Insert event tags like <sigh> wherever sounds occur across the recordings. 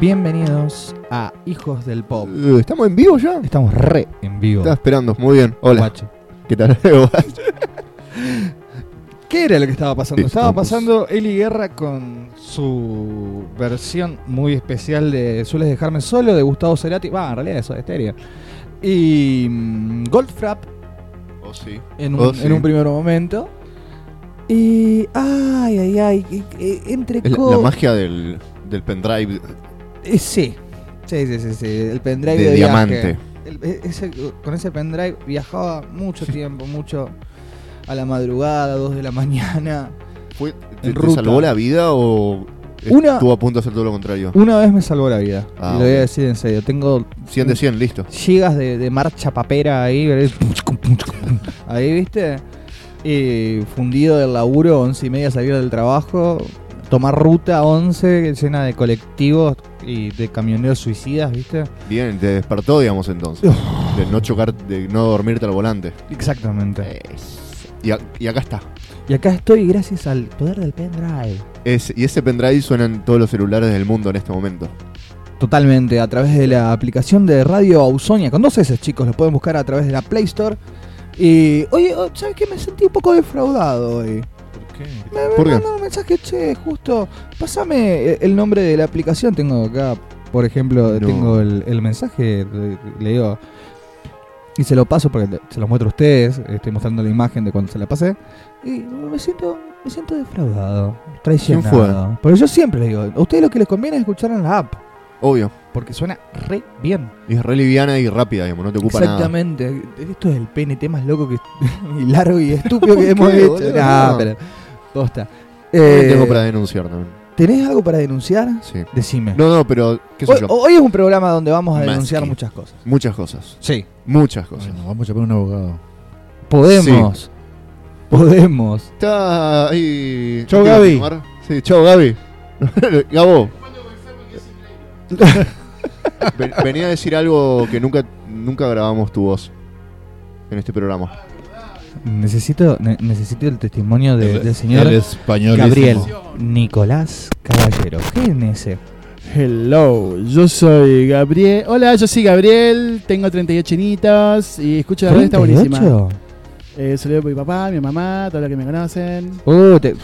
Bienvenidos a Hijos del Pop. Uh, ¿Estamos en vivo ya? Estamos re en vivo. Estaba esperando. Muy bien. Hola. guacho. ¿Qué tal? <laughs> Guacho. ¿Qué era lo que estaba pasando? Sí, estaba estamos- pasando Eli Guerra con su versión muy especial de Sueles dejarme solo de Gustavo Cerati. Va, en realidad eso de estéreo. Y mm, Goldfrapp oh, sí. en un, Oh, sí. en un primer momento. Y. Ay, ay, ay. eh, eh, Entre Es la, co- la magia del, del pendrive Eh, sí. Sí, sí, sí, sí, El de, pendrive de, viaje. diamante. El- e- ese- con ese pendrive viajaba <laughs> mucho tiempo, mucho a la madrugada, 2 de la <laughs> mañana. Fue- te, En te ruta. salvó la vida o Una- estuvo a punto de hacer todo lo contrario? Una vez me salvó la vida. y Ah, lo voy bueno. a decir en serio. Tengo 100 de 100, listo. gigas de, de marcha papera ahí. ¿verdad? <laughs> Pum, chicum, pum, chicum, pum. Ahí, viste. Eh, fundido del laburo, 11 y media salir del trabajo. Tomar ruta 11, llena de colectivos y de camioneros suicidas, viste. Bien, te despertó, digamos, entonces. De no chocar, de no dormirte al volante. Exactamente. Y, a- y acá está. Y acá estoy gracias al poder del pendrive. Es- y ese pendrive suena en todos los celulares del mundo en este momento. Totalmente, a través de la aplicación de Radio Ausonia, con dos S, chicos, lo pueden buscar a través de la Play Store. Y, oye, oh, ¿sabes qué? Me sentí un poco defraudado hoy. ¿Por qué? Me, me ¿Por qué? mandaron un mensaje, che, justo, pasame eh, el nombre de la aplicación. Tengo acá, por ejemplo, No. tengo el, el mensaje, le- le digo, y se lo paso porque te- se los muestro a ustedes, estoy mostrando la imagen de cuando se la pasé. Y me siento, me siento defraudado, traicionado. fue? Pero yo siempre les digo, a ustedes lo que les conviene es escuchar en la app. Obvio. Porque suena re bien. Y es re liviana y rápida, digamos, no te ocupa nada. Exactamente. Esto es el PNT más loco que <laughs> y largo <laughs> y estúpido ¿Por que hemos qué, hecho. boludo? Nah, No. pero. Posta. También Eh, Tengo para denunciar también. ¿Tenés algo para denunciar? Sí. Decime. No, no, pero, qué sé hoy, yo. hoy es un programa donde vamos a Más denunciar que- muchas cosas. Muchas cosas. Sí. Muchas cosas. Bueno, vamos a llamar a un abogado. Podemos. Podemos. Está ahí. Chau, ¿Te iba a Gaby. filmar? Sí, chau, Gaby. <laughs> Gabo. Ven- Venía a decir algo que nunca, nunca grabamos tu voz en este programa. Necesito, ne- necesito el testimonio de- del señor El español. Gabriel Nicolás Caballero. GNS. Hello, yo soy Gabriel. Hola, yo soy Gabriel, tengo 38 añitos y escucho la radio, está buenísima. ¿38? Eh, saludo por mi papá, mi mamá, todos los que me conocen. Uh, te-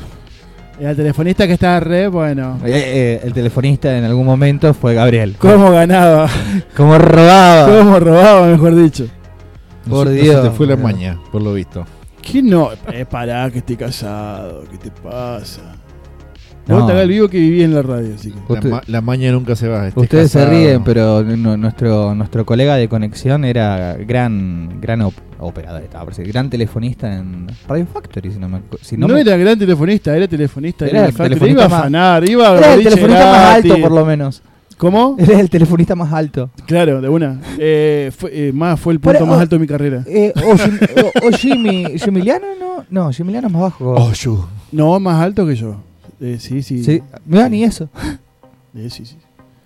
Y al telefonista que está re bueno. Eh, eh, el telefonista en algún momento fue Gabriel. ¿Cómo ganaba? Como robaba. ¿Cómo robaba, mejor dicho? Por Por Dios. Dios. te fue la maña, por lo visto. ¿Qué no? Eh, pará, que estoy casado, ¿qué te pasa? No. Vos te hagas el vivo que viví en la radio, así que. La, Usted- ma- la maña nunca se va. este estés Ustedes se casado. ríen, pero nu- nuestro, nuestro colega de conexión era gran gran op- operador, estaba por decir, gran telefonista en Radio Factory, si no me acu- si No, no me- era gran telefonista, era telefonista. Era de el Factory, telefonista iba a más- afanar, iba a Era el boliche telefonista más gratis. alto, por lo menos. ¿Cómo? Era el telefonista más alto. Claro, de una. Eh, fue, eh, más, fue el punto Pero, más oh, alto de mi carrera. Eh, o, Jim- o- o Jimmy. ¿Jimiliano no? No, Jimiliano es más bajo. Oh, yo. No, más alto que yo. Eh, sí, sí. Sí, no era ni eso. Eh, sí, sí.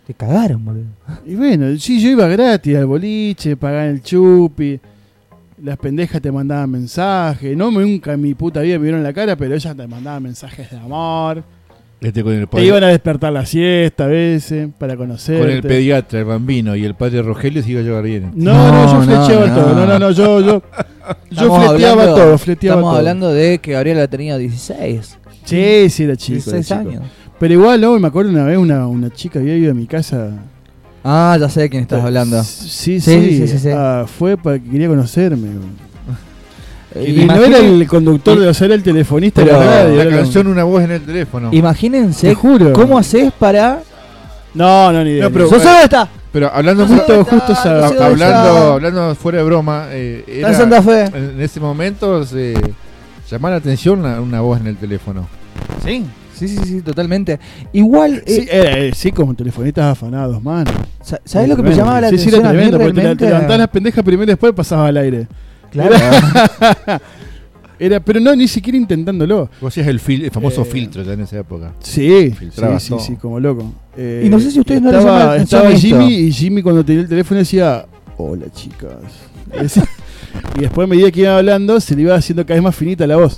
Te cagaron, boludo. Y bueno, sí, yo iba gratis al boliche, pagaba el chupi. Las pendejas te mandaban mensajes. No, me- nunca en mi puta vida me vieron la cara, pero ellas te mandaban mensajes de amor. Este con el, te padre- iban a despertar la siesta a veces para conocer. con el pediatra, el bambino y el padre Rogelio se iba a llevar bien. No, No, no, yo flecheaba no, no. todo. No, no, no, yo, yo. Yo Estamos fleteaba hablando- todo, fleteaba Estamos todo. hablando de que Gabriela tenía 16. Sí, sí, era chico. era 16 chico. años. Pero igual, no, me acuerdo una vez una, una chica había ido a mi casa Ah, ya sé de quién estás hablando. Sí, sí, Sí, sí, sí, sí. Ah, fue para que quería conocerme. güey. Y, no Imaginen- era el conductor, de, o sea, era el telefonista Pero- de la radio. la era canción, una voz en el teléfono. Te Imagínense juro. cómo haces para. como- No, no, ni idea. No, pero- ni idea. ¡Yo sé dónde está! Pero hablando, No sé Justo- dónde está, justo esa- no sé dónde hablando, está. hablando fuera de broma, eh, Está era- en Santa Fe. en ese momento se llamaba la atención una, una voz en el teléfono. Sí. Sí, sí, sí, totalmente. Igual, eh, Sí, era, eh, sí, como telefonistas afanados, mano. sa- ¿sabés lo que me Tremendo. llamaba la sí, atención? Sí, era tremendo, a mí porque te la- realmente? te levantás las pendejas primero y después pasabas al aire. Claro. <laughs> Era, pero no, ni siquiera intentándolo. Vos hacías el, fil- el famoso Eh, filtro ya en esa época. Sí, Filtrabas sí, todo. sí, sí, como loco. Eh, Y no sé si a ustedes no les estaba, llama la atención Estaba esto. Jimmy y Jimmy cuando tenía el teléfono decía, hola chicas. Y decía- <laughs> y después a medida que iba hablando se le iba <laughs> haciendo cada vez más finita la voz.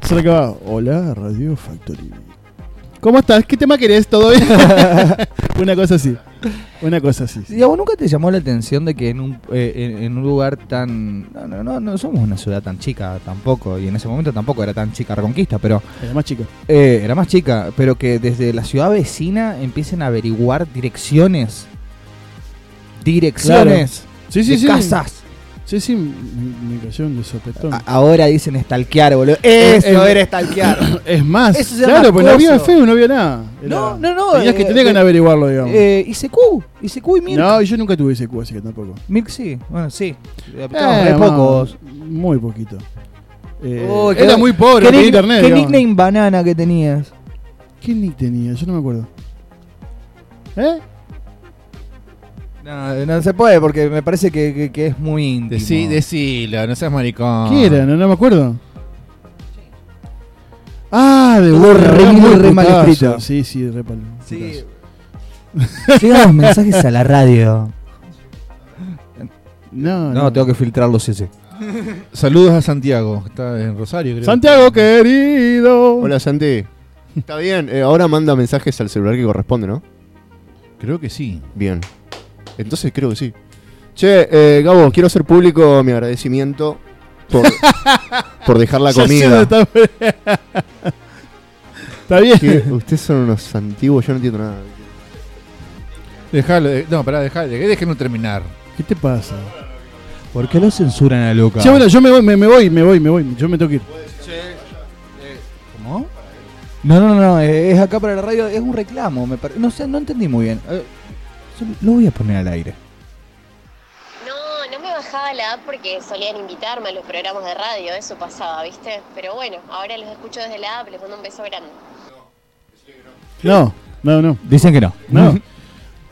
Se le acababa, hola Radio Factory. ¿Cómo estás? ¿Qué tema querés? ¿Todo bien? <laughs> Una cosa así. Una cosa así. sí. Y a vos nunca te llamó la atención de que en un, eh, en, en un lugar tan... No, no, no, no somos una ciudad tan chica tampoco, y en ese momento tampoco era tan chica Reconquista, pero Era más chica. eh, era más chica, pero que desde la ciudad vecina empiecen a averiguar direcciones. Direcciones Sí, sí, de sí. casas. Sí, sí, mi impresión de sopetón. A- ahora dicen stalkear, boludo. Eso eh, era stalkear. <laughs> es más, Eso se llama claro, pues no había acoso. feo, no había nada. Era- No, no, no. Tenías que eh, tener que eh, averiguarlo, digamos. Eh, ICQ, ICQ y Mirk. no, yo nunca tuve ese cubo, así que tampoco. Mirk sí, bueno, sí. Eh, Aplicamos re más- pocos. Muy poquito. Eh, Oh, qué- era muy pobre, ¿Qué, no tenía nick- internet. qué digamos. nickname banana que tenías? ¿Qué nick tenía? Yo no me acuerdo. ¿Eh? No, no se puede porque me parece que, que- que es muy íntimo. Decí, decilo, no seas maricón. ¿Qué era? No, no me acuerdo. Ah, de Todo burro, re- era muy re mal putazo. escrito. Sí, sí, re pal- Sí. putazo. <laughs> Llegan los mensajes a la radio. No, No, tengo que filtrarlos sí, sí. Saludos a Santiago, que está en Rosario, creo. Santiago querido. Hola, Santi. Está bien, eh, ahora manda mensajes al celular que corresponde, ¿no? Creo que sí. Bien. Entonces creo que sí. Che, eh, Gabo, quiero hacer público mi agradecimiento por, por dejar la Ya sé dónde comida. Está, Está bien. Que Ustedes son unos antiguos, yo no entiendo nada. Dejalo, de- no, pará, dejalo, de- déjenlo terminar. ¿Qué te pasa? ¿Por qué lo censuran a loca? Che, bueno, yo me voy, me, me voy, me voy, me voy. Yo me tengo que ir. ¿Cómo? No, no, no, no, eh, es acá para la radio, es un reclamo, me pare- no sé, no entendí muy bien. Eh, yo Lo voy a poner al aire. No, no me bajaba la app porque solían invitarme a los programas de radio, eso pasaba, ¿viste? Pero bueno, ahora los escucho desde la app, les mando un beso grande. No, no, no. Dicen que no. <laughs> No.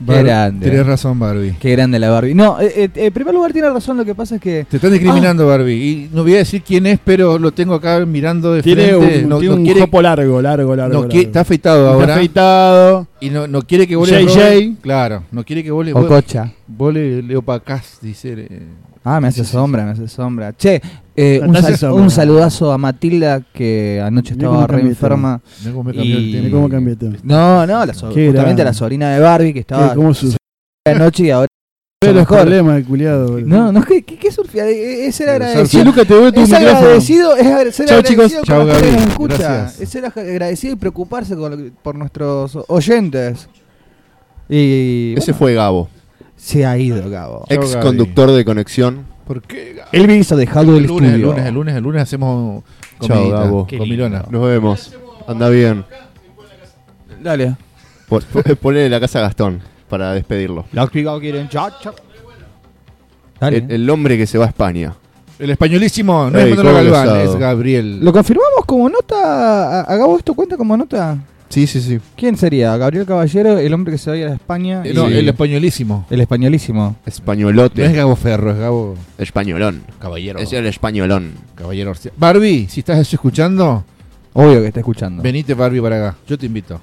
Bar- grande. ¿eh? Tenés razón, Barbie. Qué grande la Barbie. No, eh, eh, en primer lugar tiene razón, lo que pasa es que... Te están discriminando, Barbie. Y no voy a decir quién es, pero lo tengo acá mirando de Tiene frente. un, no, tiene no un quiere, jopo largo, largo, largo. no largo. qui- está afeitado Está ahora. afeitado. Y no, no quiere que vos le JJ. robes- Claro, no quiere que vos le, O vos, cocha. vos le, le opacás, dice. eh. Ah, me hace sombra, me hace sombra. Che, eh, No un, te sal- hace sombra. un saludazo a Matilda que anoche Mirá estaba cómo re cambié el enferma. Mirá cómo me cambió Y- el Mira tema. cómo cambié el tema. No, no, la so- Qué justamente grande. a la sobrina de Barbie que estaba Che, ¿Cómo su anoche y ahora. Pero los mejor. problemas, el culiado. boludo. No, no, ¿qué, qué, qué surfea? Eh, eh, Es ser Sí, Pero agradecido. surfea. Luca, te veo tu Es micrófono. agradecido, es agra- ser Chau, agradecido chicos. con Chau, la gente que Gaby. nos escucha. Gracias. Es ser ag- agradecido y preocuparse con lo que- por nuestros oyentes. Y Ese bueno, fue Gabo, se ha ido, Gabo. Chau, ex Gaby. conductor de conexión. ¿Por qué? Gabo? Elvis ha dejado el, El lunes, el estudio. lunes, el lunes, el lunes hacemos Chao, comidita, Gabo. Qué comilona. Nos vemos. Anda bien. Dale. Pon- pon- Ponle la casa a Gastón para despedirlo. La actividad quieren Dale. El, el hombre que se va a España. El españolísimo, no Ey, es Manolo ¿cómo lo Galván, sabe? es Gabriel. ¿Lo confirmamos como nota? ¿A- a Gabo esto cuenta como nota? Sí, sí, sí. ¿Quién sería? ¿Gabriel Caballero, el hombre que se va a ir a España? Eh, no, y- el españolísimo. el españolísimo. No es Españolote. Gabo Ferro, es Gabo Españolón. Caballero. Es el españolón. Caballero Orcia. Barbie, si estás escuchando, Obvio que está escuchando. venite Barbie para acá. Yo te invito.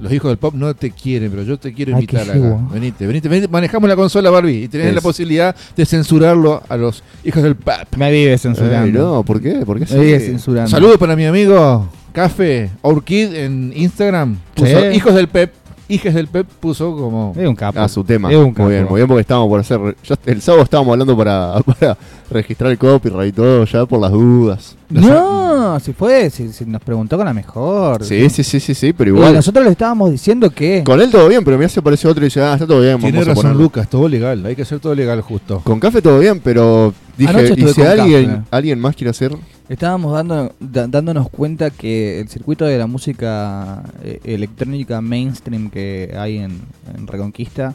Los hijos del pop no te quieren, pero yo te quiero Ay, qué invitar acá. chivo. Venite, venite, venite. Manejamos la consola Barbie y tenés Es. la posibilidad de censurarlo a los hijos del pop. Me vive Ay, censurando. Eh, no, ¿por qué? ¿Por qué Me vive sí? censurando. Saludos para mi amigo Café Orchid en Instagram. Puso Sí. Eh, hijos del pep. Hijes del pep puso como. Es un capo. A Ah, su tema. Ah, Es un capo. muy bien, muy bien, porque estábamos por hacer. ya el sábado estábamos hablando para, <laughs> para registrar el copyright y todo, ya por las dudas. No, si fue, si, si nos preguntó con la mejor. Sí, sí, sí, sí, sí, pero Y igual. nosotros le estábamos diciendo que... Con él todo bien, pero mira si aparece otro y dice, ah, está todo bien, Tiene vamos a razón ponerlo. Lucas, todo legal, hay que hacer todo legal justo. Con café todo bien, pero Anoche dije, ¿y estuve si con alguien, Café. alguien más quiere hacer? Estábamos dando, da- dándonos cuenta que el circuito de la música eh, electrónica mainstream que hay en, en Reconquista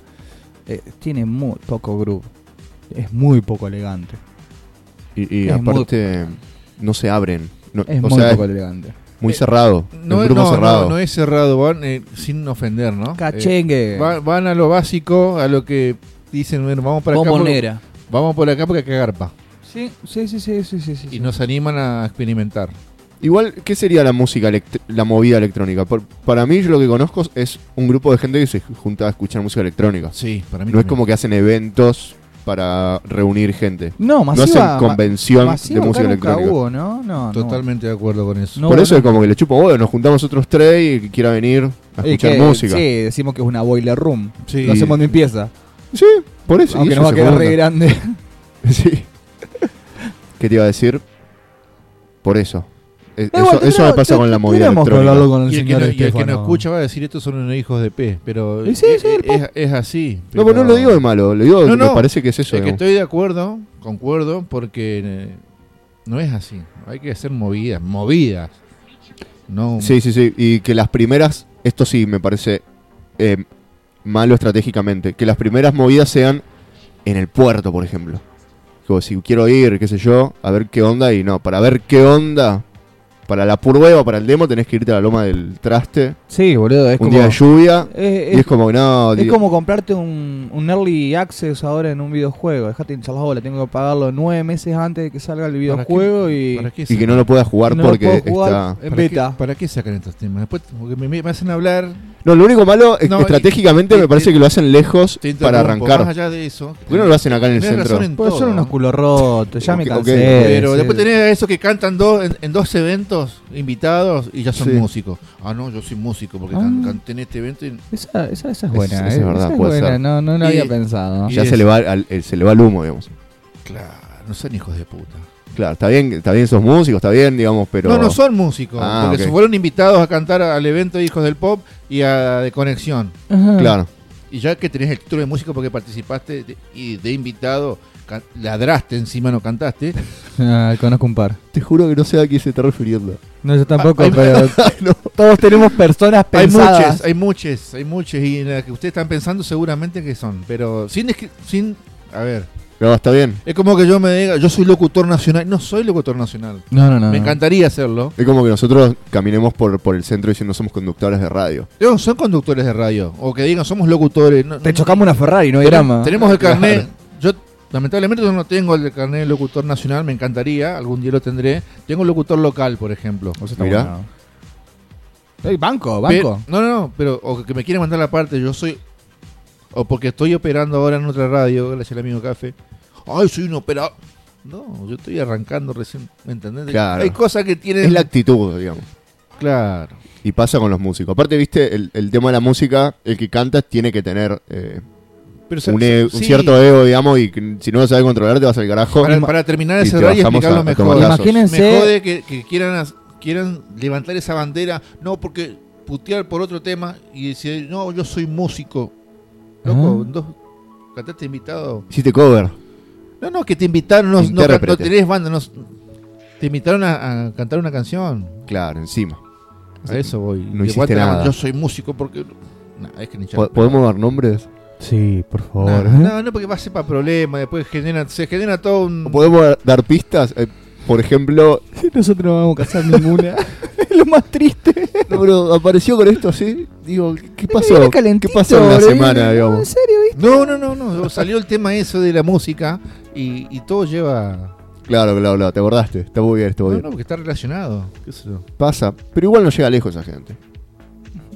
eh, tiene muy poco groove. Es muy poco elegante. Y, y Es muy- aparte, no se abren. No, Es o muy sea, poco es elegante. muy Eh, cerrado. No, un es- grupo no, cerrado. no, no es cerrado, van eh, sin ofender, ¿no? Eh, Cachengue. va- van a lo básico, a lo que dicen, bueno, vamos para acá. porque- bombonera. vamos por acá porque hay que garpa. Sí, sí, sí, sí, sí, sí. sí, Y sí. nos animan a experimentar. Igual, ¿qué sería la música, elect- la movida electrónica? Por- para mí, yo lo que conozco es un grupo de gente que se junta a escuchar música electrónica. Sí, para mí. No es como que hacen eventos para reunir gente. No, No masiva. hacen convención ma- de masiva música acá nunca electrónica. hubo, ¿no? No, no. Totalmente de acuerdo con eso. No, Por bueno. eso es como que le chupo huevo, nos juntamos otros tres y que quiera venir a Eh, escuchar que- música. Sí, Sí, decimos que es una boiler room. Sí. Lo hacemos en limpieza. por eso. y aunque eso nos va a se quedar junta. re grande. <laughs> <laughs> Sí. ¿Qué te iba a decir? Por eso. E- Eso, Igual, eso me tendrá- pasa te- con la movida tendríamos que electrónica. hablarlo con el Y el, que señor no, y el que no Estefano. escucha va a decir estos son unos hijos de pez, pero Y sí, es, sí, el es- es así. No, pero no lo digo de de malo, lo digo, No, me no. parece que es eso. que digamos. estoy de acuerdo, concuerdo, porque eh, no es así. Hay que hacer movidas, movidas. No, Sí, sí, sí. Y que las primeras, esto sí me parece eh, malo estratégicamente, que las primeras movidas sean en el puerto, por ejemplo. Como si quiero ir, qué sé yo, a ver qué onda y no, para ver qué onda, para la prueba, para el demo, tenés que irte a la loma del traste. Sí, boludo. Es un como, día de lluvia. Eh, y es- es como que no, es di- como comprarte un, un early access ahora en un videojuego. Dejate hinchar las bolas. Tengo que pagarlo nueve meses antes de que salga el ¿para qué- videojuego y. para qué y que sacan- no lo puedas jugar No lo porque puedo jugar. está. ¿para beta. Qué, ¿Para qué sacan estos temas? Después porque me, me hacen hablar. No, lo único malo es No, que estratégicamente y- y- me parece que lo hacen lejos te para interrumpo, Más arrancar. allá de eso. ¿Por qué no lo hacen acá en el tenés centro? razón en Pues todo. son unos culos rotos, ya me Ok, ok. cansé. Pero sí. después tenés a esos que cantan dos, en, en dos eventos invitados y ya son Sí. músicos. Ah, no, yo soy músico porque can- Ah. canté en este evento. y- Esa, esa, esa es buena, Esa- eh. esa es verdad, puede buena, ser. no, no lo Y- había pensado. y- Ya se es- le, va al- el- se le va el humo, digamos. claro, no son hijos de puta. Claro, está bien, está bien sos músicos, está bien, digamos, pero. No, no son músicos. Ah, porque ok. se fueron invitados a cantar al evento de Hijos del Pop y a De Conexión. Ajá. Claro. Y ya que tenés el título de músico porque participaste de- y de invitado, ca- ladraste encima, <laughs> no cantaste. Ah, conozco un par. Te juro que no sé a quién se está refiriendo. No, yo tampoco, hay- <laughs> pero todos tenemos personas Hay muchas, pensadas. hay muchas, hay muchas. Y en las que ustedes están pensando seguramente que son. Pero sin, descri- sin... A ver. No, está bien. Es como que yo me diga, yo soy locutor nacional. No soy locutor nacional. No, no, no. Me no. encantaría hacerlo. Es como que nosotros caminemos por, por el centro diciendo somos conductores de radio. Yo, son conductores de radio. O que digan, somos locutores. No, Te no- chocamos una Ferrari, no hay drama. Tenemos el carnet. Yo, lamentablemente, yo no tengo el carnet de locutor nacional. Me encantaría. Algún día lo tendré. Tengo un locutor local, por ejemplo. O sea, está Mirá. bueno. Ey, banco, Pe- banco. no, no, no. Pero, o que me quieren mandar la parte. Yo soy. O porque estoy operando ahora en otra radio. Gracias al amigo Café. Ay, soy un operador. No, yo estoy arrancando recién. ¿Me entendés? Claro. Hay cosas que tienen. Es la actitud, digamos. Claro. Y pasa con los músicos. Aparte, viste, el, el tema de la música, el que canta tiene que tener eh, Pero se- un, e- un sí. cierto ego, digamos, y que si no lo sabes controlar te vas al carajo. Para, para terminar Y de te cerrar y bajamos explicarlo a- a mejor. tomatazos. Imagínense- Me jode que, que quieran, as- quieran levantar esa bandera. No, porque putear por otro tema y decir, no, yo soy músico. Loco, Ah. en dos cantaste invitado. Hiciste cover. No, no, que te invitaron, no, no, Intérprete. no tenés banda, no- te invitaron a, a cantar una canción. Claro, encima. A eso voy. No Y hiciste aguanta la mano, nada. Yo soy músico porque. Nah, es que ni Po- ¿Podemos dar nombres? Sí, por favor. Nah, ¿eh? No, no, porque va a ser para problemas. Después genera, se genera todo un. ¿Podemos dar pistas? Eh, por ejemplo, Nosotros no vamos a casar ninguna. <laughs> <laughs> es lo más triste. No, pero apareció con esto así. Digo, ¿qué Viene pasó? ¿Qué calentito, pasó en la boludo. semana, No, En digamos? serio, ¿viste? No, no, no, no. Salió el tema eso de la música y, y todo lleva. Claro, claro, claro, te acordaste. Está muy bien, está muy No, bien. no, porque está relacionado. qué sé yo. Pasa, pero igual no llega lejos esa gente.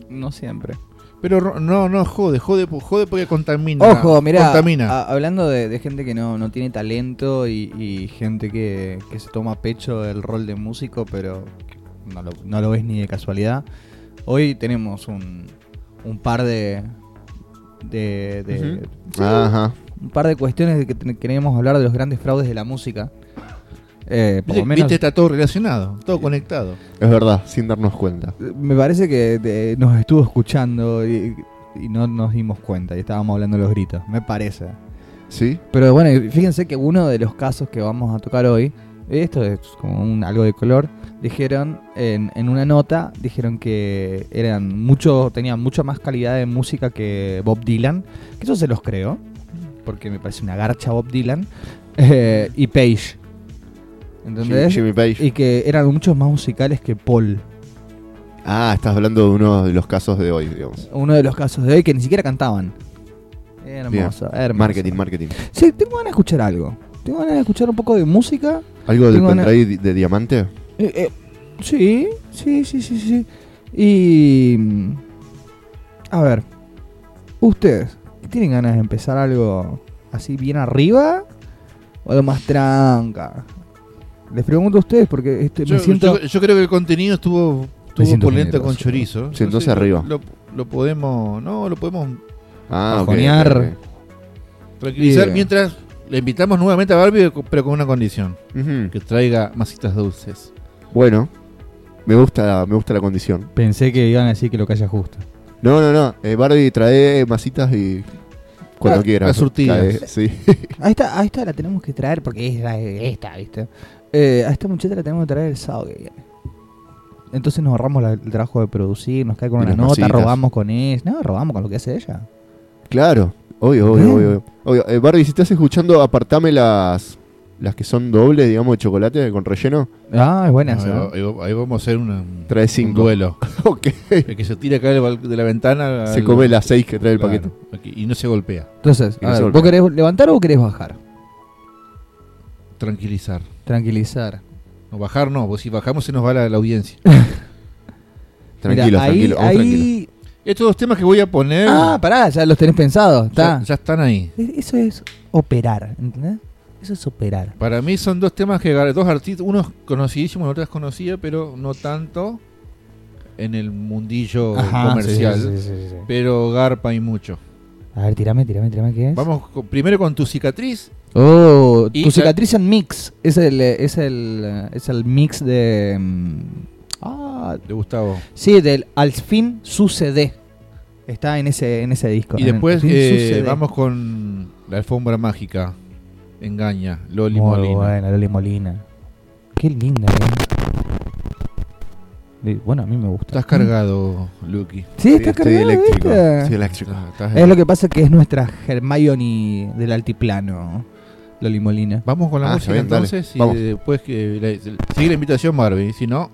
No siempre. Pero ro- no, no, jode, jode, po- jode porque contamina. Ojo, mirá, ah, Contamina. a- hablando de, de gente que no, no tiene talento y, y gente que, que se toma a pecho el rol de músico, pero que no lo, no lo ves ni de casualidad. Hoy tenemos un, un par de, de, de- Ajá. un par de cuestiones de que ten- queremos hablar de los grandes fraudes de la música. Eh, por lo Viste, menos viste, está todo relacionado, todo conectado. Es verdad, sin darnos cuenta. me parece que eh, nos estuvo escuchando y, y no nos dimos cuenta y estábamos hablando de los gritos, me parece. ¿Sí? Pero bueno, y fíjense que uno de los casos que vamos a tocar hoy, esto es como un, algo de color, dijeron en, en una nota, dijeron que eran mucho, tenían mucha más calidad de música que Bob Dylan, que eso se los creo, porque me parece una garcha Bob Dylan, eh, y Page. ¿Entendés? Jimmy Page. Y que eran muchos más musicales que Paul. Ah, estás hablando de uno de los casos de hoy, digamos. Uno de los casos de hoy que ni siquiera cantaban. Hermoso, hermoso. Marketing, marketing. Sí, tengo ganas de escuchar algo. Tengo ganas de escuchar un poco de música. ¿Algo del Tengo una- pendrive di- de diamante? Eh, eh, sí, sí, sí, sí, sí. Y... mm, A ver, ustedes, ¿tienen ganas de empezar algo así bien arriba o algo más tranca? Les pregunto a ustedes porque este, Yo, me siento... yo- yo creo que el contenido estuvo, Me estuvo siento polenta generoso. con chorizo. Sí, entonces arriba. Lo, lo podemos. No, lo podemos Ah, ok, Bajonear. ok, tranquilizar Bien. mientras le invitamos nuevamente a Barbie, pero con una condición: ok. Ujú. que traiga masitas dulces. Bueno, me gusta, me gusta la condición. Pensé que iban a decir que lo calla justo. No, no, no. Eh, Barbie trae masitas y cuando Ah, quieras. las surtidas. Trae- sí. A esta, a esta la tenemos que traer porque es la de esta, ¿viste? Eh, a esta muchacha la tenemos que traer el sábado que viene. Entonces nos ahorramos la- el trabajo de producir, nos cae con Y una las nota, masitas. robamos con ella. No, robamos con lo que hace ella. Claro, obvio, obvio, Claro. obvio. obvio. Obvio, eh, Barbie, si estás escuchando, apartame las las que son dobles, digamos, de chocolate con relleno. <laughs> Ah, es buena No, ahí, esa. va- ahí va- ahí vamos a hacer una- Trae un cinco. duelo. Ok. El que se tira acá del bal- de la ventana. Se al- come las seis que trae el Ah, Claro, paquete. aquí, y no se golpea. Entonces, Y a no se ver, golpea. ¿vos querés levantar o querés bajar? Tranquilizar. Tranquilizar. No, bajar no, porque si bajamos se nos va la, <laughs> la audiencia. Tranquilo, Mirá, ahí, tranquilo, vos ahí... tranquilo. Estos dos temas que voy a poner Ah, pará, ya los tenés pensados. ya, Está. ya están ahí. E- Eso es operar, ¿entendés? Eso es operar. Para mí son dos temas que agarré- dos artistas, uno es conocidísimo, el otro es conocido, pero no tanto en el mundillo comercial. sí, sí, sí, sí, sí. Pero garpa y mucho. A ver, tirame, tirame, tirame, ¿qué es? Vamos con- primero con tu cicatriz. Oh, Y tu la- cicatriz en mix. Es el, eh, es el, eh, es el mix de. mm, Ah, De Gustavo. sí, del Al fin sucede. Está en ese, en ese disco. Y en después Al fin eh, sucede. vamos con la alfombra mágica. Engaña, Loli Muy Molina. buena, Loli Molina. Qué linda, eh. Eh, Bueno, a mí me gusta. Estás cargado, Lucky. Sí, está Estoy cargado, eléctrico. ¿viste? Estoy eléctrico. Estás- estás- Es lo que pasa que es nuestra Hermione del altiplano, Loli Molina. Vamos con la Ah, música está bien, dale. entonces Vamos. y después que la- sigue la invitación Barbie, si no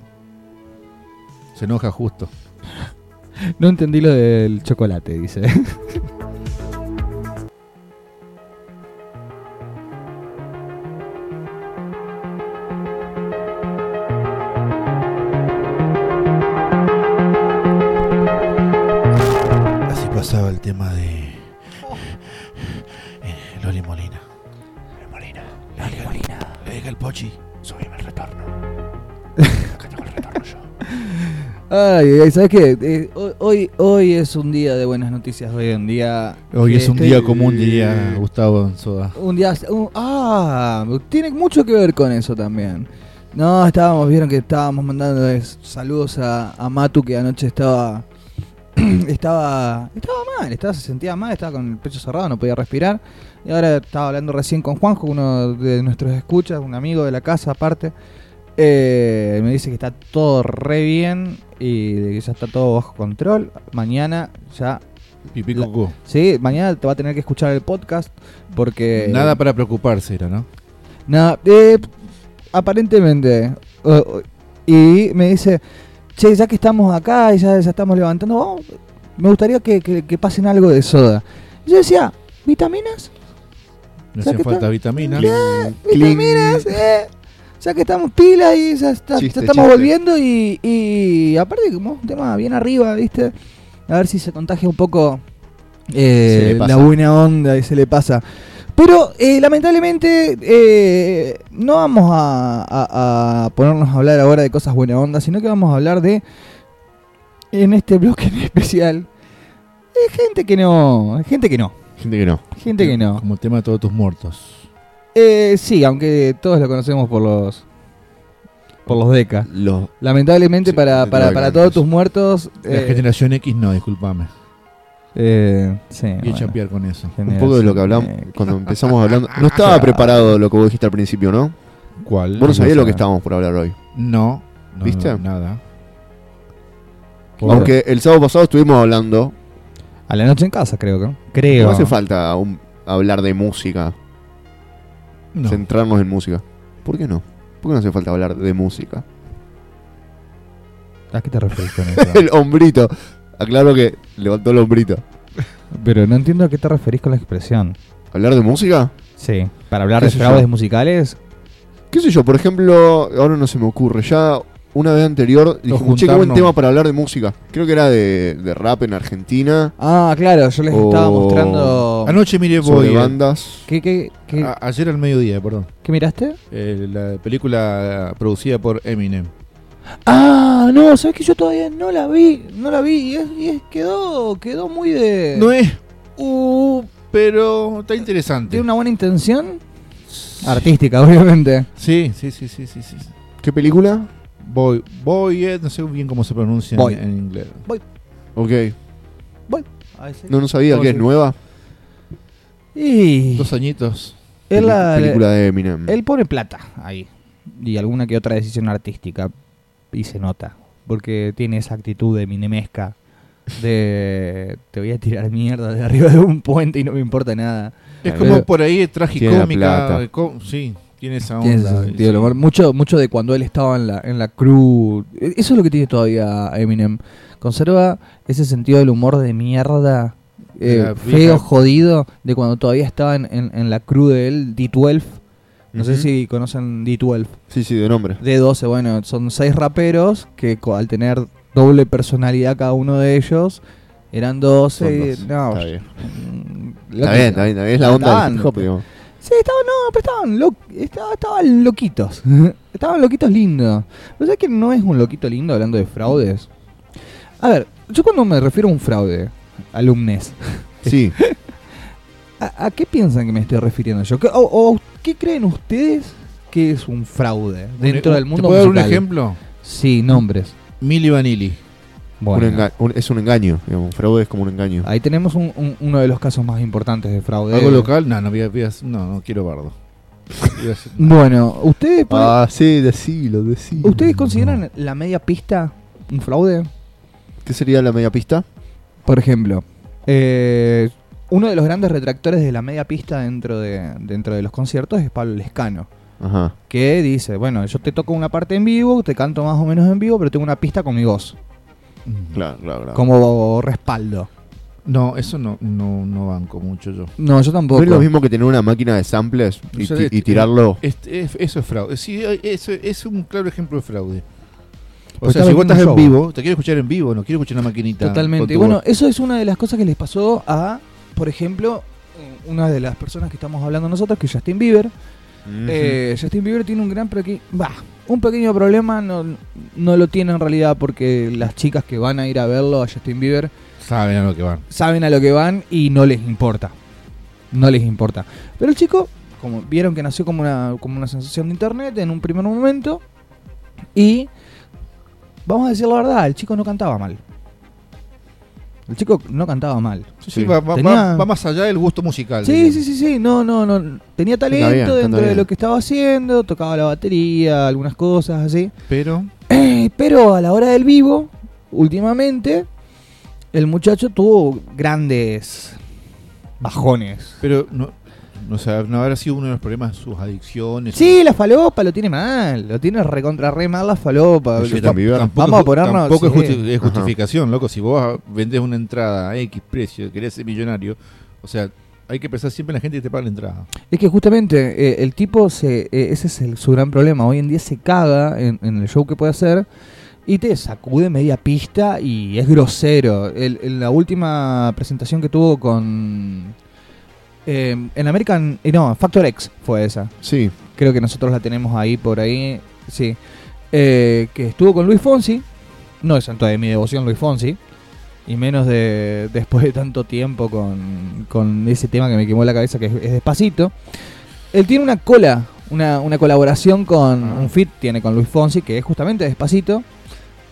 se enoja justo. No entendí lo del chocolate, dice. Así pasaba el tema de eh, Loli Molina. Molina, Loli Molina. Le dije al Pochi, subime el <laughs> retorno. Acá tengo el retorno yo. Ay, ay, ¿sabes qué? Eh, hoy- hoy, hoy es un día de buenas noticias, hoy en día... Hoy que es un estoy- día común, diría Gustavo en Soda. Un día... un- ah, tiene mucho que ver con eso también. No, estábamos, vieron que estábamos mandando saludos a, a Matu que anoche estaba... <clears throat> Estaba, estaba mal, estaba, se sentía mal, estaba con el pecho cerrado, no podía respirar. Y ahora estaba hablando recién con Juanjo, uno de nuestros escuchas, un amigo de la casa aparte. Eh, me dice que está todo re bien y de que ya está todo bajo control. Mañana ya, Pipí La- cucú. sí, mañana te va a tener que escuchar el podcast porque... Nada para preocuparse era, ¿no? Nada, eh, aparentemente. O- o- y me dice, che, ya que estamos acá y ya, ya estamos levantando, vamos, me gustaría que, que- que pasen algo de soda. Y yo decía, ¿vitaminas? No ¿Sabes hacen qué falta tal? vitaminas. Cling. ¿Vitaminas? Eh, ya que estamos pila y ya, está- ya Chiste, estamos chiste. volviendo y, y aparte como un tema bien arriba, ¿viste? A ver si se contagia un poco eh, Se le pasa. la buena onda y se le pasa. Pero eh, lamentablemente eh, no vamos a, a- a ponernos a hablar ahora de cosas buena onda, sino que vamos a hablar de, en este bloque en especial, de gente que no, gente que no, Gente que no. gente que no. Como el tema de todos tus muertos. Eh, sí, aunque todos lo conocemos por los por los deca. Los Lamentablemente Sí, para, de para, Deca, para todos entonces. tus muertos. La eh, generación X no, discúlpame. eh, sí, Voy a bueno, champear con eso. un poco de lo que hablamos generación, eh, <laughs> cuando empezamos hablando. No estaba Claro. preparado lo que vos dijiste al principio, ¿no? ¿Cuál? Vos no sabías lo sabe. que estábamos por hablar hoy. No. no, ¿Viste? no, nada. Pobre. Aunque el sábado pasado estuvimos hablando. A la noche en casa, creo que. Creo. No hace falta un- hablar de música, No. centrarnos en música. ¿Por qué no? ¿Por qué no hace falta hablar de música? ¿A qué te referís <laughs> con eso? El hombrito. Aclaro que levantó el hombrito. Pero no entiendo a qué te referís con la expresión. ¿Hablar de música? Sí. Para hablar ¿Qué de sé yo? fraudes musicales. ¿Qué sé yo? Por ejemplo, ahora no se me ocurre. Ya una vez anterior, dijimos, che, qué buen juntarnos". tema para hablar de música. Creo que era de, de rap en Argentina, Ah, claro, yo les O- estaba mostrando. Anoche miré sobre Boyer. bandas. ¿Qué, qué, qué, A- ayer al mediodía, perdón. qué miraste? Eh, la película producida por Eminem. Ah, no, sabes que yo todavía no la vi, no la vi y, es, y es- quedó, quedó muy de, No es. Uh, pero está interesante. tiene una buena intención artística, obviamente. Sí, sí, sí, sí, sí, sí. ¿Qué película? Boy, Boyer, no sé bien cómo se pronuncia en- Boy. en, inglés. Ok. No, No, no sabía No, que es sí. nueva. Y Dos añitos. él, la- película de Eminem. él pone plata ahí y alguna que otra decisión artística y se nota porque tiene esa actitud de minemesca de te voy a tirar mierda de arriba de un puente y no me importa nada. Es Claro. como por ahí Tiene la plata. tragicómica. eh, com- Sí, tiene esa onda. Tiene ese sentido del humor. Mucho, mucho de cuando él estaba en la, en la crew. E- Eso es lo que tiene todavía Eminem. Conserva ese sentido del humor de mierda, eh, De la feo, vieja- jodido, de cuando todavía estaba en, en- en la crew de él, D12. No sé Ujú. si conocen D12. Sí, sí, de nombre. D12, bueno, son seis raperos que co- al tener doble personalidad cada uno de ellos, eran 12. Son dos. No, está, bien. mm, está bien, está bien, está bien. Es la onda Estaban, del hip <laughs> hop, digamos. Sí, estaban, no, pero estaban, lo- estaba- estaban loquitos. <laughs> estaban loquitos lindos. Pero ¿sabes que no es un loquito lindo hablando de fraudes? A ver, yo cuando me refiero a un fraude, alumnes, Sí. ¿a, a qué piensan que me estoy refiriendo yo? ¿Qué- o, o qué creen ustedes que es un fraude dentro Un- e- del mundo ¿Te puedo dar un musical? ejemplo? Sí, nombres. Milli Vanilli. Un Bueno, Ah, enga- un- es un engaño. Digamos. Un Fraude es como un engaño. ahí tenemos un- un- uno de los casos más importantes de fraude. ¿Algo local? No, no, voy a- voy a- no, no quiero bardo. Iba <laughs> a decir- Bueno, ¿ustedes, pueden- Ah, sí, decilo, decilo. ¿ustedes consideran la media pista un fraude? ¿Qué sería la media pista? Por ejemplo, eh, uno de los grandes retractores de la media pista dentro de, dentro de los conciertos es Pablo Lescano, Ajá. que dice, bueno, yo te toco una parte en vivo, te canto más o menos en vivo, pero tengo una pista con mi voz, Claro, claro, claro. como respaldo. No, eso no, no, no banco mucho yo. No, yo ¿No tampoco. es lo mismo que tener una máquina de samples y, O sea, ti- este- y tirarlo? Este, es- eso es fraude. Sí, eso es un claro ejemplo de fraude. O Pues sea, estás si vos vendiendo estás en show. vivo, te quiero escuchar en vivo, no quiero escuchar una maquinita. con Totalmente. Y tu bueno, voz. eso es una de las cosas que les pasó a, por ejemplo, eh, una de las personas que estamos hablando nosotros, que es Justin Bieber, Ujú. Eh, Justin Bieber tiene un gran peque- bah, un pequeño problema no, no lo tiene en realidad porque las chicas que van a ir a verlo a Justin Bieber saben a lo que van. saben a lo que van y no les importa. No les importa. Pero el chico, como vieron que nació como una, como una sensación de internet en un primer momento y vamos a decir la verdad, el chico no cantaba mal. El chico no cantaba mal. Sí, Sí. va, va- Tenía- va- va más allá del gusto musical. Sí, digamos. sí, sí, sí, no, no, no. Tenía bien, talento canta dentro de bien. lo que estaba haciendo, tocaba la batería, algunas cosas así. Pero Eh, pero a la hora del vivo, últimamente, el muchacho tuvo grandes bajones. Pero no, no, sé, no habrá sido uno de los problemas sus adicciones. Sí, la falopa lo tiene mal, lo tiene recontra re mal la falopa. Yo Tam- también. Bieber. Vamos a es ju- ponernos- Tampoco es, sí. justi- es Ajá. justificación, loco. Si vos vendés una entrada a X precio, querés ser millonario, o sea, hay que pensar siempre en la gente que te paga la entrada. Es que justamente eh, el tipo, se, eh, ese es el- su gran problema. Hoy en día se caga en, en el show que puede hacer y te sacude media pista y es grosero. El- el- la última presentación que tuvo con. eh, en American. eh, no, Factor X fue esa. Sí. Creo que nosotros la tenemos ahí por ahí. Sí. Eh, que estuvo con Luis Fonsi. No es santo de mi devoción Luis Fonsi. Y menos de <laughs> después de tanto tiempo con, con ese tema que me quemó la cabeza, que es, es despacito. Él tiene una cola, una, una colaboración con Ah. un fit, tiene con Luis Fonsi, que es justamente despacito.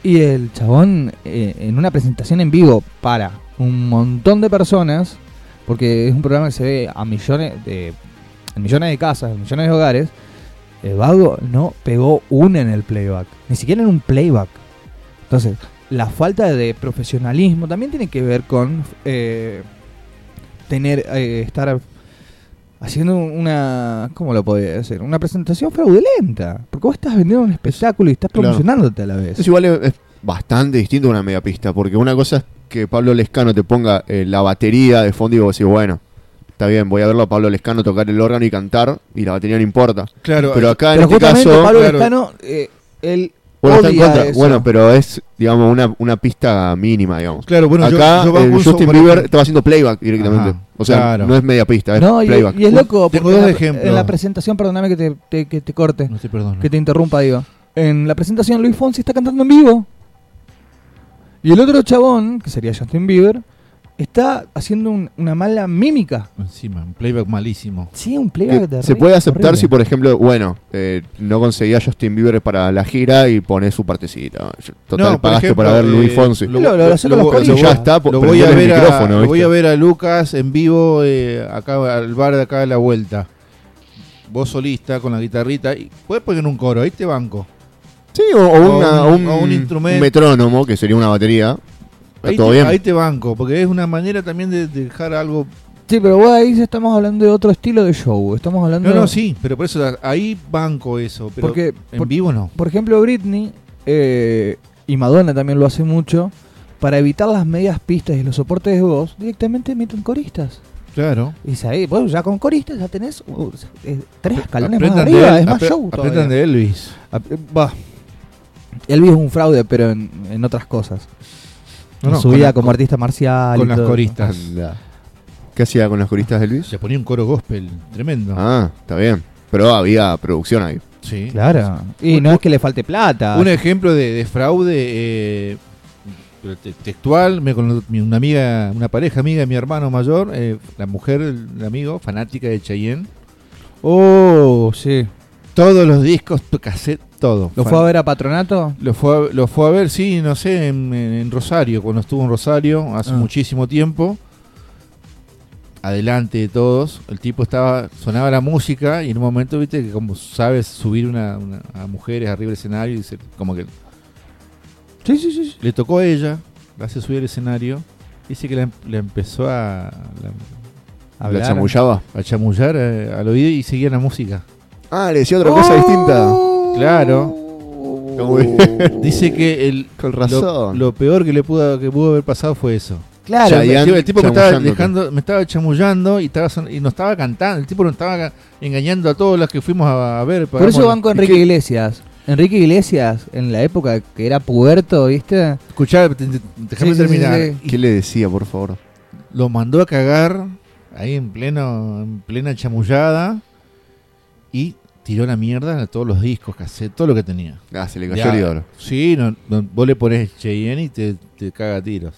Y el chabón, eh, en una presentación en vivo para un montón de personas, porque es un programa que se ve a millones de, en millones de casas, en millones de hogares, el vago no pegó una en el playback, ni siquiera en un playback. Entonces, la falta de profesionalismo también tiene que ver con eh, tener, eh, estar haciendo una, ¿cómo lo podría decir? Una presentación fraudulenta, porque vos estás vendiendo un espectáculo y estás Claro. promocionándote a la vez. Es igual, es, es bastante distinto a una media pista. Porque una cosa es que Pablo Lescano te ponga eh, la batería de fondo y vos decís, bueno, está bien, voy a verlo a Pablo Lescano tocar el órgano y cantar y la batería no importa. Claro, eh, Pero acá en Pero este justamente caso. Pablo claro. Lescano, eh, él Bueno, está en odia contra. eso. Bueno, pero es, digamos, una, una pista mínima, digamos. Claro, bueno, yo- Acá yo, bajo eh, un Justin software- Bieber estaba haciendo playback directamente. Ajá, o sea, claro. no es media pista, es No, y, playback. y es loco. Tengo porque dos en la- ejemplos. En la presentación, perdóname que te, te- que te Mm. corte, No te perdono. que te interrumpa, digo. En la presentación, Luis Fonsi está cantando en vivo. Y el otro chabón, que sería Justin Bieber, está haciendo un- una mala mímica. Encima, un playback malísimo. Sí, un Que playback de se re- puede aceptar horrible. si, por ejemplo, bueno, eh, no conseguía Justin Bieber para la gira y pones su partecita. Total, No, por pagaste ejemplo, para ver eh, Luis Fonsi. Lo- lo- lo hacen con los Pero corillas. ya está, po- Lo voy, prendele a el ver a, micrófono, lo ¿viste? voy a ver a Lucas en vivo eh, acá al bar de acá de la vuelta. Vos solista con la guitarrita y puedes poner un coro, ahí te banco. Sí, o, o o una- un- un, o un instrumento. un metrónomo, que sería una batería. Está Ahí, todo te, bien. ahí te banco, porque es una manera también de dejar algo. Sí, pero vos ahí estamos hablando de otro estilo de show. Estamos hablando. No, no, sí, pero por eso ahí banco eso, pero Porque, en por- vivo no. Por ejemplo, Britney eh, y Madonna también lo hace mucho. Para evitar las medias pistas y los soportes de voz, directamente meten coristas. Claro. Y es ahí, vos ya con coristas ya tenés uh, eh, tres escalones más Aprendan de arriba, él, es más apre- show. todavía. Aprendan de Elvis. Ap- eh, bah. Elvis es un fraude, pero en, en otras cosas. No, En no, su con vida la- como artista marcial. y con las todo. coristas. Anda. ¿Qué hacía con los coristas de Luis? Se ponía un coro gospel, tremendo. Ah, está bien. Pero había producción ahí. Sí. Claro. Y no es que le falte plata. Un e-, ejemplo de, de fraude eh, pero te- textual, me con mi- una amiga, una pareja amiga de mi hermano mayor, eh, la mujer del amigo, fanática de Cheyenne. Oh, sí. Todos los discos, tu cassette, todo. ¿Lo Fan- fue a ver a Patronato? Lo fue, a, lo fue a ver, sí, no sé, en, en- en Rosario, cuando estuvo en Rosario hace Ah. muchísimo tiempo. Adelante de todos, el tipo estaba, sonaba la música y en un momento, viste, que como sabes subir una, una- a mujeres arriba del escenario y se- como que Sí, sí, sí. sí. le tocó a ella, la hace subir al escenario, dice que la, em- la empezó a, la- ¿La Hablar. chamullaba? a chamullar eh, al oído y seguía la música. Ah, le decía otra Oh. cosa distinta. Claro. Como que- <laughs> Dice que el, Con lo- Lo, Uh. razón. peor que le pudo, que pudo haber pasado fue eso. Claro. Ya, ya. El tipo- el tipo me estaba chamullándote. dejando, me estaba chamullando y estaba son- y no estaba cantando, el tipo no estaba ca- engañando a todos los que fuimos a, a ver. Por eso pagamos- van con Enrique Iglesias. Enrique Iglesias, en la época que era puerto, ¿viste? Escuchá, te- te- déjame Sí, sí, sí, terminar. sí. ¿Qué le decía, por favor? lo mandó a cagar ahí en pleno en plena chamullada y tiró la mierda a todos los discos, cassette, todo lo que tenía. Ah, se le Ya. cayó el ídolo. Sí, no, no, vos le pones Cheyenne y te, te caga a tiros.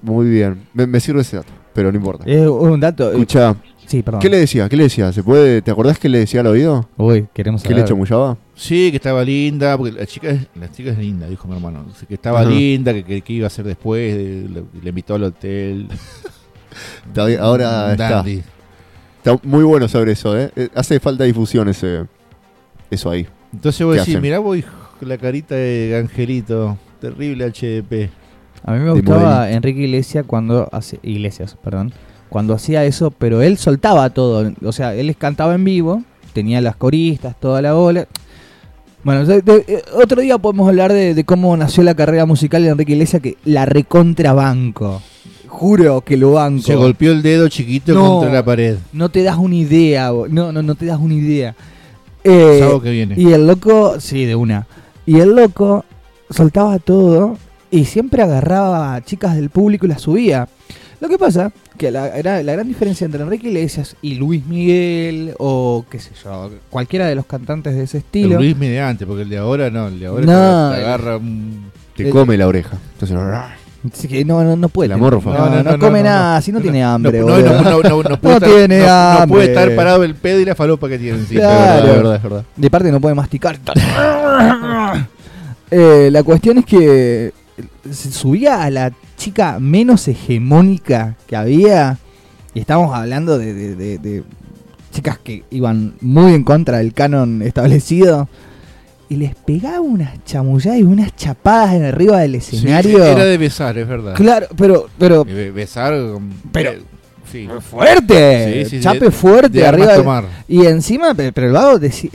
Muy bien. Me, me sirve ese dato, pero no importa. Es un dato. eh, Escucha, Sí, perdón. ¿qué le decía? ¿Qué le decía? ¿Se puede? ¿Te acordás qué le decía al oído? Uy, queremos ¿Qué le chamullaba? Sí, que estaba linda, porque la chica es, la chica es linda, dijo mi hermano. Dice Que estaba Ajá. linda, que, que- que iba a hacer después, de- le, le invitó al hotel. Está bien, Ahora está. Mm, Dandy. Está muy bueno sobre eso, ¿eh? Eh, Hace falta difusión ese. Eso ahí. Entonces vos ¿Qué decís, hacen? mirá vos hijo, la carita de Angelito, terrible HDP. A mí me de gustaba modelito. Enrique Iglesias cuando hace, Iglesias, perdón, cuando hacía eso, pero él soltaba todo, o sea, él cantaba en vivo, tenía las coristas, toda la bola. Bueno, de- de- eh, otro día podemos hablar de, de cómo nació la carrera musical de Enrique Iglesias, que la recontrabanco. Juro que lo banco. Se golpeó el dedo chiquito No. Eh, contra la pared. No te das una idea, bo- no, no, no te das una idea. Eh, Sábado que viene. Y el loco, sí, de una. Y el loco soltaba todo y siempre agarraba a chicas del público y las subía. Lo que pasa que la, era la gran diferencia entre Enrique Iglesias y Luis Miguel o qué sé yo, cualquiera de los cantantes de ese El estilo. Luis mediante, porque el de ahora no, el de ahora No, te- te agarra un... Te Eh, come la oreja. Entonces, <laughs> ¡ah! Así que no, no, no puede. La tener- morfa. No, no, no come nada, si no tiene hambre, No, no, boludo. no, no, no, <laughs> no puede No estar, tiene no- no hambre. puede estar parado el pedo y la falopa que tiene encima. Claro. Es verdad, es verdad. De parte no puede masticar. Eh, la cuestión es que se subía a la chica menos hegemónica que había. Y estábamos hablando de, de- de- de chicas que iban muy en contra del canon establecido. Y les pegaba unas chamulladas y unas chapadas en arriba del Sí, escenario. Era de besar, es verdad. Claro, pero, pero De be- Besar... con- Pero- eh, Sí. fuerte. Sí, sí, Chape de- fuerte De armas arriba. del- tomar. Y encima, pe- pero el vago deci-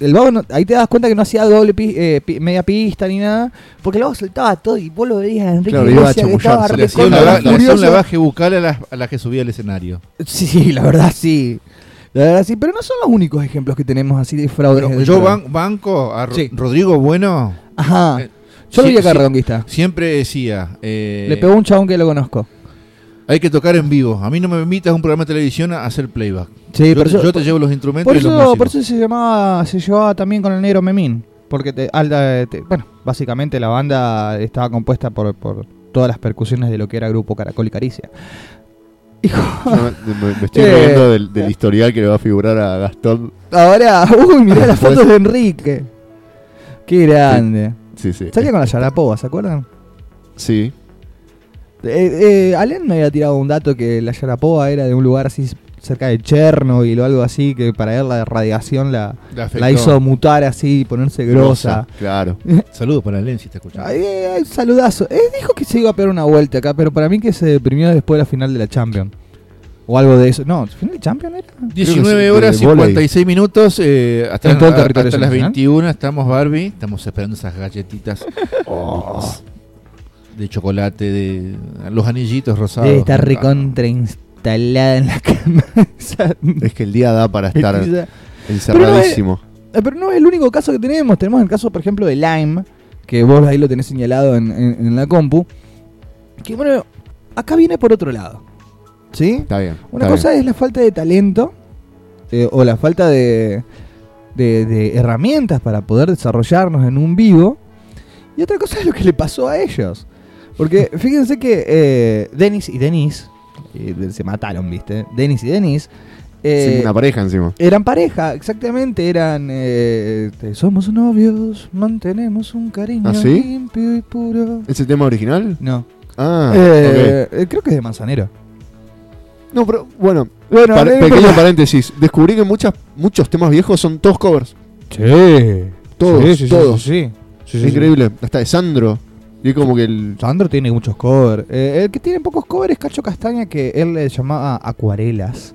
El vago no- ahí te das cuenta que no hacía doble pi- eh, pi- media pista ni nada, porque el vago soltaba todo y vos lo veías a Enrique Claro, iba a Iglesias que chamullar, estaba se Le hacía recontra un lava- le hacía un furioso. lavaje bucal a las a las que subía al escenario. Sí, sí, la verdad sí. La verdad, sí, pero no son los únicos ejemplos que tenemos así de fraude. Pero yo ban- banco a Ro- Sí. Rodrigo Bueno, Ajá. Eh, Yo lo sí, vi acá sí. redonguista. siempre decía, eh, Le pegó un chabón que lo conozco. hay que tocar en vivo. A mí no me invitas a un programa de televisión a hacer playback. Sí, yo, pero te- yo te llevo los instrumentos Por y los eso, por músicos. eso se llamaba, se llevaba también con el negro Memín. Porque te, Alda, eh, te- bueno, básicamente la banda estaba compuesta por, por todas las percusiones de lo que era Grupo Caracol y Caricia. Hijo, Yo me, <laughs> me- me estoy Eh. riendo del, del historial que le va a figurar a Gastón. ahora, <laughs> uy, mirá las Pues- fotos de Enrique. Qué grande. Sí, sí. Salía con la Yarapoba, ¿se acuerdan? Sí. Eh, eh, Alén me había tirado un dato que la Yarapoba era de un lugar así cerca de Chernobyl o algo así, que para él la radiación la, Le afectó. la hizo mutar así, ponerse grosa. Claro. Saludos para Len si está escuchando. Ay, ay, ay, saludazo. Eh, dijo que se iba a pegar una vuelta acá, pero para mí que se deprimió después de la final de la Champions. O algo de eso. No, ¿final de Champions era? Creo que 19 sí, horas de vóley. 56 minutos. eh, hasta En todo el a- territorio hasta las nacional. 21 estamos Barbie. Estamos esperando <laughs> esas galletitas Oh. de chocolate, de los anillitos rosados. Ah, Debe estar recontra instalada en la <laughs> cama. Esa- Es que el día da para estar esa- encerradísimo. Eh, Pero no es el único caso que tenemos. Tenemos el caso, por ejemplo, de Lime, que vos ahí lo tenés señalado en, en- en la compu. Que bueno, acá viene por otro lado. ¿Sí? Está bien. Una está cosa es la falta de talento eh, o la falta de, de- de herramientas para poder desarrollarnos en un vivo. Y otra cosa <laughs> es lo que le pasó a ellos. <laughs> Porque fíjense que eh, Dennis y Denise eh, de- se mataron, ¿viste? Dennis y Denise bien. eh, Sí, una pareja encima. eran pareja, exactamente. Eran. eh, te- somos novios, mantenemos un cariño ¿Ah, sí? limpio y puro. ¿Ese tema original? No. Ah, Eh, eh, Creo que es de Manzanero. ok. No, pero bueno, Bueno, para- no pequeño importa. paréntesis. Descubrí que muchas, muchos temas viejos son todos covers. Sí. Todos, Sí, sí, sí, todos. Sí. sí. es Sí, sí, increíble. Hasta de Sandro. Y es como que el. Sandro tiene muchos covers. Eh, el que tiene pocos covers es Cacho Castaña, que él le llamaba Acuarelas.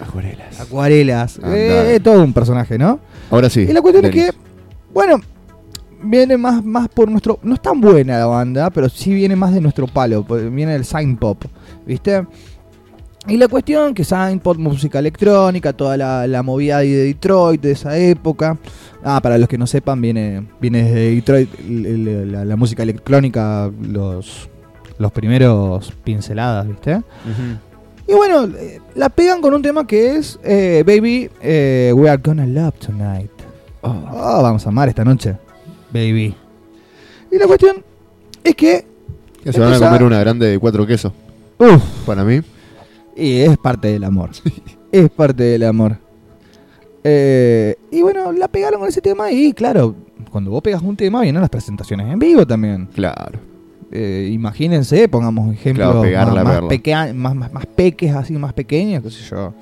Acuarelas. Acuarelas. Andá. Eh, todo un personaje, ¿no? Ahora sí. Y la cuestión es Denis. que, bueno, viene más, más por nuestro. No es tan buena la banda, pero sí viene más de nuestro palo. por- Viene del Sign Pop, ¿viste? Y la cuestión que Sign Pop, música electrónica, toda la, la movida ahí de Detroit de esa época. Ah, para los que no sepan, viene, viene desde Detroit el- el- la, la música electrónica, los, los primeros pinceladas, ¿viste? Ujú. Y bueno, eh, la pegan con un tema que es eh, Baby, eh, we are gonna love tonight. Oh, vamos a amar esta noche, baby. Y la cuestión es que, Que se van a Empezá- comer una grande de cuatro quesos. uff, Para mí. y es parte del <laughs> amor. Es parte del amor. Eh, y bueno, la pegaron con ese tema y claro, cuando vos pegas un tema vienen las presentaciones en vivo también. Claro. Eh, imagínense, pongamos ejemplos Claro, pegarla, más, más, verla. pequea- más, más- más peques, así más pequeños, qué sé yo.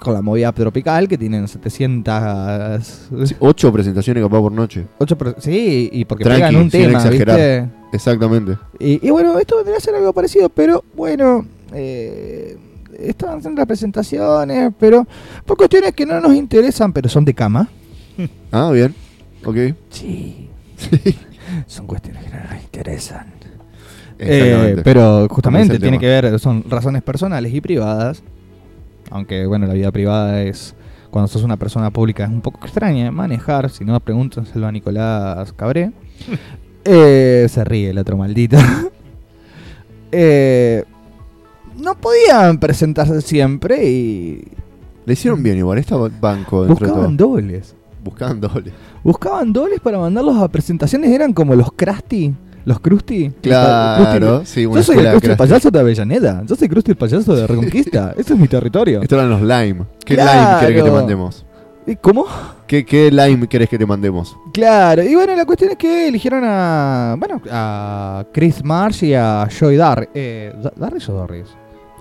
Con la movida tropical que tienen 700... Sí, ocho presentaciones capaz por noche. ocho per- sí, y porque Tranqui, pegan un sin tema, exagerar. ¿viste? Exactamente. Y, y bueno, esto vendría a ser algo parecido, pero bueno, eh, estaban haciendo las presentaciones, pero por cuestiones que no nos interesan, pero son de cama. Ah, bien. Ok. Eh, Sí. <laughs> son cuestiones que no nos interesan. Exactamente. Eh, pero Ese justamente es el tiene tema. que ver, son razones personales y privadas. Aunque bueno, la vida privada es, cuando sos una persona pública, es un poco extraña de manejar. Si no, pregúntenselo a Nicolás Cabré. <laughs> Eh, se ríe el otro maldito. <laughs> Eh, no podían presentarse siempre y Le hicieron bien igual. Esta banco dentro buscaban de dobles. todo. Buscaban doble. Buscaban dobles para mandarlos a presentaciones. Eran como los Krusty. Los Krusty. Claro. Sí, una Yo soy el escuela de Krusty el crash. payaso de Avellaneda. Yo soy Krusty el payaso de <laughs> Reconquista. Eso es mi territorio. Estos eran los lime. ¿Qué lime Claro. querés que te mandemos? ¿Y ¿Cómo? ¿Qué, ¿Qué lime querés que te mandemos? Claro. Y bueno, la cuestión es que eligieron a. Bueno, a Chris Marsh y a Joy Dar eh, ¿Da- ¿Darris o Doris?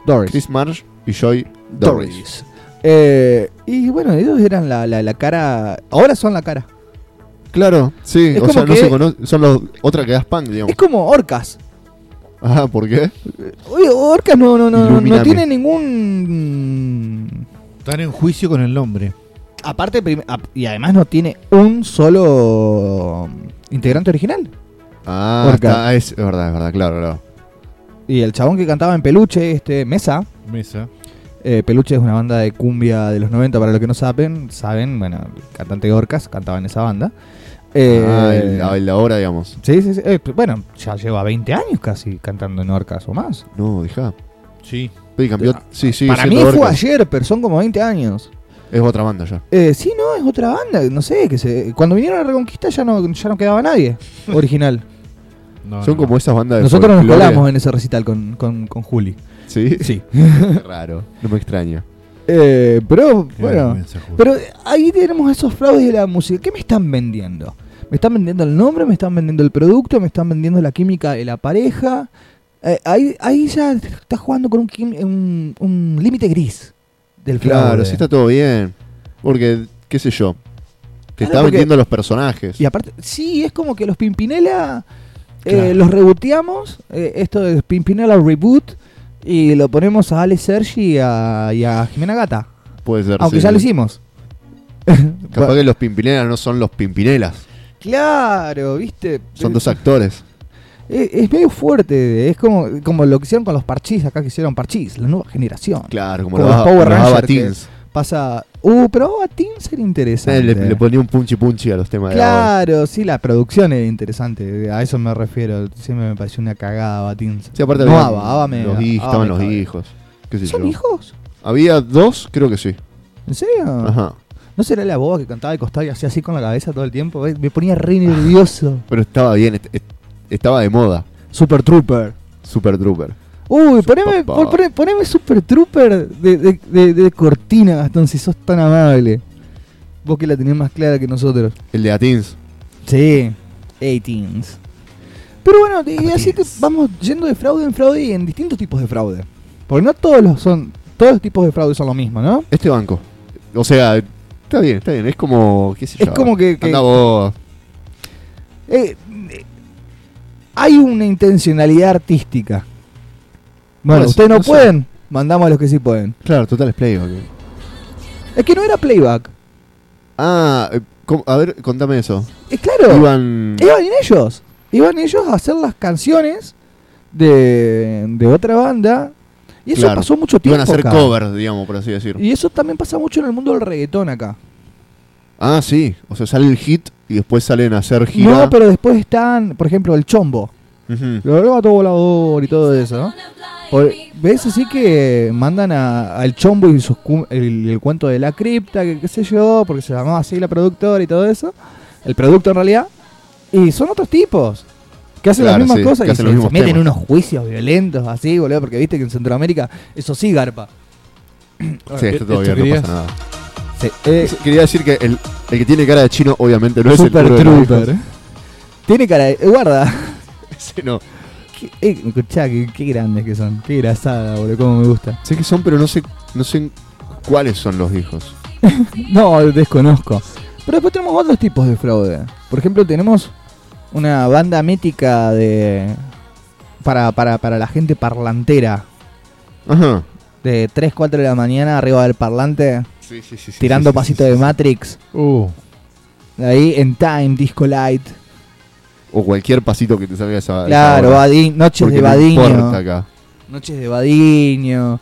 Doris. Chris Marsh y Joy Doris. Doris. Eh, y bueno, ellos eran la, la- la cara. Ahora son la cara. Claro, sí. Es o sea, como no que- se conocen. Son los otra que das punk, digamos. Es como orcas. Ah, ¿por qué? Oye, orcas no, no, no, no, Iluminame. tiene ningún. Están en juicio con el nombre. Aparte, prim- ap- y además no tiene un solo mm, integrante original. Ah, Orca. está- es es verdad, es verdad, claro, claro. Y el chabón que cantaba en peluche, este, Mesa, Mesa. Eh, Peluche es una banda de cumbia de los 90, para los que no saben, saben, bueno, el cantante Gorkas cantaba en esa banda. Eh, Ah, el, la- el de ahora, digamos. Sí, sí, sí. Eh, bueno, ya lleva 20 años casi cantando en Orcas o más. No, deja. Sí. Sí, cambió. Sí, sí, Ah, Para mí siendo fue Orcas. ayer, pero son como 20 años. Es otra banda ya. Eh, sí, no, es otra banda, no sé, que se, cuando vinieron a la Reconquista ya no, ya no quedaba <laughs> nadie original. No, Son no. como esas bandas de Nosotros nos folclore. colamos en ese recital con, con, con Juli. Sí, <laughs> Sí. raro. No me extraña. Eh, pero, Qué bueno. vergüenza, Julio. Pero ahí tenemos esos fraudes de la música. ¿Qué me están vendiendo? ¿Me están vendiendo el nombre? ¿Me están vendiendo el producto? ¿Me están vendiendo la química de la pareja? Eh, ahí, ahí ya estás jugando con un, quim- un, un límite gris del fraude. Claro, sí está todo bien. Porque, qué sé yo. Claro, Te está Ah, porque- vendiendo los personajes. Y aparte, sí, es como que los Pimpinela eh, Claro. los reboteamos. eh, esto es Pimpinela Reboot. Y lo ponemos a Ale Sergi y a, y a Jimena Gata. Puede ser. Aunque sí, ya lo sí. hicimos. pues- Capaz que los Pimpinelas no son los Pimpinelas. Claro, viste. Son dos actores. Es, es medio fuerte, es como, como lo que hicieron con los parchís, acá que hicieron parchís, la nueva generación. Claro, como, Como los, los Power los Rangers Ava Teens. Pasa, uh, pero a Teams era interesante. Eh, Le, le ponía un punchi punchi a los temas de Ava. claro, sí, la producción era interesante, a eso me refiero, siempre me pareció una cagada a Teens. Sí, aparte no, había Ava, Ava me- los hijos, Ava me estaban los cabe. hijos. Qué sé ¿Son yo. hijos? Había dos, creo que sí. ¿En serio? Ajá. ¿No será la boba que cantaba de costado y hacía así con la cabeza todo el tiempo? Eh, Me ponía re nervioso. Pero estaba bien, est- est- estaba de moda. Super Trooper. Super Trooper. Uy, poneme, papá. pon- pone- poneme Super Trooper de, de- de- de cortina, Gastón, si sos tan amable. Vos que la tenés más clara que nosotros. El de Atins. Sí, 18s. Pero bueno, y así que vamos yendo de fraude en fraude y en distintos tipos de fraude. Porque no todos los son todos los tipos de fraude son lo mismo, ¿no? Este banco. O sea, está bien, está bien. Es como, qué sé Es yo. como que- que- Anda vos. Eh, eh, hay una intencionalidad artística. Bueno, Pues, ustedes no, no sé. pueden, mandamos a los que sí pueden. Claro, total es playback. Es que no era playback. Ah, eh, ¿cómo? a ver, contame eso. Es claro. Iban. Iban ellos. Iban ellos a hacer las canciones de, de otra banda. Y eso Claro. pasó mucho tiempo. Iban a hacer acá. cover, digamos, por así decir. Y eso también pasa mucho en el mundo del reggaetón acá. Ah, sí. O sea, sale el hit y después salen a hacer gira. No, pero después están, por ejemplo, el chombo. Ujú. Lo hablaba todo volador y todo eso, ¿no? Por- ¿Ves? Así que mandan a- al chombo y sus cum- el, el cuento de la cripta, que qué sé yo, porque se llamaba así la productora y todo eso. El producto en realidad. Y son otros tipos. Que hacen Claro, las mismas sí, cosas que y hacen se, los se mismos meten en temas. unos juicios violentos así, boludo, porque viste que en Centroamérica eso sí garpa. Sí, e-, está todo ¿esto bien, no querías? pasa nada. Sí, eh, Quería decir que el, el que tiene cara de chino, obviamente, no Super es el puro de los Trooper. hijos. Tiene cara de... eh, Guarda. <laughs> <laughs> Ese no. Qué, eh, escuchá, qué, qué grandes que son. Qué grasada, boludo, cómo me gusta. Sé que son, pero no sé, no sé en cuáles son los hijos. No, desconozco. Pero después tenemos otros tipos de fraude. Por ejemplo, tenemos una banda mítica de... Para, para, para la gente parlantera. Ajá. De 3, 4 de la mañana arriba del parlante, Sí, sí, sí. sí, tirando sí, sí, pasito sí, de sí. Matrix. Uh, Ahí en Time, Disco Light. O cualquier pasito que te salga esa. claro, esa hora. Badi- Noches Porque de no Badiño. importa acá. Noches de Badiño.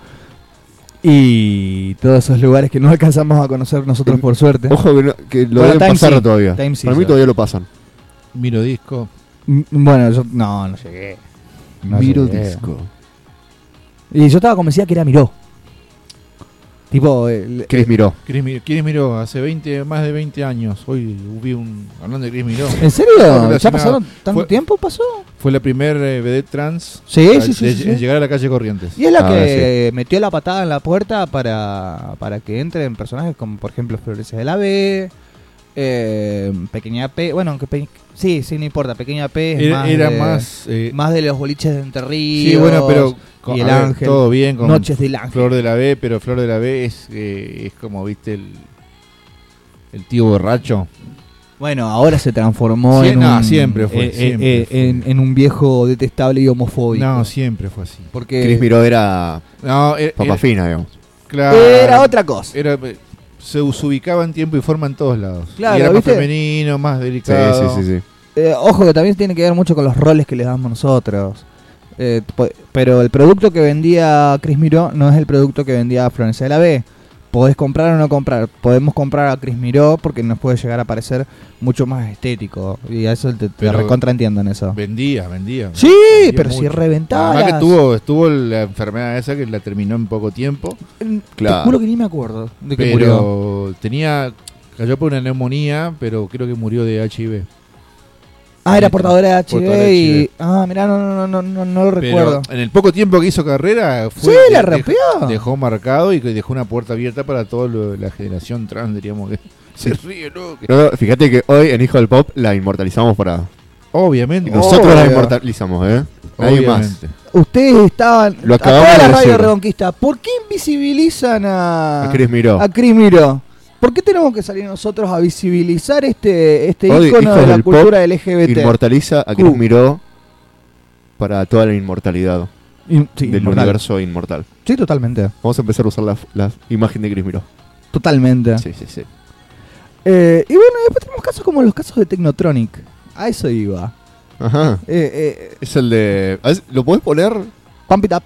Y todos esos lugares que no alcanzamos a conocer nosotros, por suerte. Ojo que, no- que Bueno, lo deben Time pasar sí. todavía. Time sí, Para mí ya. todavía lo pasan. miro disco. M- Bueno, yo no, no llegué. No Miro llegué. disco. Y yo estaba convencida que era Miró. Tipo, el- Chris miró. Chris Miró, Chris Miró, hace 20, más de 20 años. Hoy vi un. Hablando de Chris Miró. ¿en serio? ¿Ya relacionado. pasaron tanto Fue- tiempo? ¿Pasó? Fue la primer eh, vedette trans Sí, al- sí, sí, de- sí, en sí. llegar a la calle Corrientes. Y es la Ahora que metió la patada en la puerta para, para que entren personajes como, por ejemplo, Florencia de la B, eh, Pequeña P. Bueno, aunque pe- sí, sí, no importa. Pequeña P es Era más, más. Era de, más eh, más de los boliches de Entre Ríos. sí, bueno, pero. y el a ver, ángel. Todo bien con Noches del Ángel. Flor de la B, pero Flor de la B es, eh, es como, viste, el. El tío borracho. Bueno, ahora se transformó Sí, en, no, un, eh, siempre fue, siempre fue. En, en un viejo detestable y homofóbico. No, siempre fue así. porque Chris miró era No, era, papa fina, digamos. claro, era otra cosa. era- eh, se us- ubicaba en tiempo y forma en todos lados. Claro, y era más ¿viste? femenino, más Sí, delicado. sí, sí, sí. Eh, ojo que también tiene que ver mucho con los roles que le damos nosotros. Eh, po- pero el producto que vendía Chris Miró no es el producto que vendía Florencia de la B. Podés comprar o no comprar. Podemos comprar a Chris Miró porque nos puede llegar a parecer mucho más estético. Y a eso te, te Pero- recontra entiendo en eso. Vendía, vendía. Sí, vendía pero mucho. si reventaba. Además que tuvo, estuvo la enfermedad esa que la terminó en poco tiempo. Claro. Te juro que ni me acuerdo de que murió. Pero tenía. Cayó por una neumonía, pero creo que murió de HIV. Ah, era portadora de Portadora HIV de y. Ah, mirá, no, no, no, no, no lo recuerdo. Pero en el poco tiempo que hizo carrera, fue, sí, la de- rompió. dejó, marcado y que dejó una puerta abierta para toda la generación trans, diríamos que. <laughs> Se ríe, ¿no? Que- No, no, fíjate que hoy en Hijo del Pop la inmortalizamos para. Obviamente. Nosotros la Obvio. inmortalizamos, ¿eh? Nadie más. obviamente. Ustedes estaban. Lo a acabamos toda la de radio decir. Reconquista. ¿Por qué invisibilizan a. A Chris Miró. a Cris Miró? ¿Por qué tenemos que salir nosotros a visibilizar este, este Hoy, ícono hijos de la del pop, cultura LGBT? Inmortaliza a Chris Q. Miró para toda la inmortalidad In- sí, del inmortal. universo inmortal. Sí, totalmente. Vamos a empezar a usar la, la imagen de Chris Miró. Totalmente. Sí, sí, sí. Eh, y bueno, después tenemos casos como los casos de Technotronic. A eso iba. Ajá. Eh, eh, Es el de. a ver, ¿Lo podés poner? pump it up.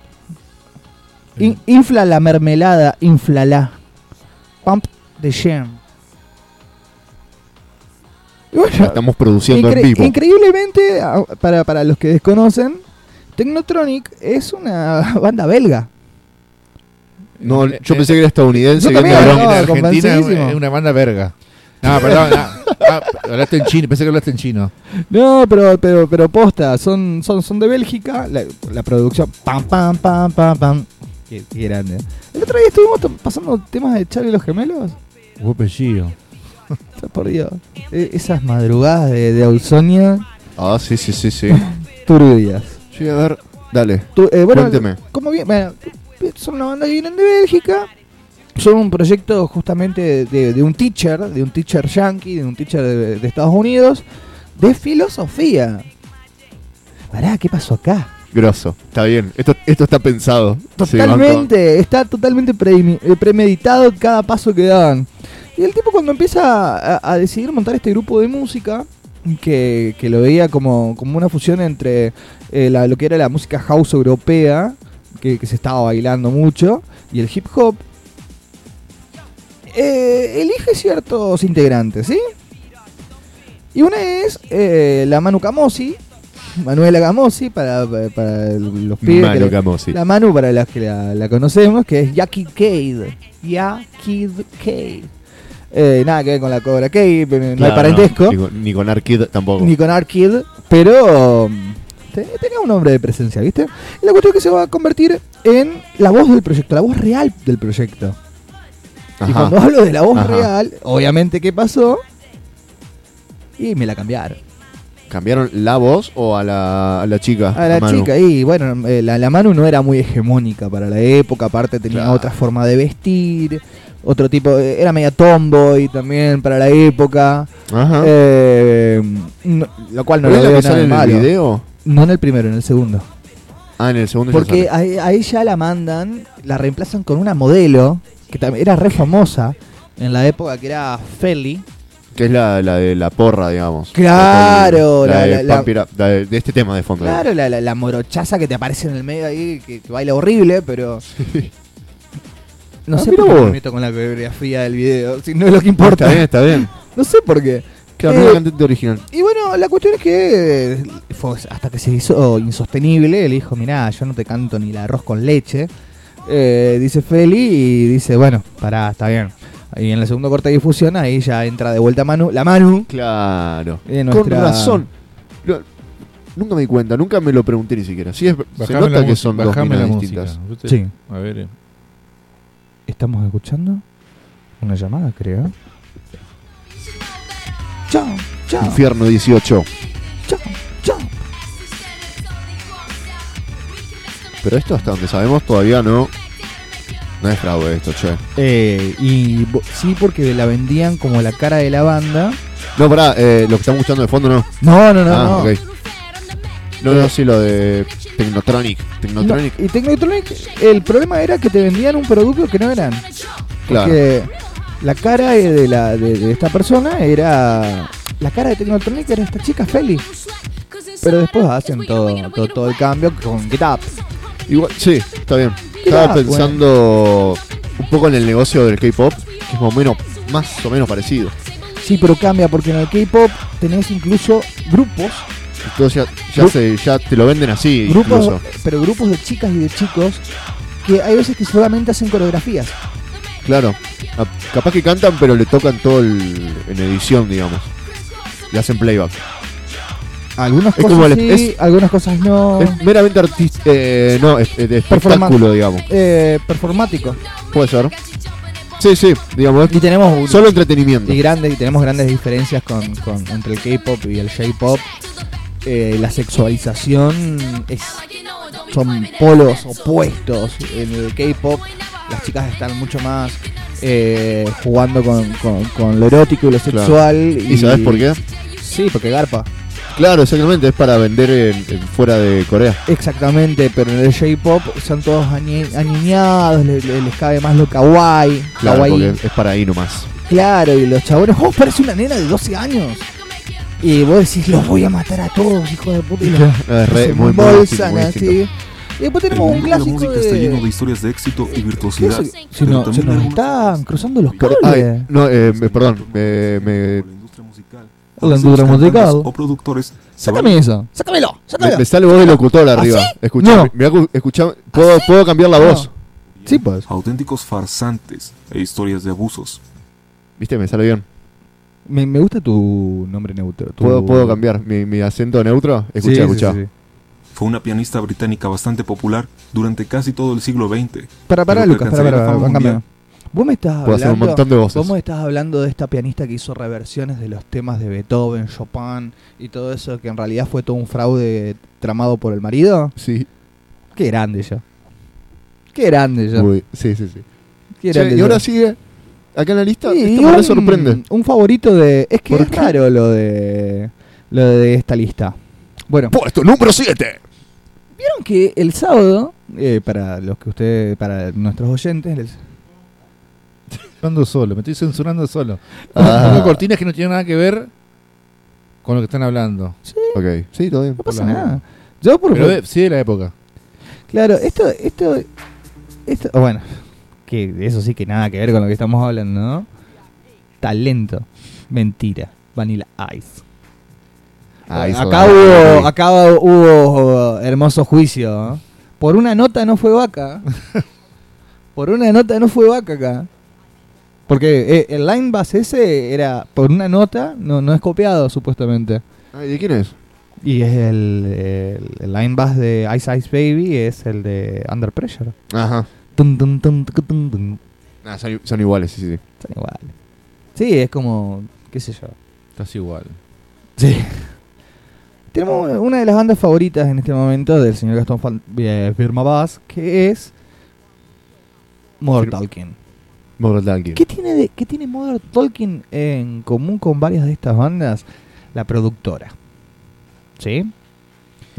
In- infla la mermelada, inflala. Pump the jam. Y bueno, La estamos produciendo Incre- en vivo. Increíblemente, a- para, para los que desconocen, Technotronic es una <laughs> banda belga. No, yo Eh, pensé que era estadounidense. yo que también, era no, bronca. en Argentina es- convencidísimo. es una banda verga. No, perdón. no. Ah, hablaste en chino, pensé que hablaste en chino. No, pero, pero, pero posta, son, son, son de Bélgica, la, la producción, pam, pam, pam, pam, pam. Qué, qué grande. El otro día estuvimos to- pasando temas de Charlie y los gemelos. Buen apellido. Oh, Por Dios. E- esas madrugadas de, de Ausonia, Ah, sí, sí, sí, sí. turbias. Sí, a ver. Dale. Tu- eh, bueno, Cuénteme. como bien, bueno, son una banda que vienen de Bélgica. Son un proyecto justamente de, de un teacher, de un teacher yankee, de un teacher de, de Estados Unidos, de filosofía. Pará, ¿qué pasó acá? Grosso. Está bien. Esto, esto está pensado. Sí, banco. Totalmente, está totalmente premi- eh, premeditado cada paso que daban. Y el tipo cuando empieza a, a decidir montar este grupo de música, que, que lo veía como, como una fusión entre eh, la- lo que era la música house europea, que, que se estaba bailando mucho, y el hip hop, eh, elige ciertos integrantes, ¿sí? Y una es eh, la Manu Camosi, Manuela Camosi, para, para los pibes. que Malo le- Gamosi. la Manu, para las que la, la conocemos, que es Jackie Cade. Jackie Cade. Eh, nada que ver con la Cobra Cade, pero no hay Claro, parentesco. ni, con, ni con Arkid tampoco. ni con Arkid, pero mm, te- tenía un nombre de presencia, ¿viste? Y la cuestión es que se va a convertir en la voz del proyecto, la voz real del proyecto. Y Ajá. cuando hablo de la voz Ajá. real, obviamente, ¿qué pasó? Y me la cambiaron. ¿Cambiaron la voz o a la, a Ah, la chica? A la Manu? chica, y bueno, eh, la, la Manu no era muy hegemónica para la época, aparte tenía Claro. otra forma de vestir, otro tipo, eh, era media tomboy también para la época, Ajá. eh, no- lo cual no ¿Pero le Ah. es la veo que nada sale de en el malo. video? No en el primero, en el segundo. Ah, en el segundo ya Porque a, a ella la mandan, la reemplazan con una modelo, que también era re famosa en la época, que era Feli. sale. Que es la, la de la porra, digamos. Claro, La, la- de la- la- Pampira- la de, de este tema de fondo. Claro, la, la- la morochaza que te aparece en el medio ahí, que, que baila horrible, <laughs> pero... No Ah, sé mira por qué vos. me meto con la coreografía del video, si no es lo que Ah, Está importa. bien, está bien. <laughs> No sé por qué. Claro, Eh, no es la cantante original. y bueno, la cuestión es que eh, fue hasta que se hizo insostenible, le dijo, mirá, yo no te canto ni el arroz con leche. Eh, dice Feli y dice, bueno, pará, está bien. Y en el segundo corte de difusión, ahí ya entra de vuelta Manu, la Manu. Claro. eh, Con nuestra- razón. Lo- nunca me di cuenta, nunca me lo pregunté ni siquiera. Sí, es, se Bajame nota la que música, son dos bajame minas la distintas. música. Yo te- Sí. A ver. eh. ¿Estamos escuchando? Una llamada, creo. Chao, chao, Infierno 18. chao, chao. Pero esto hasta donde sabemos todavía no. No es fraude esto, che. Eh, y bo- sí, porque la vendían como la cara de la banda. No, pará, eh, lo que estamos escuchando de fondo no. No, no, no. ah, no. ok. No, no, sí, lo de Technotronic. Technotronic, No, y Technotronic, el problema era que te vendían un producto que no eran. claro. Porque la cara de, la, de, de esta persona era. La cara de Technotronic era esta chica Feli. Pero después hacen todo, todo, todo el cambio con GitHub. Igual, sí, está bien. Ah, Estaba pensando un poco en el negocio del K-pop, que es más o menos, más o menos parecido. Sí, pero cambia porque en el K-pop tenés incluso grupos, Entonces ya, ya, Gru- se- ya te lo venden así, grupos, incluso. pero grupos de chicas y de chicos que hay veces que solamente hacen coreografías. Claro. Ah, Capaz que cantan, pero le tocan todo el- en edición, digamos. Le hacen playback. Algunas Es cosas como el- sí, es- algunas cosas no. Es meramente artista. eh, no, es, es de Oh. Performance. espectáculo, digamos. Eh, performático. Puede ser. Sí, sí, digamos. Y tenemos un- es Solo entretenimiento. y grandes y tenemos grandes diferencias con, con- entre el K-pop y el J-pop. Eh, la sexualización es, son polos opuestos. En el K-pop las chicas están mucho más eh, jugando con, con- con lo erótico y lo Claro. sexual. ¿Y sabes por qué? Sí, porque garpa. Claro, exactamente. Es para vender en- en fuera de Corea. Exactamente, pero en el J-pop son todos añe- aniñados, le- le- les, cabe más lo kawaii. Claro, kawaii. porque es para ahí nomás. Claro, y los chabones, oh, parece una nena de 12 años. Y vos decís, los voy a matar a todos, hijo de puta. Y los No, <laughs> es re- se muy, muy distinto, embolsan muy distinto. así. Y después tenemos un la clásico música de... está lleno de historias de éxito y ¿Qué virtuosidad. es eso? Se nos- se nos están cruzando los Pero- cables. Ay, no, eh, me- perdón. Me, me- la industria musical. O productores se van Sácame eso, sácamelo, me- sácamelo. me sale voz de locutor arriba. Escucha, ¿Ah, No. ¿Ah, mirá cu- escucha- ¿puedo, puedo cambiar la No. voz. Sí, pues. auténticos farsantes e historias de abusos. Viste, me sale bien. Me, me gusta tu nombre neutro. tu- ¿Puedo, puedo cambiar mi, mi acento neutro? Sí, Escucha, sí, escucha. sí. Fue una pianista británica bastante popular durante casi todo el siglo XX. Para, para, Pero te Lucas, para, para, alcanzaría la fama bancame. mundial. Vos me estás Puedo hacer un hablando... montón de voces. Vos me estás hablando de esta pianista que hizo reversiones de los temas de Beethoven, Chopin y todo eso, que en realidad fue todo un fraude tramado por el marido. Sí, Qué grande yo. Qué grande yo. uy, sí, sí, sí. Qué Che, grande y yo. ahora sigue acá en la lista. Sí, Esto y me re un- sorprende. Un favorito de. Es que ¿Por es qué? raro lo de. Lo de esta lista. Bueno, Puesto número 7. vieron que el sábado, eh, para los que ustedes, para nuestros oyentes, les- Censurando solo, me estoy censurando solo. Ah. <laughs> Tengo cortinas que no tienen nada que ver con lo que están hablando. Ok, sí, todo bien. no pasa Hola. nada. Yo por Pero de- sí de la época. Claro, esto, esto, esto, oh, bueno, que eso sí que nada que ver con lo que estamos hablando, ¿no? Talento, mentira, Vanilla Ice. Ah, hizo acá, bien. hubo, Ok. acá hubo uh, hermoso juicio. ¿no? Por una nota no fue vaca. <laughs> por una nota no fue vaca acá. Porque eh, el line base ese era por una nota, no, no es copiado supuestamente. Ay, ¿De quién es? Y es el, el, el line bass de Ice Ice Baby, es el de Under Pressure. Ajá. Tun, tun, tun, tucu, tun, tun. Ah, son, son iguales, sí, sí. sí. Son iguales. Sí, es como, qué sé yo. Estás igual. Sí. Tenemos una- una de las bandas favoritas en este momento del señor Gastón Fan- eh, Firma Bass, que es Modern Talking. Mortal Talking. ¿Qué tiene, de, ¿Qué tiene Modern Talking en común con varias de estas bandas? La productora. ¿Sí?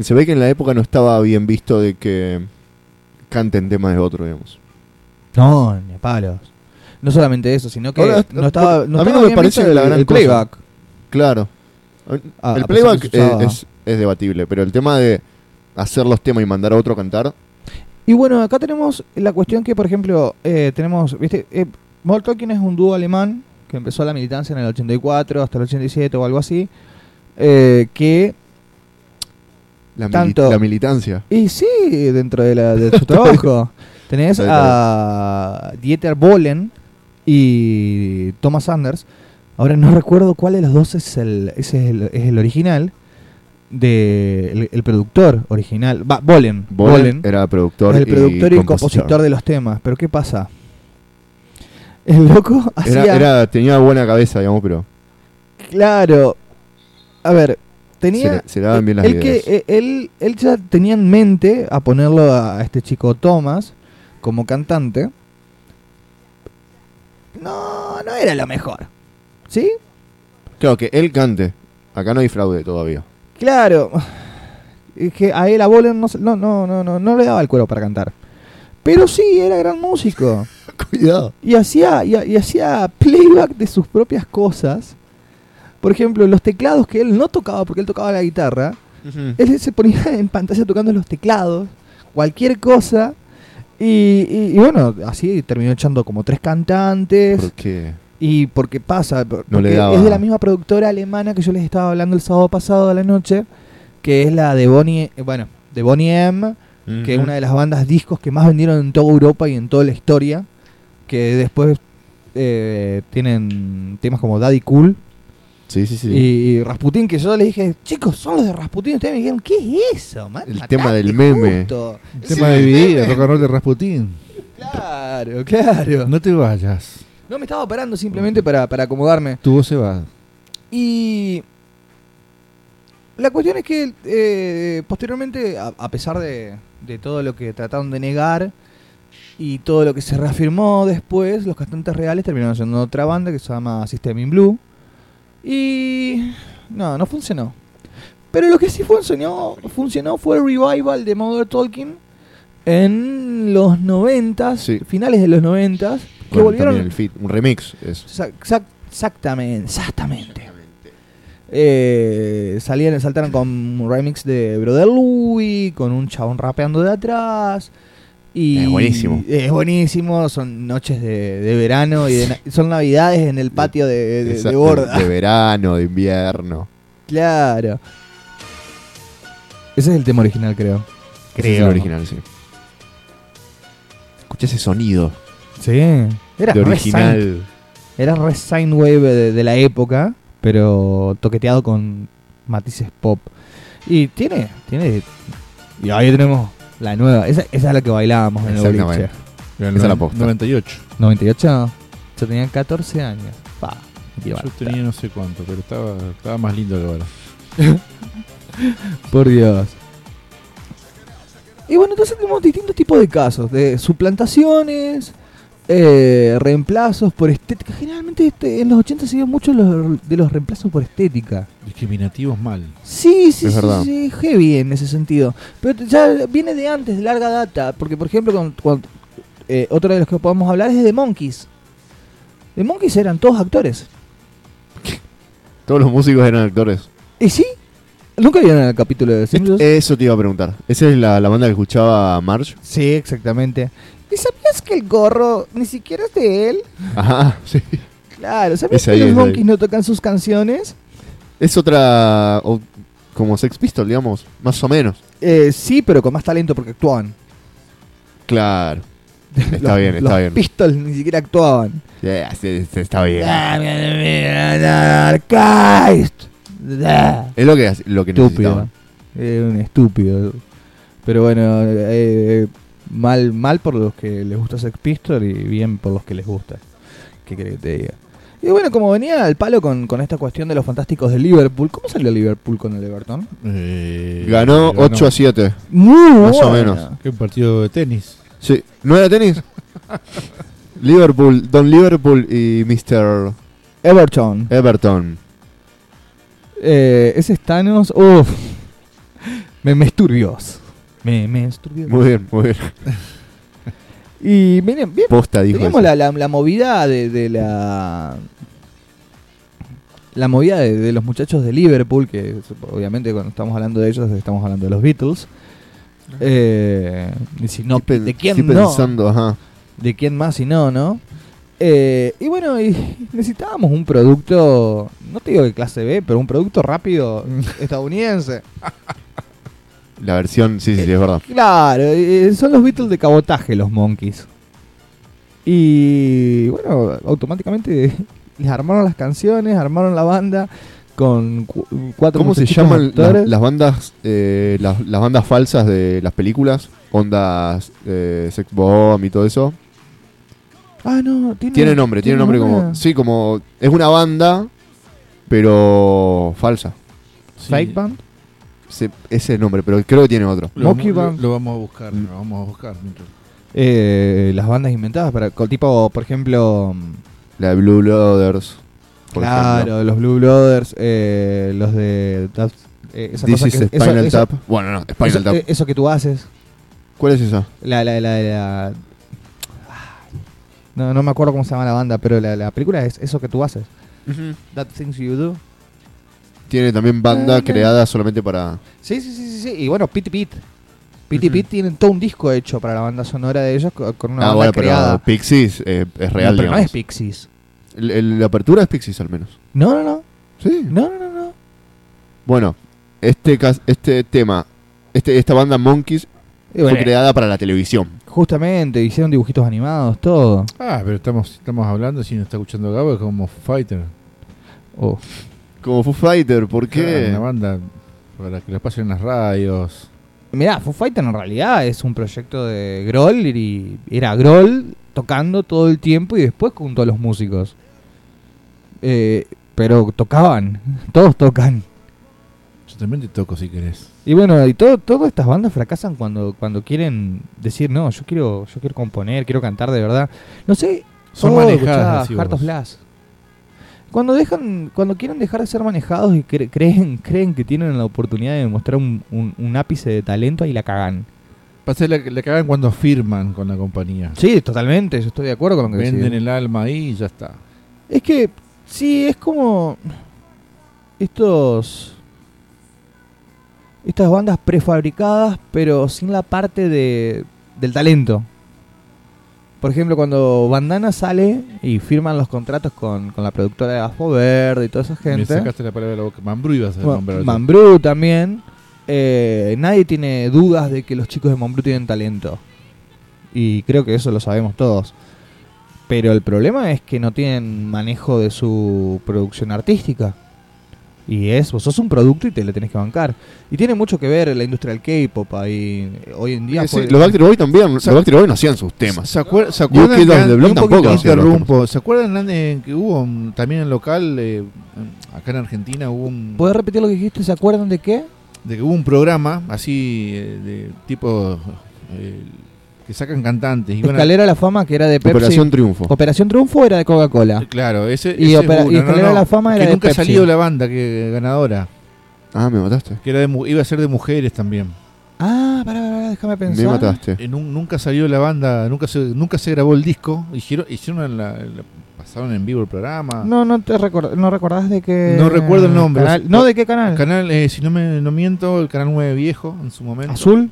Se ve que en la época no estaba bien visto de que canten temas de otro, digamos. No, ni a palos. No solamente eso, sino que Ahora, no estaba. No a mí estaba no me bien parece visto la el- gran el cosa. playback. Claro. A- el Ah, a pesar que se playback eh, usaba. es, es debatible, pero el tema de hacer los temas y mandar a otro a cantar, Y bueno, acá tenemos la cuestión que, por ejemplo, eh, tenemos, viste, eh, Modern Talking es un dúo alemán que empezó la militancia en el 84 hasta el 87 o algo así, eh, que, la, mili- Tanto. la militancia. y sí, dentro de, la, de su trabajo, tenés Está bien, a Dieter Bohlen y Thomas Anders. Ahora no recuerdo cuál de los dos es el, ese es el, es el original, de, el, el productor original, va, Bohlen. Bohlen era productor, el productor y, compositor de los temas. Pero ¿qué pasa? El loco <laughs> hacía... Era, era- tenía buena cabeza, digamos, pero Claro. A ver, tenía... se, le- se le daban bien las él, que, ideas. eh, él, él ya tenía en mente a ponerlo a este chico Thomas como cantante. No, no era lo mejor. ¿Sí? Claro, que él cante. Acá no hay fraude todavía. Claro. <sighs> Es que a él a Bolen no, se- no, no, no, no, no le daba el cuero para cantar. Pero sí, era gran músico. Cuidado. y hacía, y, ha- y hacía playback de sus propias cosas. Por ejemplo, los teclados que él no tocaba porque él tocaba la guitarra, Él se ponía en pantalla tocando los teclados, cualquier cosa. Y, y- y bueno, así terminó echando como tres cantantes. Porque Y porque pasa, por- No le porque daba. es de la misma productora alemana que yo les estaba hablando el sábado pasado de la noche, que es la de Bonnie, eh, bueno, de Bonnie M, que es una de las bandas discos que más vendieron en toda Europa y en toda la historia, que después eh, tienen temas como Daddy Cool Sí, sí, sí. y, y Rasputin, que yo les dije, chicos, son los de Rasputin, ustedes me dijeron, ¿qué es eso? man? El Matate tema del meme. justo". Tema de vida, rock and roll de Rasputín. Claro, claro. No te vayas. No me estaba operando simplemente para, para acomodarme. Tu voz se va. Y la cuestión es que eh, posteriormente, a, a pesar de, de todo lo que trataron de negar y todo lo que se reafirmó después, los cantantes reales terminaron siendo otra banda que se llama System in Blue. Y no, no funcionó. Pero lo que sí funcionó, funcionó fue el revival de Mother Talking en los 90, Sí. finales de los 90, que Con volvieron también el fit, un remix. Es. Sa- exact- Exactamente, exactamente. Eh, salían, saltaron con un remix de Brother Louis, con un chabón rapeando de atrás. Y Es buenísimo. Es buenísimo, son noches de, de verano y de na- son navidades en el patio de, de- Esa- de borda. de verano, de invierno. Claro. Ese es el tema original, creo. Ese es el original, sí. Escuché ese sonido Sí. Era de re Saint- original. Era re Soundwave de, de la época, pero toqueteado con matices pop. Y tiene, tiene. Y ahí tenemos la nueva. Esa, esa es la que bailábamos en el boliche. Exactamente. Esa es la posta. 98. 98. Yo tenía 14 años. Pa. y Yo basta. tenía no sé cuánto, pero estaba, estaba más lindo que ahora. Por Dios. Y bueno, entonces tenemos distintos tipos de casos, de suplantaciones, eh, reemplazos por estética. Generalmente este, en los 80 se dio mucho los- de los reemplazos por estética. Discriminativos mal. Sí, sí, Es sí, verdad. sí, heavy en ese sentido. Pero t- ya viene de antes, de larga data. Porque, por ejemplo, con, con- eh, otro de los que podemos hablar es de The Monkeys. The Monkeys eran todos actores. Todos los músicos eran actores. ¿Y sí? ¿Nunca vieron el capítulo de Simpsons? Eso te iba a preguntar. Esa es la, la banda que escuchaba Marge. sí, exactamente. ¿Y sabías que el gorro ni siquiera es de él? Ajá, sí. Claro, ¿sabías Ese que ahí, los ese ahí. Monkeys no tocan sus canciones? Es otra. o- como Sex Pistol, digamos. Más o menos. Eh, sí, pero con más talento porque actuaban. Claro. Está Los- bien, está los bien. Pistols ni siquiera actuaban. Yeah, sí, sí, está bien. Ah. Es lo que, lo que Estúpido. necesitaban. Era un estúpido. Pero bueno, eh, mal, mal por los que les gusta Sex Pistols y bien por los que les gusta. ¿Qué querés que te diga? Y bueno, como venía al palo con, con esta cuestión de los fantásticos de Liverpool, ¿cómo salió Liverpool con el Everton? Ganó 8 a 7. Muy Más o bueno. menos. Eh, Que un partido de tenis. Sí. ¿No era tenis? Liverpool, Don Liverpool y Mr. Everton. Everton. Eh, ese es Thanos. Uf. Me, me esturbios. Me, me esturbios. Muy bien, muy bien. Y miren, bien Posta, dijo. Teníamos eso. la, la, la movida de, de la. La movida de, de los muchachos de Liverpool, que es- obviamente cuando estamos hablando de ellos estamos hablando de los Beatles. Eh, y si no, Estoy pen- ¿de quién estoy no? pensando, ajá. ¿De quién más si no, no? Eh, y bueno, y necesitábamos un producto, no te digo de clase B, pero un producto <laughs> rápido estadounidense. La versión, sí, sí, sí, es verdad. Claro, eh, son los Beatles de cabotaje los Monkeys. Y bueno, automáticamente <laughs> les armaron las canciones, armaron la banda con cu- cuatro ¿Cómo se muchachitos llaman la- actores. las bandas eh, las, las bandas falsas de las películas? Ondas eh, Sex Bomb y todo eso. Ah, no, tiene, Tiene nombre, tiene nombre como. Sí, como. Es una banda, pero falsa. Fake Band. Sí, ese es el nombre, pero creo que tiene otro. Lo, Monkey lo, Band. lo vamos a buscar, lo vamos a buscar. mientras- Eh, las bandas inventadas para con tipo, por ejemplo, La de Blue Brothers. por claro, ejemplo. los Blue Brothers, eh, los de That- eh, esa This cosa is que, eso- Spinal eso- Tap. Bueno, no, Spinal eso- Tap. eh, eso que tú haces. ¿Cuál es esa? La, la, la, la- No, no me acuerdo cómo se llama la banda, pero la, la película es eso que tú haces. That Things You Do. tiene también Eh, banda creada solamente para. Sí, sí, sí, sí, sí. Y bueno, Pit Pit. Pit y Pit tienen todo un disco hecho para la banda sonora de ellos co- con una ah, banda bueno, creada. pero Pixies eh, es real, No, pero no digamos. es Pixies. El- el- la apertura es Pixies al menos. No, no, no. Sí. No, no, no, no. Bueno, este, cas- este tema, este, esta banda Monkeys Y bueno, fue creada para la televisión. justamente, hicieron dibujitos animados, todo. Ah, pero estamos, estamos hablando, si no está escuchando Gabo, es como Foo Fighter. Oh. Como Foo Fighter, ¿por qué? Una banda para que la pasen en las radios. Mirá, Foo Fighter en realidad es un proyecto de Groll y era Groll tocando todo el tiempo y después junto a los músicos. Eh, pero tocaban, <laughs> todos tocan. Yo también te toco si querés. Y bueno, y todo, todas estas bandas fracasan cuando, cuando quieren decir, no, yo quiero, yo quiero componer, quiero cantar de verdad. No sé, Son oh, escuchá, manejadas. decís Heart of vos. Glass. Cuando dejan, cuando quieren dejar de ser manejados y cre- creen, creen que tienen la oportunidad de demostrar un, un- un ápice de talento, ahí la cagan. Pasa la, la cagan cuando firman con la compañía. Sí, totalmente, yo estoy de acuerdo con lo que Venden decís. el alma ahí y ya está. Es que, sí, es como estos... Estas bandas prefabricadas, pero sin la parte de, del talento. Por ejemplo, cuando Bandana sale y firman los contratos con, con la productora de Afo Verde y toda esa Me gente. sacaste la palabra de la boca. Mambrú ibas a Bueno, nombrar. Mambrú también. eh, nadie tiene dudas de que los chicos de Mambrú tienen talento. Y creo que eso lo sabemos todos. Pero el problema es que no tienen manejo de su producción artística. Y es, vos sos un producto y te lo tenés que bancar. Y tiene mucho que ver la industria del K-pop ahí eh, hoy en día. Sí, fue- los Backstreet Boys también, Sa- los Backstreet Boys no hacían sus temas. ¿Se, acuer- se Yo acuerdan? que los an- de Blon un tampoco poquito hacían los interrumpo. ¿Se acuerdan eh, que hubo un- también en local, eh, acá en Argentina, hubo un, ¿Podés repetir lo que dijiste? ¿Se acuerdan de qué? de que hubo un programa así eh, de tipo eh, que sacan cantantes? iban a- Escalera a la Fama, que era de Pepsi. Operación Triunfo. Eh, Operación Triunfo era de Coca-Cola. eh, Claro, ese, Y ese opera- es y Escalera a la Fama que era de nunca Pepsi. salió la banda que ganadora, Ah, me mataste. que era de mu- iba a ser de mujeres también. Ah, pará, pará, déjame pensar. Me mataste. Eh, nun- nunca salió la banda, nunca se, nunca se grabó el disco, hicieron, hicieron la- la- pasaron en vivo el programa. No, no te record- no recordás de qué. Ah. No recuerdo el nombre. canal- no, de qué canal. El canal, eh, si no me no miento, el canal 9 viejo en su momento. Azul.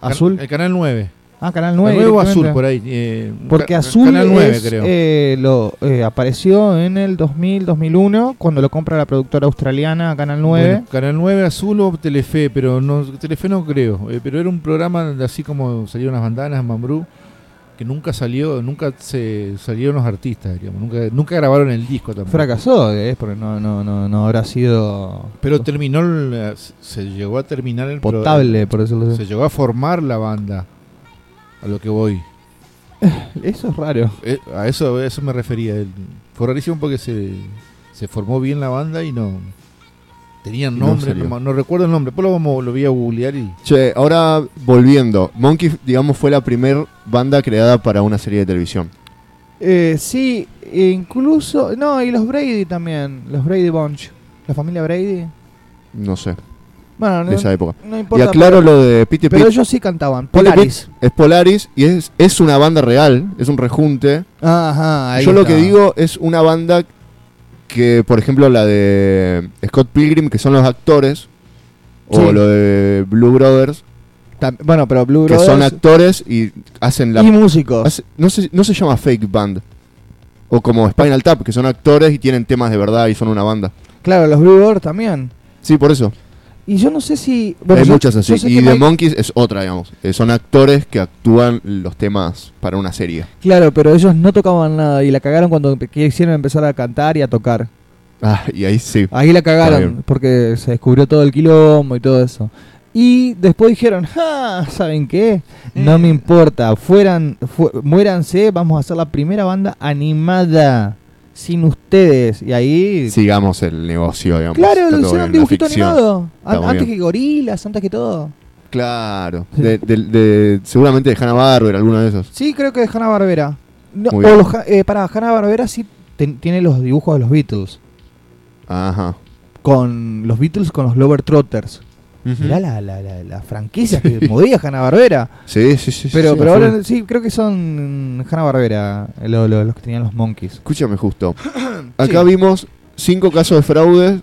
Can- Azul. El canal 9. Ah, canal El 9. nuevo directamente. azul por ahí. eh, Porque ca- Azul Canal 9, es, creo. eh, lo, eh, apareció en el 2000-2001 cuando lo compra la productora australiana Canal 9. Bueno, canal 9 azul o Telefe, pero no Telefe no creo, eh, pero era un programa de así como salieron las bandanas Mambrú que nunca salió, nunca se salieron los artistas, digamos, nunca nunca grabaron el disco tampoco. Fracasó, eh, porque no, no, no, no habrá sido Pero terminó el- se llegó a terminar el pro- potable, por decirlo así. Se llegó a formar la banda. A lo que voy. Eso es raro. Eh, a eso a eso me refería. El- Fue rarísimo porque se, se formó bien la banda y no. Tenían Y no nombre, salió. no, no recuerdo el nombre. Después lo, vamos, lo voy a googlear y. Che, ahora volviendo. Monkey, digamos, fue la primer banda creada para una serie de televisión. Eh, sí, e incluso. No, y los Brady también. Los Brady Bunch. La familia Brady. No sé, Bueno, no, de esa época. no Y importa. aclaro lo de Pity Pero Pit. ellos sí cantaban. Pit Polaris. Es Polaris y es, es una banda real, es un rejunte. Ajá, ahí Yo lo está. que digo es una banda que, por ejemplo, la de Scott Pilgrim, que son los actores, o Sí. lo de Blue Brothers, Tam- bueno, pero Blue que son Brothers actores y hacen la... y músicos. hace- no, se, no se llama fake band. O como Spinal Tap, que son actores y tienen temas de verdad y son una banda. Claro, los Blue Brothers también. Sí, por eso. Y yo no sé si. bueno, Hay yo- muchas yo así. sé Y que The Mike- Monkeys es otra, digamos. Eh, son actores que actúan los temas para una serie. Claro, pero ellos no tocaban nada y la cagaron cuando empe- quisieron empezar a cantar y a tocar. Ah, y ahí sí. Ahí la Está cagaron bien. porque se descubrió todo el quilombo y todo eso. Y después dijeron, "Ah, ¿saben qué? No me importa, fueran, fu- muéranse, vamos a ser la primera banda animada sin ustedes. Y ahí Sigamos el negocio, digamos. Claro, Está lo todo hicieron bien, la dibujito ficción. animado. Está An- muy antes bien. que gorilas, antes que todo. Claro. De, de- de- seguramente de Hanna-Barber, alguno de esos. Sí, creo que de Hanna Barbera. No, Muy bien. o los Ja- eh, para Hanna Barbera sí ten- tiene los dibujos de los Beatles. Ajá. Con los Beatles con los Lover Trotters. Mirá la, la, la, la franquicia <laughs> que movía Hanna Barbera. Sí, sí, sí. Pero, sí, pero a full. ahora sí, creo que son Hanna Barbera lo- lo- <clears throat> los que tenían los monkeys. Escúchame justo. Acá vimos cinco casos de fraudes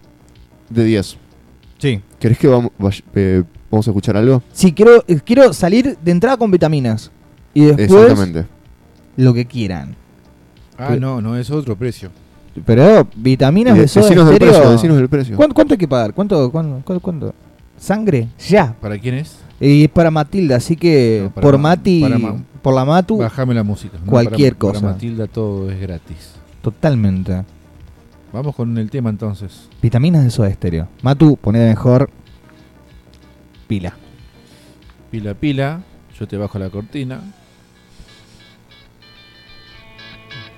de 10. Sí. ¿Querés que vamos, vay- eh, vamos a escuchar algo? Sí, quiero, eh, quiero salir de entrada con vitaminas. Y después Exactamente. lo que quieran. Ah, no, no, es otro precio. Pero vitaminas Y de- de soda decinos el estéreo. precio, decinos el precio. ¿Cuán- ¿Cuánto hay que pagar? ¿Cuánto? cuán- cuán- ¿Cuánto? ¿Sangre? Ya. ¿Para quién es? Y es para Matilda, así que No, para por Ma- Mati, para Ma- por la Matu, Bájame la música. No, Cualquier para- cosa. Para Matilda todo es gratis. totalmente. Vamos con el tema entonces. Vitaminas de soda estéreo. Matu, poné de mejor pila. Pila, pila. Yo te bajo la cortina.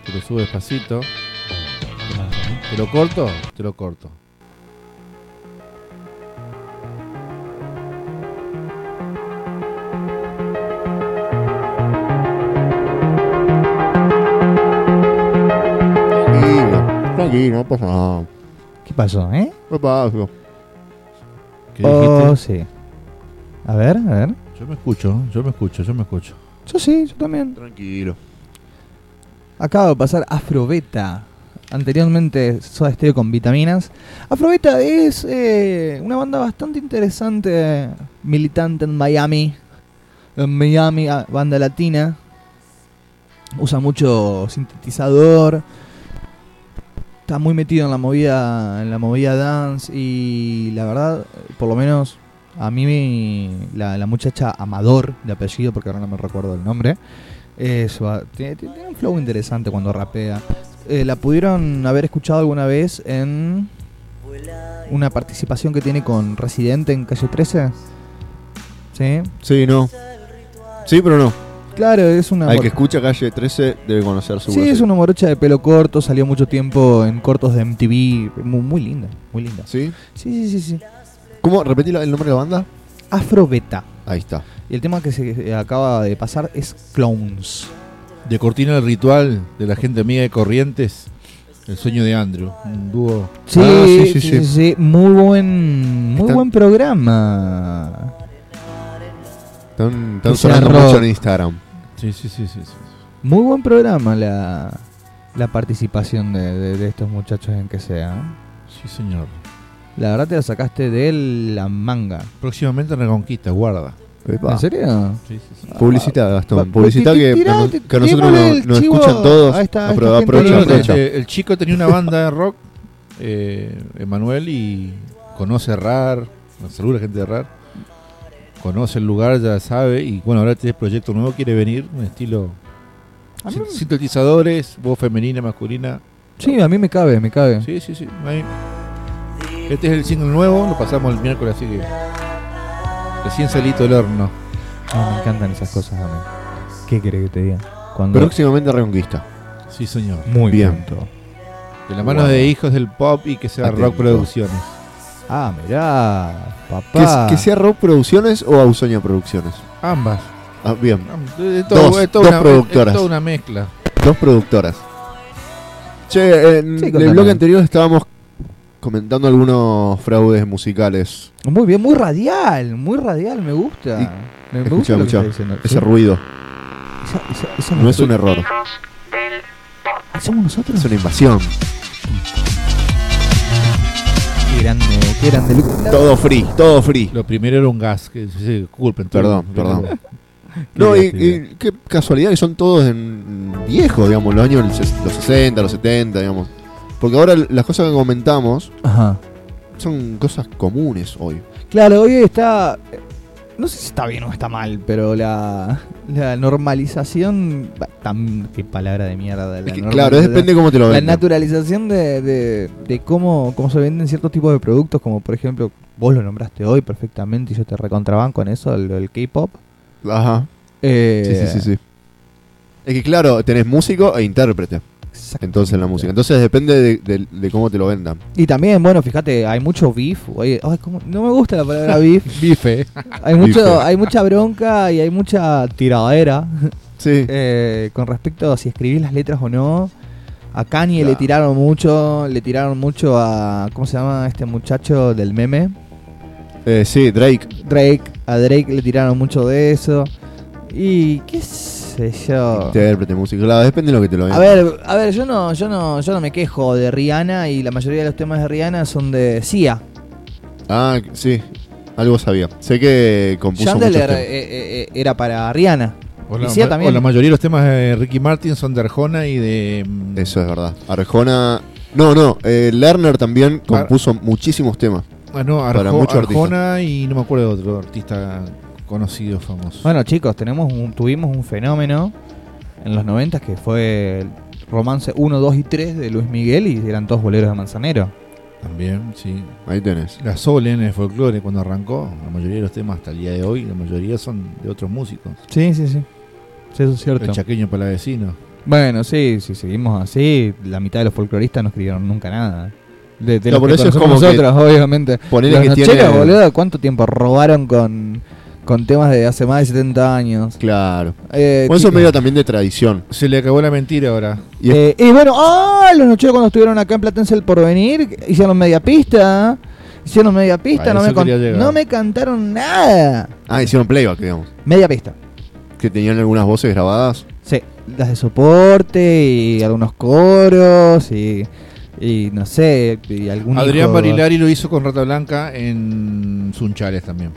Te lo subo despacito. ¿Te lo corto? Te lo corto. Tranquilo, tranquilo, no pasa nada. ¿Qué pasó, eh? No pasa. ¿Qué Oh, dijiste? sí. A ver, a ver. Yo me escucho, yo me escucho, yo me escucho. Yo sí, yo también. Tranquilo. Acabo de pasar Afrobeta. Anteriormente Soda Stereo con vitaminas. Afrobeta es eh, una banda bastante interesante, militante en Miami. En Miami, ah, banda latina. Usa mucho sintetizador. Está muy metido en la movida, en la movida dance y la verdad, por lo menos a mí me- la, la muchacha Amador de apellido, porque ahora no me recuerdo el nombre, eso, ah, tiene, tiene- tiene un flow interesante cuando rapea. Eh, la pudieron haber escuchado alguna vez en una participación que tiene con Residente en Calle 13. ¿Sí? Sí, no. Sí, pero no. Claro, es una... Al mor- que escucha calle 13 debe conocer su Ah, sí, es una morocha de pelo corto, salió mucho tiempo en cortos de MTV. Muy, muy linda, muy linda. Sí, ¿Sí? sí, sí, sí. ¿Cómo? ¿Repetí la- el nombre de la banda? Afrobeta. Ahí está. Y el tema que se acaba de pasar es Clowns. De cortina el ritual de la gente amiga de Corrientes. El sueño de Andrew. Un dúo. Sí, Ah, sí, sí, sí, sí. Muy buen, muy Está- buen programa. Están, están Ese sonando rock. mucho en Instagram. Sí, sí, sí, sí. sí. Muy buen programa la, la participación de, de- de estos muchachos en que sea. ¿eh? Sí, señor. La verdad te la sacaste de la manga. Próximamente en Reconquista, guarda. ¿En serio? Sí, sí, sí. Publicita, Gastón. Pa- Publicita ti- ti- que, tirá, no- ti- que a nosotros démosle nos el nos chivo escuchan todos. a esta- a esta Apro- gente Aprovecha, linda. aprovecha. Este, el chico tenía una banda de rock, eh, Emanuel, y conoce RAR, saluda a la gente de RAR, conoce el lugar, ya sabe, y bueno, ahora tiene proyecto nuevo, quiere venir, un estilo A mí sin- sintetizadores, voz femenina, masculina. Sí, a mí me cabe, me cabe. Sí, sí, sí. no hay- Este es el single nuevo, lo pasamos el miércoles, así que recién salito del horno. Ah, me encantan esas cosas a mí. ¿Qué querés que te diga? Cuando Próximamente Reconquista. Sí, señor. muy Bien. pronto. De la mano Wow. de hijos del pop y que sea rock Atento. producciones. Ah, mirá, Que, papá. que sea Rock Producciones o Ausonia Producciones. Ambas. Ah, bien, ambas. Es todo- Dos, es toda dos una- es- productoras. Es toda una mezcla. dos productoras. Che, en Sí, el contame. blog anterior estábamos comentando algunos fraudes musicales. Muy bien, muy radial, muy radial, me gusta. Me, me Escucha, gusta lo que escucha. está diciendo. Ese Sí. ruido Esa- esa- esa- no es un error, ¿Ah, ¿Somos nosotros? es una invasión. Qué grande, qué grande. Lu- Todo free, todo free. Lo primero era un gas, que sí, sí, disculpen. todo. Perdón, Pero- perdón. <laughs> Qué No, y, divertido. y qué casualidad que son todos en viejos, digamos, los años ses- los 60, los 70, digamos. Porque ahora las cosas que comentamos Ajá. son cosas comunes hoy. Claro, hoy está. No sé si está bien o está mal, pero la, la normalización. bah, Tan, qué palabra de mierda. La Es que, normalización- claro, depende cómo te lo La vean. naturalización de, de- de cómo, cómo se venden ciertos tipos de productos, como por ejemplo, vos lo nombraste hoy perfectamente y yo te recontrabanco en eso, el, el K-pop. Ajá. Eh, Sí, sí, sí, sí. Es que claro, tenés músico e intérprete. exactamente. Entonces la música. Entonces depende de, de- de cómo te lo vendan. Y también, bueno, fíjate, hay mucho beef. oye, ay, ¿cómo? No me gusta la palabra <laughs> beef. Bife. Hay, mucho, Beef. hay mucha bronca y hay mucha tiradera. Sí. Eh, con respecto a si escribís las letras o no. A Kanye le Claro. tiraron mucho, le tiraron mucho a. ¿Cómo se llama este muchacho del meme? Eh, sí, Drake. Drake. A Drake le tiraron mucho de eso. Y qué sé yo. Intérprete, músico. Claro, depende de lo que te lo A vendan. ver, a ver, yo no, yo no, yo no me quejo de Rihanna y la mayoría de los temas de Rihanna son de Sia. Ah, sí. Algo sabía. Sé que compuso muchos Chandler temas. eh, eh, eh, era para Rihanna. <laughs> O la, Y Sia ma- también. o la mayoría de los temas de Ricky Martin son de Arjona y de. mm, Eso es verdad. Arjona. No, no. eh, Lerner también compuso muchísimos temas. Ah, no, para Arjo- muchos artistas. Arjona y no me acuerdo de otro artista conocido, famoso. Bueno, chicos, tenemos un- tuvimos un fenómeno en los 90 que fue el romance 1, 2 y 3 de Luis Miguel y eran todos boleros de Manzanero. También, sí. Ahí tenés. La Sol en el folclore, cuando arrancó, la mayoría de los temas hasta el día de hoy, la mayoría son de otros músicos. Sí, sí, sí. Sí, eso es El cierto. chaqueño para vecino. Bueno, sí, si seguimos así, la mitad de los folcloristas no escribieron nunca nada. De, de No, los por que eso es conocemos como que- nosotros, obviamente. Ponele Los que nocheros, tiene. boludo, ¿cuánto tiempo robaron con, con temas de hace más de 70 años? Claro. Eh, Por eso es chicos, medio también de tradición. Se le acabó la mentira ahora. Y es- eh, y bueno, ¡ah! los nocheros cuando estuvieron acá en Platense el porvenir, hicieron media pista. Hicieron media A pista, no eso me, con- quería llegar. no me cantaron nada. Ah, hicieron playback, digamos. Media pista. Que tenían algunas voces grabadas. Sí, las de soporte y algunos coros y, y no sé, y algún Adrián hijo- Barilari lo hizo con Rata Blanca en Sunchales también.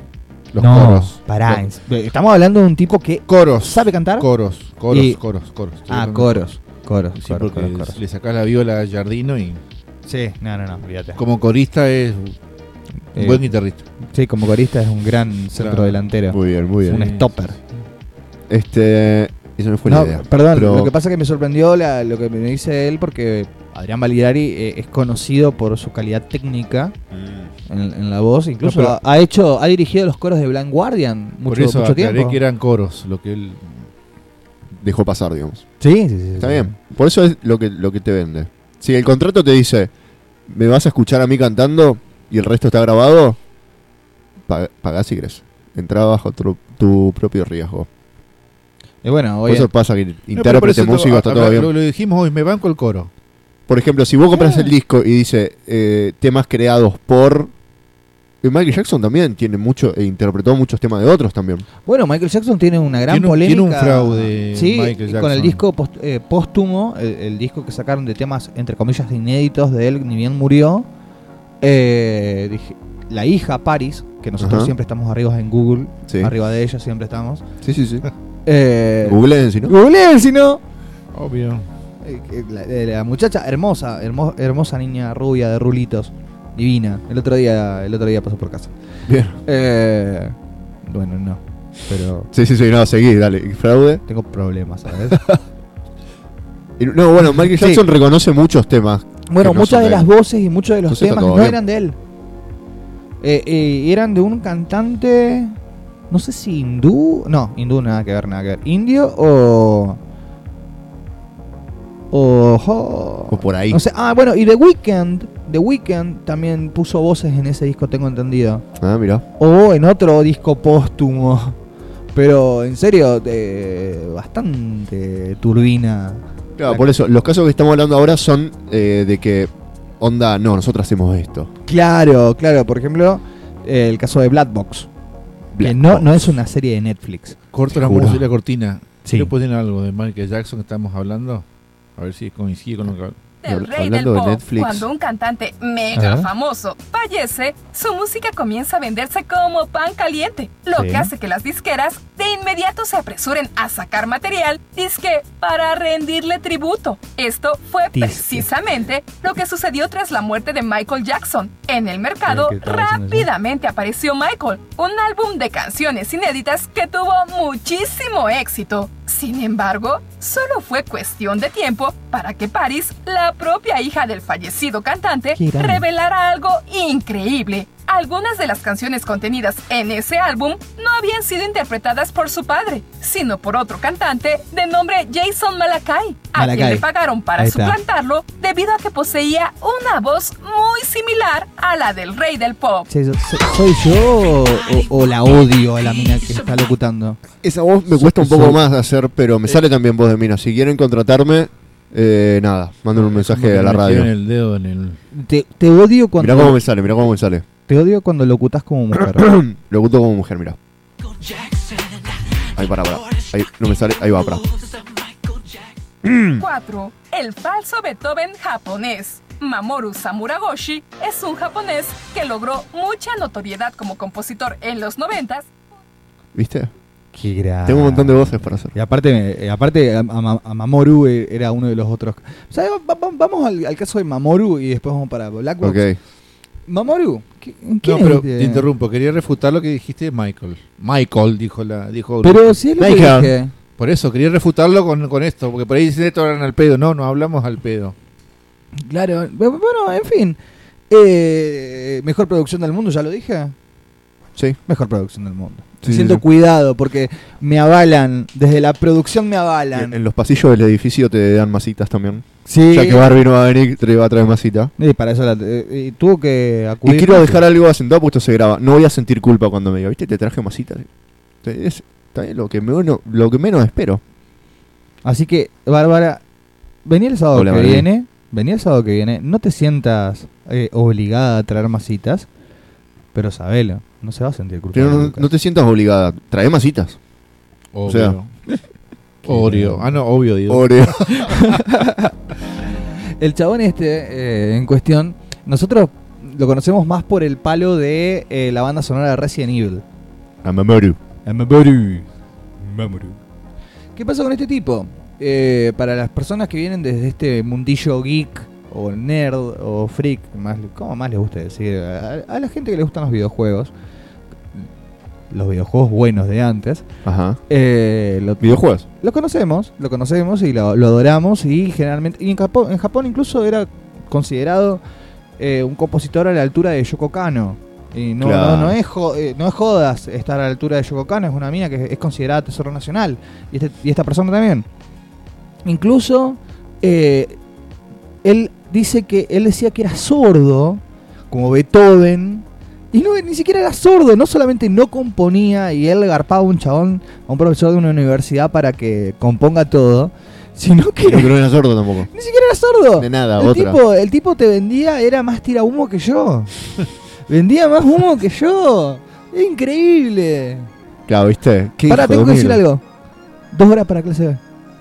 Los no, coros. Pará, Los- en- estamos hablando de un tipo que coros. sabe cantar. Coros, coros, Y- coros, coros. ah, Estoy coros. Coros, Sí, coros, porque coros, coros. le sacás la viola a Jardino y Sí, no, no, no, olvídate. como corista es un Eh, buen guitarrista. Sí, como corista es un gran centro delantero. Muy bien, muy bien. un stopper. Este. Eso no fue No, la idea. perdón, Pero- lo que pasa es que me sorprendió la- lo que me dice él porque Adrián Validari es conocido por su calidad técnica en, en la voz. Incluso pero- ha, ha hecho, ha dirigido los coros de Blind Guardian mucho, Por eso mucho aclaré tiempo. que eran coros lo que él Dejó pasar, digamos. Sí, sí, sí, sí. Está bien. Por eso es lo que, lo que te vende. Si el contrato te dice, me vas a escuchar a mí cantando y el resto está grabado, pa- pagás y crees. Entrá bajo tu, tu propio riesgo. Y bueno, Por hoy eso pasa que No, pero por intérprete, eso to- músico, a- está a- todo Lo, bien. lo dijimos hoy, me banco el coro. Por ejemplo, si vos compras el disco y dice eh, temas creados por... y Michael Jackson también tiene mucho, e interpretó muchos temas de otros también. Bueno, Michael Jackson tiene una gran Tiene un- polémica. tiene un fraude, Sí, Michael y Jackson. con el disco post- eh, póstumo, el, el disco que sacaron de temas, entre comillas, inéditos de él, ni bien murió. eh, dije- la hija Paris, que nosotros Ajá. siempre estamos arriba en Google, Sí. arriba de ella siempre estamos. Sí, sí, sí. Eh, Googleen, si no. Googleen, si no. Obvio. Eh, eh, La, eh, la muchacha hermosa, hermo- hermosa niña rubia de rulitos, divina. El otro día, el otro día pasó por casa. Bien. Eh, bueno, no, pero Sí, sí, sí, no, seguí, dale. Y Fraude. tengo problemas, <laughs> ¿sabes? Y No, bueno, Michael Sí. Jackson reconoce muchos temas Bueno, que no muchas son de de las él. voces y muchos de los Entonces está temas todo no bien. eran de él. Eh, eh, eran de un cantante, no sé si hindú, no, hindú nada que ver, nada que ver, indio o... O, jo- o por ahí. no sé. Ah, bueno, y The Weeknd, The Weeknd también puso voces en ese disco, tengo entendido. Ah, mira. O en otro disco póstumo. <laughs> Pero en serio, eh, bastante turbina. Claro, por eso, los casos que estamos hablando ahora son eh, de que, onda, no, nosotros hacemos esto. Claro, claro. Por ejemplo, eh, el caso de Black Box. que Black no, Box. no es una serie de Netflix. Corto la Juro. música y la cortina. Sí. Quiero poner algo de Michael Jackson que estamos hablando. A ver si coincide con lo que. del Habl- rey hablando de del pop. Netflix. Cuando un cantante mega Ajá. famoso fallece, su música comienza a venderse como pan caliente, lo Sí. que hace que las disqueras de inmediato se apresuren a sacar material disque para rendirle tributo. Esto fue Disque. precisamente lo que sucedió tras la muerte de Michael Jackson. En el Creo mercado que estaba diciendo eso. rápidamente apareció Michael, un álbum de canciones inéditas que tuvo muchísimo éxito. Sin embargo, solo fue cuestión de tiempo para que Paris, la propia hija del fallecido cantante, Qué grande. revelara algo increíble. Algunas de las canciones contenidas en ese álbum no habían sido interpretadas por su padre, sino por otro cantante de nombre Jason Malakai, a quien Malakai. le pagaron para Ahí está. suplantarlo debido a que poseía una voz muy similar a la del rey del pop. Che, yo- so- ¿Soy yo o, o- o la odio a la mina que está locutando? Esa voz me cuesta un poco más de hacer, pero Eh. me sale también voz de mina. Si quieren contratarme, eh, nada, manden un mensaje a la radio. En el dedo en el. Te, te odio Mirá cómo cuando me sale, mirá cómo me sale. te odio cuando locutás como mujer. <coughs> Lo oculto como mujer, mirá. Ahí, para, para. Ahí, no me sale, ahí va, para. 4. El falso Beethoven japonés. Mamoru Samuragoshi es un japonés que logró mucha notoriedad como compositor en los 90 ¿Viste? Qué grande. Tengo un montón de voces para hacer. Y aparte, eh, aparte a, a Ma- a Mamoru eh, era uno de los otros. ¿Sabes? Va- va- vamos al, al caso de Mamoru y después vamos para Black Box. Ok. Mamoru, ¿qui- ¿quién No, es pero este? te interrumpo, quería refutar lo que dijiste de Michael. Michael, dijo la. Dijo Pero sí es lo que Michael. dije. Por eso, quería refutarlo con, con esto, porque por ahí dicen esto eran al pedo. No, no hablamos al pedo. Claro, bu- bu- bueno, en fin. Eh, mejor producción del mundo, ya lo dije. Sí. Mejor producción del mundo. Sí, Siento sí, sí. cuidado porque me avalan, desde la producción me avalan. En, en los pasillos del edificio te dan masitas también. sí, Ya que Barbie no va a venir, te va a traer masita. y para eso la- eh, y tuvo que Y acudir. quiero dejar algo asentado porque esto se graba. No voy a sentir culpa cuando me diga, viste, te traje masita. Es también lo que, menos, lo que menos espero. Así que, Bárbara, vení el sábado Hola, que Barbie. viene. Vení el sábado que viene. No te sientas eh, obligada a traer masitas, pero sabelo. No se va a sentir Pero culpable. no, nunca. no te sientas obligada. Trae masitas. Obvio. <laughs> sea. Oreo. Ah, no, obvio, <laughs> digo. Oreo. El chabón este, eh, en cuestión, nosotros lo conocemos más por el palo de eh, la banda sonora de Resident Evil. A Mamoru. ¿Qué pasa con este tipo? Eh, para las personas que vienen desde este mundillo geek o nerd o freak, más, como más les gusta decir, a, a la gente que le gustan los videojuegos, los videojuegos buenos de antes, Ajá. eh, lo, Videojuegos. lo conocemos, lo conocemos y lo, lo adoramos y generalmente, y en, Japón, en Japón incluso era considerado eh, un compositor a la altura de Yoko Kano. Y no, Claro. no, no es jo- eh, no es jodas estar a la altura de Yoko Kano, es una mina que es considerada tesoro nacional. Y, este- y esta persona también. Incluso eh, él dice que él decía que era sordo, como Beethoven. Y no, ni siquiera era sordo, no solamente no componía y él garpaba a un chabón, a un profesor de una universidad para que componga todo, sino que <laughs> No creo que era sordo tampoco. <laughs> ni siquiera era sordo. De nada, el otra. Tipo, el tipo te vendía, era más tira humo que <laughs> yo. vendía más humo que yo. Es increíble. Claro, viste. ¿Qué Pará, hijo tengo de que decir mil? algo. Dos horas para clase B.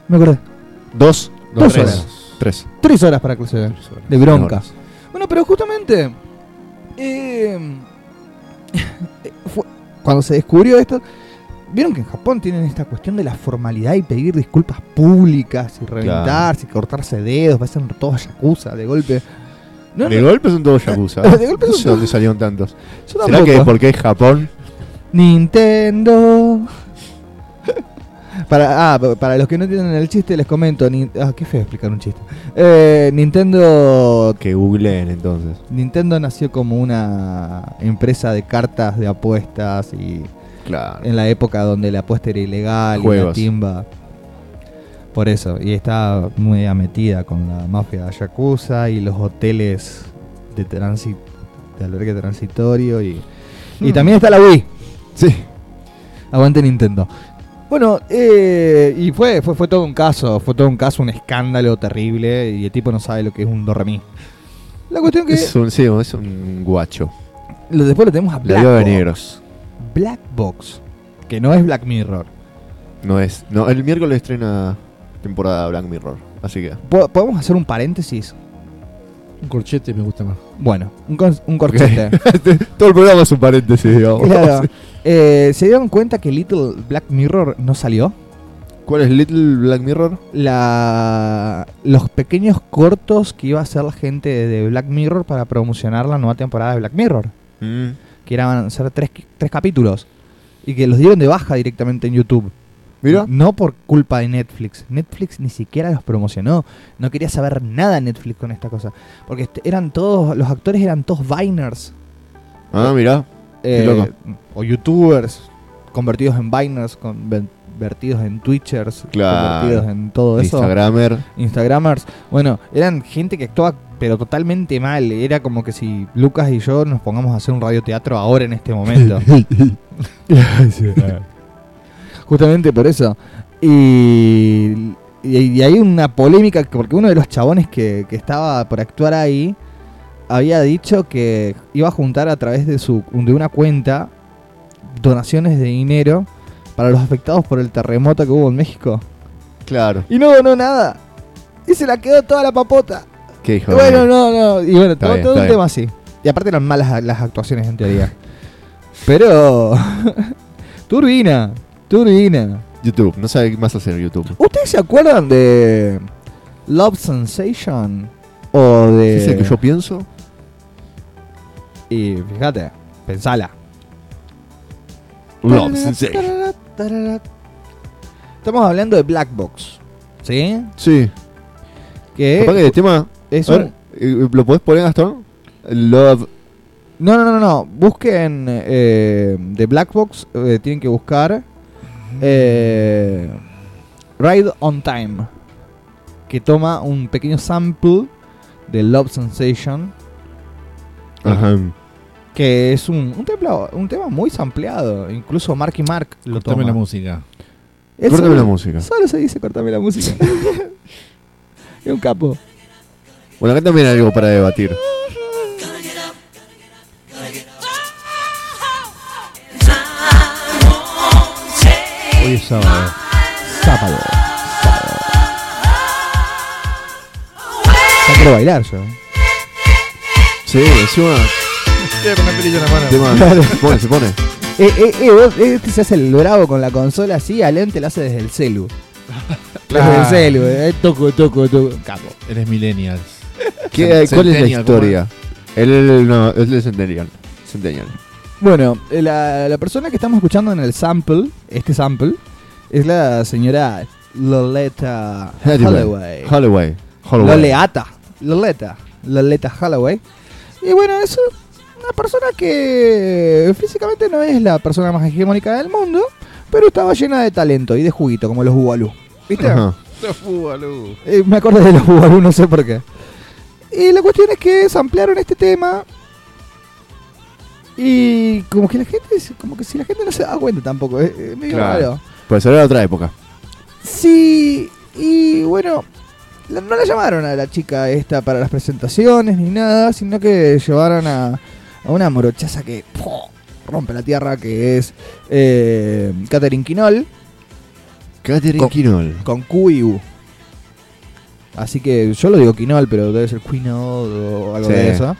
Me acordé. Dos, Dos tres. horas. tres. Tres horas para clase B. Tres horas. De bronca. horas. Bueno, pero justamente. eh, <laughs> fue- cuando se descubrió esto. Vieron que en Japón tienen esta cuestión de la formalidad y pedir disculpas públicas y reventarse y cortarse dedos, parecen todos yakuza de golpe. No, de no, golpe <laughs> son todos yakuza. De golpe no son sé dónde salieron tantos. yo ¿Será que es tampoco. porque es Japón? Nintendo. <laughs> Para, ah, pa- para los que no entienden el chiste, les comento. Nin- ah, qué feo explicar un chiste. Eh, Nintendo Que googleen entonces. Nintendo nació como una empresa de cartas de apuestas y Claro. en la época donde la apuesta era ilegal y la Juegos. timba. Por eso, y está muy metida con la mafia yakuza y los hoteles de transi- de albergue transitorio y y también está la Wii. Hmm. Sí. Aguante Nintendo. Bueno, eh, y fue, fue, fue todo un caso, fue todo un caso, un escándalo terrible, y el tipo no sabe lo que es un dorremí. La cuestión que Es un, sí, es un guacho. lo- después lo tenemos a La Black llave de Box. negros. Black Box, que no es Black Mirror. No es. No, el miércoles estrena temporada Black Mirror. Así que. Po- ¿Podemos hacer un paréntesis? Un corchete me gusta más. Bueno, un, cor- un corchete. <laughs> Todo el programa es un paréntesis, digamos. Claro. Eh, ¿Se dieron cuenta que Little Black Mirror no salió? <laughs> ¿Cuál es Little Black Mirror? La, los pequeños cortos que iba a hacer la gente de Black Mirror para promocionar la nueva temporada de Black Mirror. Mm. que eran ser tres, tres capítulos y que los dieron de baja directamente en YouTube. Mira. No por culpa de Netflix. Netflix ni siquiera los promocionó. No quería saber nada Netflix con esta cosa. Porque este- eran todos, los actores eran todos Viners. eh, Ah, mira. Qué loco. O YouTubers convertidos en Viners, convertidos en Twitchers, Claro. convertidos en todo eso. Instagramer. Instagramers. Bueno, eran gente que actuaba pero totalmente mal. Era como que si Lucas y yo nos pongamos a hacer un radioteatro ahora en este <laughs> momento. Justamente por eso. Y, y, y hay una polémica que- porque uno de los chabones que, que estaba por actuar ahí había dicho que iba a juntar a través de, su, de una cuenta donaciones de dinero para los afectados por el terremoto que hubo en México. Claro. Y no donó nada. Y se la quedó toda la papota. Qué hijo de- Bueno, no, no. Y bueno, Está todo, bien, todo está un bien. tema así. Y aparte eran malas las actuaciones en <laughs> teoría. Pero. <laughs> turbina, turbina. YouTube, no sabe qué más hacer en YouTube. ¿Ustedes se acuerdan de Love Sensation? O de. ¿Es el que yo pienso? Y fíjate, pensala. Love Sensation. Estamos hablando de Black Box. ¿Sí? Sí. Que Capaz que el tema. es a ver, un- eh, ¿Lo podés poner, Gastón? Love. No, no, no, no. Busquen eh, de Black Box. eh, tienen que buscar Mm. eh, Ride on Time. Que toma un pequeño sample de Love Sensation. Ajá. Que es un, un, templa- un tema muy sampleado. Incluso Marky Mark lo Cortame la toma. música. Él Córtame solo- la música. Solo se dice cortame la música. <laughs> es un capo. Bueno, acá también hay algo para debatir. Hoy es sábado. Sábado. Sábado. Ya quiero bailar yo. Sí, encima. tema- Se pone, se pone. Eh, eh, eh, vos, este se hace el bravo con la consola así, al ente lo hace desde el <laughs> celu. Ah. Desde el celu, <laughs> eh, toco, toco, toco. Capo. Eres millennials. ¿Qué- ¿Cuál es la Centennial, ¿cómo historia? Él él no, él es el Centennial. Centennial. Bueno, eh, la, la persona que estamos escuchando en el sample, este sample, es la señora Loleta Holloway. Holloway. Holloway. Loleata. Loleta. Loleta Holloway. Y bueno, es una persona que físicamente no es la persona más hegemónica del mundo, pero estaba llena de talento y de juguito, como los Bubalú. ¿Viste? Ajá. Eh, me acordé de los Bubalú, no sé por qué. Y la cuestión es que ampliaron este tema. Y como que la gente, como que si la gente no se da cuenta tampoco, es, es medio Claro. raro. Pues era otra época. Sí, y bueno, la- no la llamaron a la chica esta para las presentaciones ni nada, sino que llevaron a, a una morochaza que ¡pua! rompe la tierra, que es eh, Catherine Quinol, Catherine Co- Quinol. con Q y U. Así que yo lo digo Quinol, pero debe ser Quinol o algo Sí. de eso.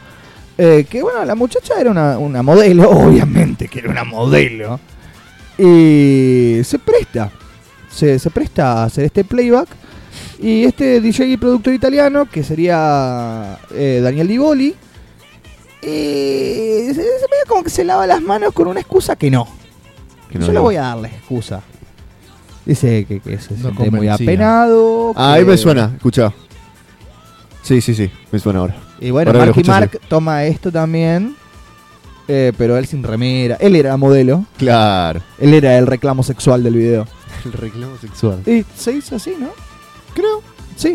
Eh, que bueno, la muchacha era una, una modelo, <laughs> obviamente que era una modelo. Y se presta, se, se presta a hacer este playback. Y este DJ y productor italiano, que sería eh, Daniel Divoli, y se, se medio como que se lava las manos con una excusa que no. Que no Yo era. le voy a dar la excusa. Dice que, que se No siente muy convencía. apenado. Ah, ahí que- me suena, escuchá. Sí, sí, sí, me suena ahora. Y bueno, Ahora que lo Marky escucho, Mark toma esto también. eh, pero él sin remera. Él era modelo. Claro. Él era el reclamo sexual del video. El reclamo sexual. Y se hizo así, ¿no? Creo. Sí.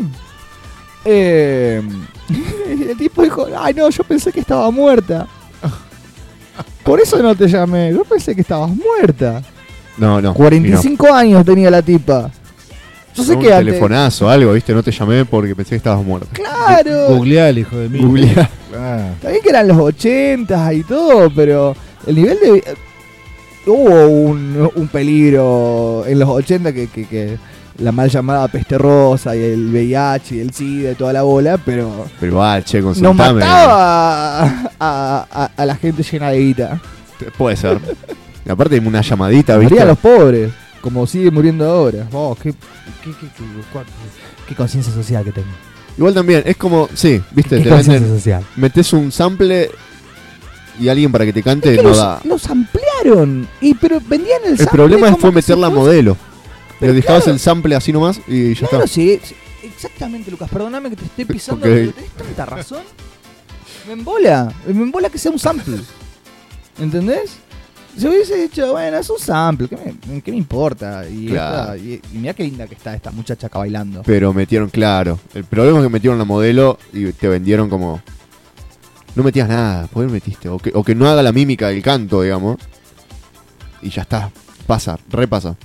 Eh, <laughs> el tipo dijo, ay no, yo pensé que estaba muerta. Por eso no te llamé, yo pensé que estabas muerta. No, no. 45 años tenía la tipa. Yo sé un que antes... telefonazo, algo, ¿viste? No te llamé porque pensé que estabas muerto. Claro. Googleal, hijo de mí. Googleá. Ah, También que eran los 80 y todo, pero el nivel de... eh, Hubo un, un peligro en los 80 que, que- que la mal llamada peste rosa y el VIH y el SIDA y toda la bola, pero... Pero va, che, Nos consultame. mataba a, a- a la gente llena de guita. Puede ser. Y aparte una llamadita, Moría ¿viste? a los pobres, como sigue muriendo ahora. Oh, qué, qué, qué- qué- cua- qué conciencia social que tengo. Igual también, es como, sí, ¿viste? Qué Te conciencia venden, social. metes un sample y alguien para que te cante Es que no los, da. los ampliaron, y, pero vendían el El sample problema es como fue que si meter la fuese- modelo. Pero Le dejabas claro. el sample así nomás y ya Claro, está. sí, sí, exactamente, Lucas. Perdóname que te esté pisando, Ok. pero tenés tanta razón. Me embola, me embola que sea un sample. ¿Entendés? Si hubiese dicho, bueno, es un sample, ¿qué me, qué me importa? Y, Claro. esta- y- y mirá qué linda que está esta muchacha acá bailando. Pero metieron, claro. El problema es que metieron la modelo y te vendieron como. No metías nada, ¿por qué no metiste? O que, o que no haga la mímica del canto, digamos. Y ya está. Pasa, repasa.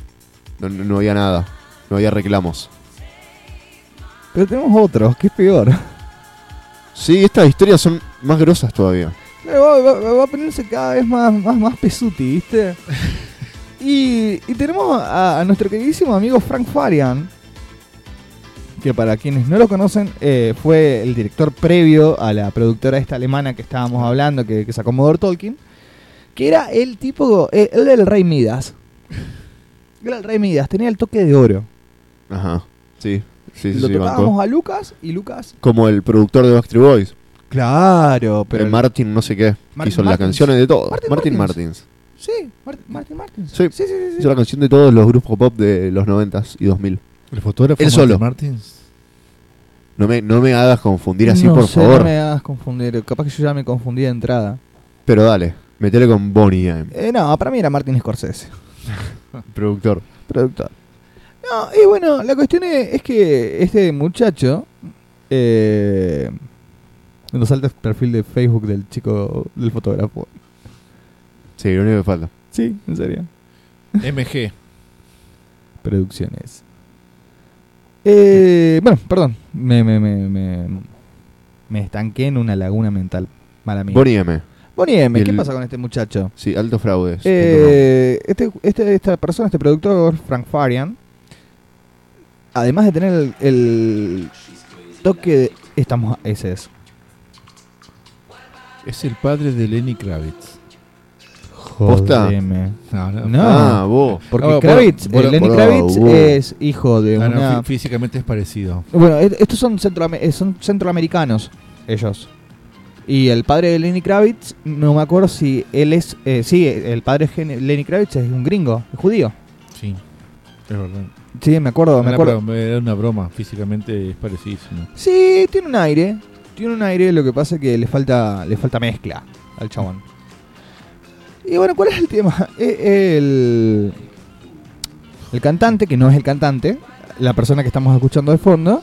No, no- no había nada. No había reclamos. Pero tenemos otros, que es peor. Sí, estas historias son más grosas todavía. Pero Va, va- va poniéndose cada vez más, más, más pesuti, ¿viste? <laughs> Y, y tenemos a, a nuestro queridísimo amigo Frank Farian, que para quienes no lo conocen, eh, fue el director previo a la productora esta alemana que estábamos hablando, que, que sacó Mordor Tolkien, que era el tipo, eh, el del Rey Midas. Era el Rey Midas, tenía el toque de oro. Ajá. Sí, sí, sí, lo sí, tocábamos bancó. a Lucas y Lucas. Como el productor de Backstreet Boys. Claro, pero. el Martin no sé qué. Eh, Martin que hizo las Martins. canciones de todos. Martin Martin, Martins. Martins. Sí, Mar- Martin Martins. Sí. sí, sí, sí, sí. Hizo la canción de todos los grupos pop de los 90s y 2000. El fotógrafo Él Martin solo. Martins. No me, no me hagas confundir así, No por sé, favor. No me hagas confundir. Capaz que yo ya me confundí de entrada. Pero dale, metele con Bonnie M, Eh, no, para mí era Martin Scorsese. productor. productor. No, y bueno, la cuestión es, es que este muchacho. Eh, nos salta el perfil de Facebook del chico, del fotógrafo. Sí, lo único que falta. Sí, en serio. MG. Producciones. Eh, bueno, perdón. Me, me, me, me, me estanqué en una laguna mental. Mala mía. Bonnie M. Bonnie M, ¿qué El- pasa con este muchacho? Sí, alto fraude. Eh, este, este- esta persona, este productor, Frank Farian, además de tener el, el toque de... Estamos, ese es. Es el padre de Lenny Kravitz. ¿Posta? Jodeme. No, no. No, Eh, Ah, vos. Porque Ah, bueno, Kravitz, bueno, eh, Lenny bueno, Kravitz bueno. es hijo de Ah, no, una... fí- físicamente es parecido. Bueno, e- estos son, centroame- eh, son centroamericanos, ellos. Y el padre de Lenny Kravitz, no me acuerdo si él es... eh, sí, el padre de Gen- Lenny Kravitz es un gringo, es judío. Sí. Es verdad. Sí, me acuerdo, me Era acuerdo. broma, Era una broma. Físicamente es parecidísimo. Sí, tiene un aire. Tiene un aire, lo que pasa es que le falta, le falta mezcla al chabón. Y bueno, ¿cuál es el tema? <laughs> Eh, El, el cantante, que no es el cantante, la persona que estamos escuchando de fondo,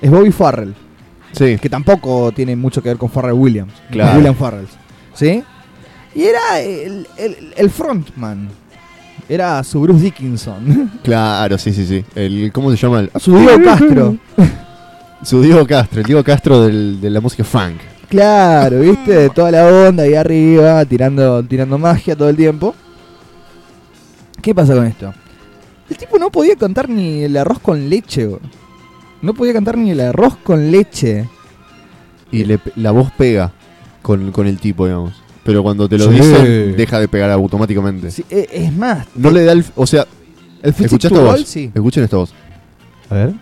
es Bobby Farrell, Sí, que tampoco tiene mucho que ver con Farrell Williams. Claro. William Farrell. ¿Sí? Y era el, el- el frontman. Era su Bruce Dickinson. <laughs> claro, sí, sí, sí. El, ¿Cómo se llama? El, su Diego Castro. su Diego Castro, el Diego Castro del- de la música funk. Claro, viste, toda la onda ahí arriba, tirando, tirando magia todo el tiempo. ¿Qué pasa con esto? El tipo no podía cantar ni el arroz con leche, bro. No podía cantar ni el arroz con leche. Y le pe- la voz pega con, con el tipo, digamos. Pero cuando te lo Sí. dicen, deja de pegar automáticamente. Sí, e- es más, No le da el. O sea, el Fix It escuchaste to vos. All, sí. Escuchen esta voz. A ver.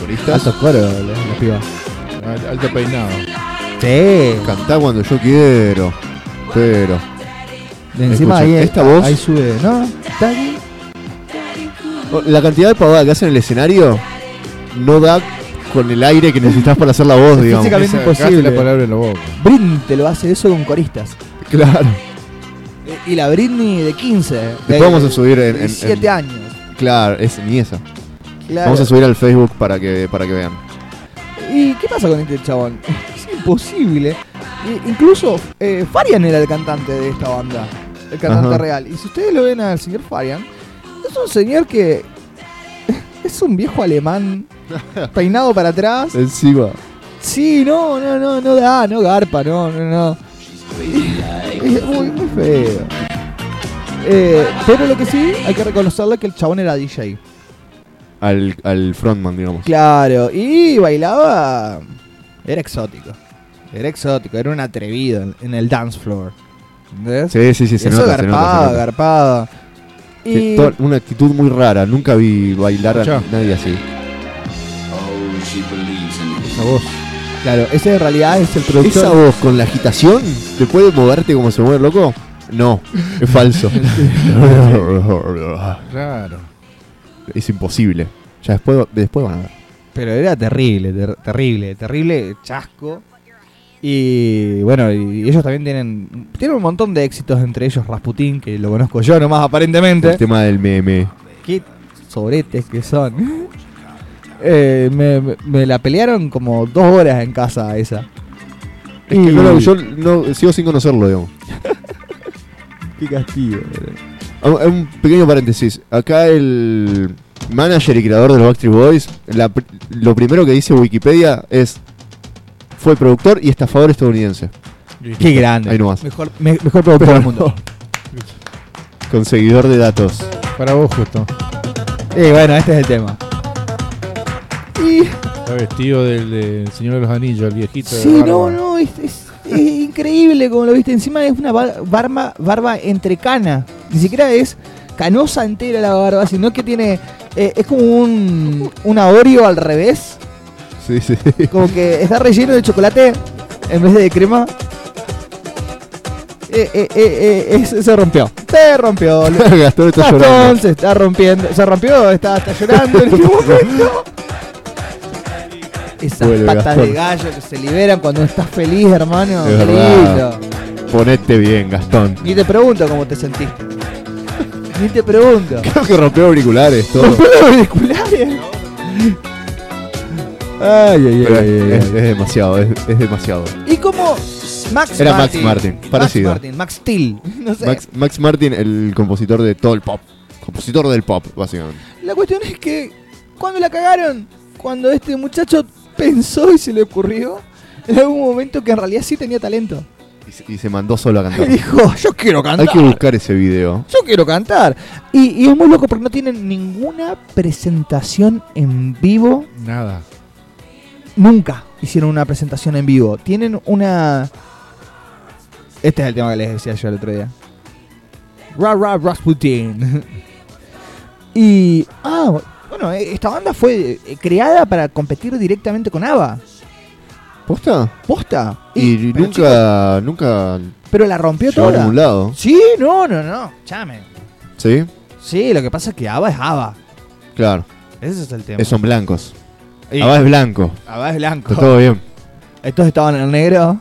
Solistas, Alto coro, la, la piba. Al- Alto peinado. Sí. cantá cuando yo quiero. Pero. De encima ahí, Escucha, esta voz- ahí sube, ¿no? Está ahí. Oh, La cantidad de pavada que hacen en el escenario no da con el aire que necesitas para hacer <laughs> la voz, digamos. Físicamente Esa- imposible. casi la palabra en la boca. Britney te lo hace eso con coristas. <laughs> Claro. Eh, Y la Britney de 15. de- Después vamos a subir en- en- 17 en- años. Claro, es ni esa. Claro. Vamos a subir al Facebook para que, para que vean. ¿Y qué pasa con este chabón? <laughs> Es imposible. I- incluso eh, Farian era el cantante de esta banda, el cantante Ajá. real. Y si ustedes lo ven al señor Farian, es un señor que <laughs> es un viejo alemán peinado para atrás. Encima. Sí, no, no, no, no da, no garpa, no, no, no. Es muy, muy feo. Eh, pero lo que sí, hay que reconocerle que el chabón era DJ. Al, al frontman, digamos. Claro, y bailaba. Era exótico. Era exótico, era un atrevido en, en el dance floor. ¿Entendés? Sí, sí, sí, se Eso nota, se nota, se garpaba, nota. garpaba. Sí, Y toda Una actitud muy rara. Nunca vi bailar a Escuchá. nadie así. Esa voz. claro, ese en realidad es el productor. ¿Esa voz con la agitación te puede moverte como se mueve el loco? No, es <laughs> falso. Claro. es imposible. Ya después, después van a ver. Pero era terrible, ter- terrible, terrible chasco. Y bueno, y ellos también tienen, tienen un montón de éxitos, entre ellos Rasputín, que lo conozco yo nomás aparentemente. El tema del meme. qué sobretes que son. Eh, me, me- me la pelearon como dos horas en casa esa. Es que no lo- yo no, sigo sin conocerlo, digamos. <laughs> Qué castigo. Ah, Un pequeño paréntesis. Acá el manager y creador de los Backstreet Boys, la pr- lo primero que dice Wikipedia es fue productor y estafador estadounidense. Qué grande. Ahí nomás. Mejor, me- mejor productor del mundo. Conseguidor de datos. Para vos, justo. Eh, Y bueno, este es el tema. sí, Está vestido del de El Señor de los Anillos, el viejito. de sí, barba. no, no, es, es- es increíble como lo viste. Encima es una ba- barba, barba entrecana. Ni siquiera es canosa entera la barba, sino que tiene. eh, es como un, un Oreo al revés. Sí, sí. Como que está relleno de chocolate en vez de, crema. Eh, eh, eh, eh, es- se rompió. Se rompió. Gastón <laughs> está Gastón llorando. se está rompiendo. Se rompió, está, está llorando <laughs> en este momento. Esas Vuelve, patas Gastón. de gallo que se liberan cuando estás feliz, hermano. Es Qué verdad. lindo. Ponete bien, Gastón. Ni te pregunto cómo te sentiste. Ni te <laughs> pregunto. Creo que rompió auriculares, todo. Rompió los auriculares. Ay, ay, Pero ay, ay, ay. es, Eh, es demasiado, es, es demasiado. ¿Y cómo Max Era Max Martin? Martin, parecido. Max Martin, Max Steel. <laughs> No sé. Max, Max Martin, el compositor de todo el pop. Compositor del pop, básicamente. La cuestión es que cuando la cagaron, cuando este muchacho pensó y se le ocurrió en algún momento que en realidad sí tenía talento. Y se, y se mandó solo a Y cantar. <laughs> dijo, yo quiero Hay cantar. que buscar ese video. Yo quiero cantar. Y, y es muy loco porque no tienen ninguna presentación en vivo. Nada. Nunca hicieron una presentación en vivo. Tienen una... Este es el tema que les decía yo el otro día. Ra Ra Rasputin. <laughs> y... Ah, bueno, eh, esta banda fue eh, creada para competir directamente con ABBA. ¿Posta? Posta. Y pero, chicos, nunca, nunca pero la rompió llegó a toda. ningún lado. Sí, no, no, no. Chame. ¿Sí? Sí, lo que pasa es que ABBA es ABBA. Claro. Ese es el tema. Eh, Son blancos. Y- Abba es blanco. Abba es blanco. Está todo bien. Estos estaban en el negro.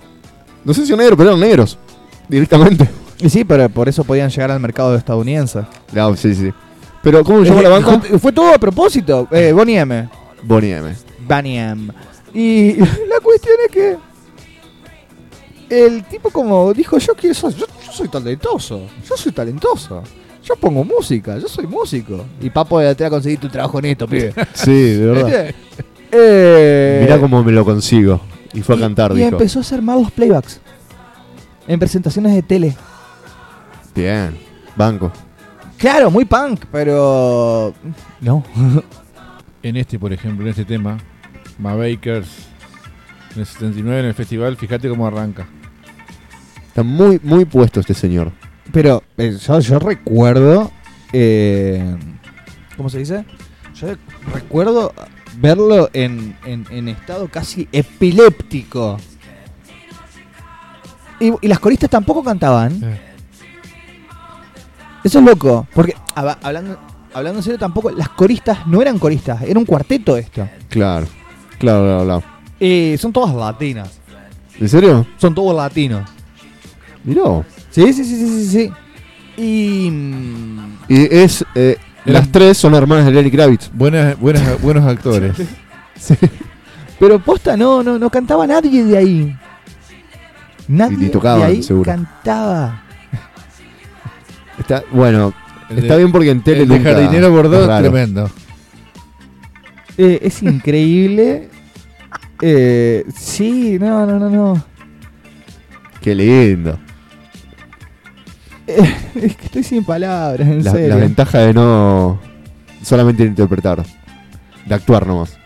No sé si son negros, pero eran negros. <laughs> Directamente. Y sí, pero por eso podían llegar al mercado estadounidense. No, sí, sí. Pero, ¿cómo llamó Eh, la <laughs> banca? Fue, fue todo a propósito. Eh, Bonnie M. Bonnie M. Bonnie M. Y <laughs> la cuestión es que. El tipo, como dijo, yo quiero ser- yo, yo soy talentoso. Yo soy talentoso. Yo pongo música, yo soy músico. Y papo, eh, te va a conseguir tu trabajo en esto, <laughs> pibe. Sí, de <laughs> verdad. ¿Viste? Eh, Mirá cómo me lo consigo. Y fue a Y- cantar, y dijo. empezó a hacer malos playbacks. En presentaciones de tele. Bien. Banco. Claro, muy punk, pero. No. En este, por ejemplo, en este tema, Mavakers, en el 79 en el festival, fíjate cómo arranca. Está muy, muy puesto este señor. Pero eh, yo, yo recuerdo. eh, ¿Cómo se dice? Yo recuerdo verlo en, en- en estado casi epiléptico. Y, y las coristas tampoco cantaban. Eh. Eso es loco. Porque, a va- hablando, hablando en serio, tampoco. Las coristas no eran coristas, era un cuarteto esto. Claro. Claro, claro, claro. Eh, son todas latinas. ¿En serio? Son todos latinos. Mirá. vos. Sí, sí, sí, sí, sí. sí. Y. mm, Y es. eh, las tres son hermanas de Lenny Kravitz. Buenas, buenas, buenos actores. Pero posta, no, no, no cantaba nadie de ahí. Nadie Y ni tocaban, de ahí seguro. cantaba. Está, bueno, El está de- bien porque en tele el de nunca- jardinero es Bordeaux es raro. tremendo. Eh, es increíble. Eh, sí, no, no, no, no. <laughs> Qué lindo. Eh, es que estoy sin palabras, en La, la serio. ventaja de no solamente interpretar, de actuar nomás.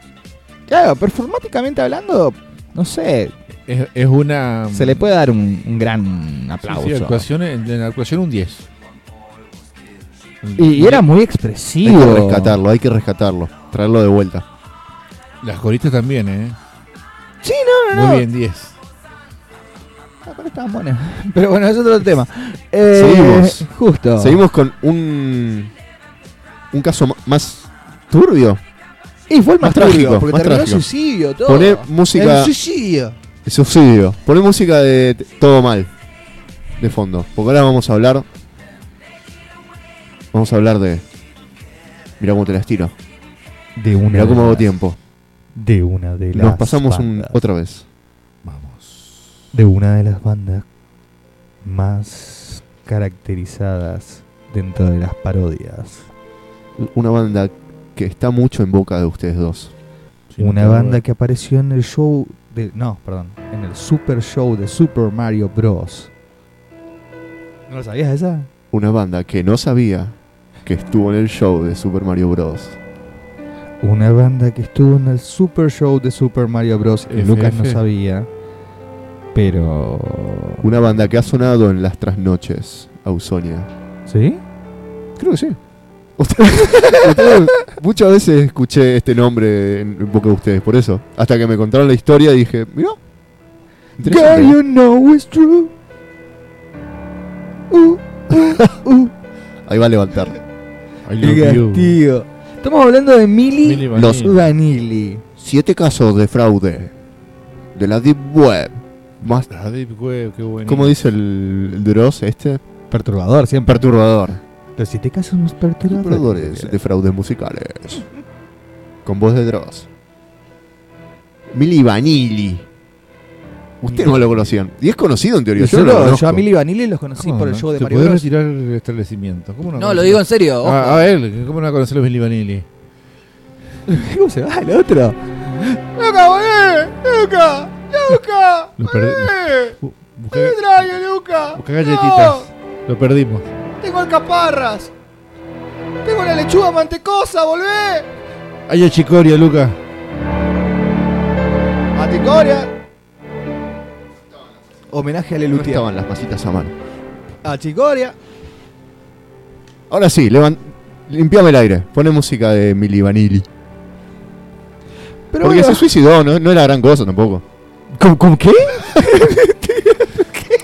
Claro, performáticamente hablando, no sé, Es, es una. se le puede dar un, un gran sí, aplauso. sí, actuación, en en la actuación un 10. y, y era muy Hay expresivo. que rescatarlo, hay que rescatarlo, traerlo de vuelta. Las coristas también, ¿eh? Sí, no, no, no. Muy bien, 10. Ah, pero estaban buenas. <laughs> Pero bueno, es otro tema. Eh, Seguimos. Justo. Seguimos con un un caso ma- más turbio. Y fue el más, Más trágico, turbio, porque más terminó trágico. el suicidio, todo. Poné música, El suicidio. suicidio. Poné música de t- todo mal de fondo, porque ahora vamos a hablar vamos a hablar de Mirá cómo te las tiro. De una. Mirá cómo hago tiempo. De una de Nos pasamos un, otra vez. de una de las bandas más caracterizadas dentro de las parodias. Una banda que está mucho en boca de ustedes dos. Sí, no te lo- que apareció en el show de. No, perdón. En el Super Show de Super Mario Bros. ¿No lo sabías esa? una banda que no sabía que estuvo en el show de Super Mario Bros. Una banda que estuvo en el Super Show de Super Mario Bros. que FF. Lucas no sabía. Pero. Una banda que ha sonado en las trasnoches, Ausonia. ¿Sí? Creo que sí. Ustedes- <laughs> ustedes- muchas veces escuché este nombre en boca de ustedes, por eso. Hasta que me contaron la historia y dije, mira. Girl, you know it's true. Uh, uh, uh. Ahí va a levantar. I love Diga, you. tío. Estamos hablando de Milli Mili Vanilli. los- Vanilli. Siete casos de fraude de la Deep Web. Más, Ah, Deep Web, qué bueno. ¿Cómo dice el, el Dross este? Perturbador siempre. Perturbador. Pero si te casas unos perturbadores. Perturbadores de fraudes musicales. Con voz de Dross. Milli Vanilli. Ustedes no lo conocían. Y es conocido en teoría. Yo, Yo, no lo lo- yo conozco. a Milli Vanilli los conocí ¿Cómo por el no? show de ¿Te Mario podés Bros. retirar el establecimiento. ¿Cómo no No, lo digo en conoces? serio. ojo. Ah, a ver, ¿cómo no conocer los Billy Vanilli? ¿Cómo se va el otro? ¡Luca, volvé! ¡Luca! <laughs> ¡Luca! Lo perdí. Bu- Busca, traigo, Luca! busca galletitas. Lo perdimos. ¡Tengo alcaparras! ¡Tengo la lechuga mantecosa, volvé! Ay, Chicoria, Luca. ¡Mantecoria! Homenaje a No Lelutia. estaban las masitas a mano. a Chicoria. Ahora sí, levan- limpiame el aire. Pone música de Milli Vanilli. Pero Porque bueno, se suicidó, no, no era gran cosa tampoco. ¿Con, con qué?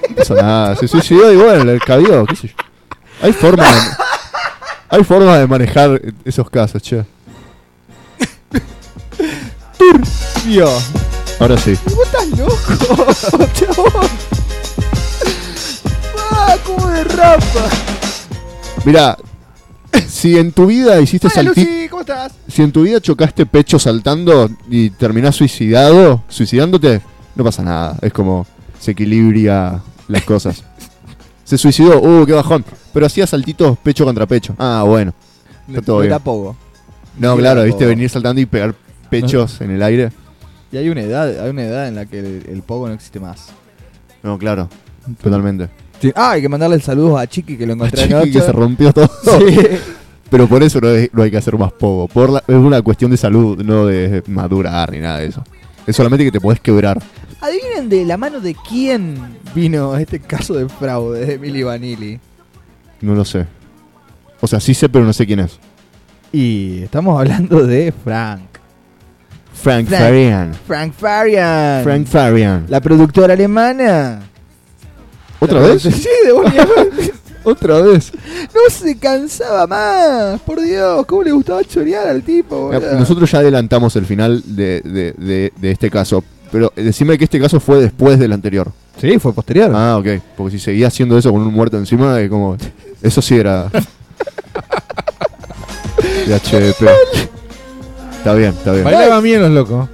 No pasa nada. Se suicidó y bueno, le cabió, qué sé yo. Hay forma de, hay forma de manejar esos casos, che. Tío. Ahora sí. ¿Vos estás loco? Chabón. ¡Ah, cómo derrapa! Mira, si en tu vida hiciste Hola, salti- Lucy, ¿cómo estás? si en tu vida chocaste pecho saltando y terminás suicidado, suicidándote, no pasa nada. Es como se equilibra <laughs> las cosas. se suicidó, uh, qué bajón. Pero hacía saltitos pecho contra pecho. Ah, bueno. Está todo Me bien. tapo. No, Sí, claro, tampoco. viste venir saltando y pegar pechos en el aire. Y hay una edad, hay una edad en la que el, el pogo no existe más. No, claro, totalmente. Sí. Ah, hay que mandarle el saludo a Chiqui que lo encontré <laughs> Chiqui anoche. que <laughs> se rompió todo. Sí. <laughs> Pero por eso no, es- no hay que hacer más poco. Por la- es una cuestión de salud, no de madurar ni nada de eso. Es solamente que te podés quebrar. Adivinen de la mano de quién vino este caso de fraude de Milly Vanilli. No lo sé. O sea, sí sé, pero no sé quién es. Y estamos hablando de Frank. Frank, Frank. Farian. Frank Farian. Frank Farian. La productora alemana. ¿Otra La vez? produ- <laughs> Sí, de una <laughs> ¿Otra vez? No se cansaba más. Por Dios, cómo le gustaba chorear al tipo. Mira, boludo. Ah, Nosotros ya adelantamos el final de, de- de- de este caso. Pero decime que este caso fue después del anterior. Sí, fue posterior. Ah, ok. Porque si seguía haciendo eso con un muerto encima, es como. Eso sí era. De HDP. Está bien, está bien. Bailaban bien los locos.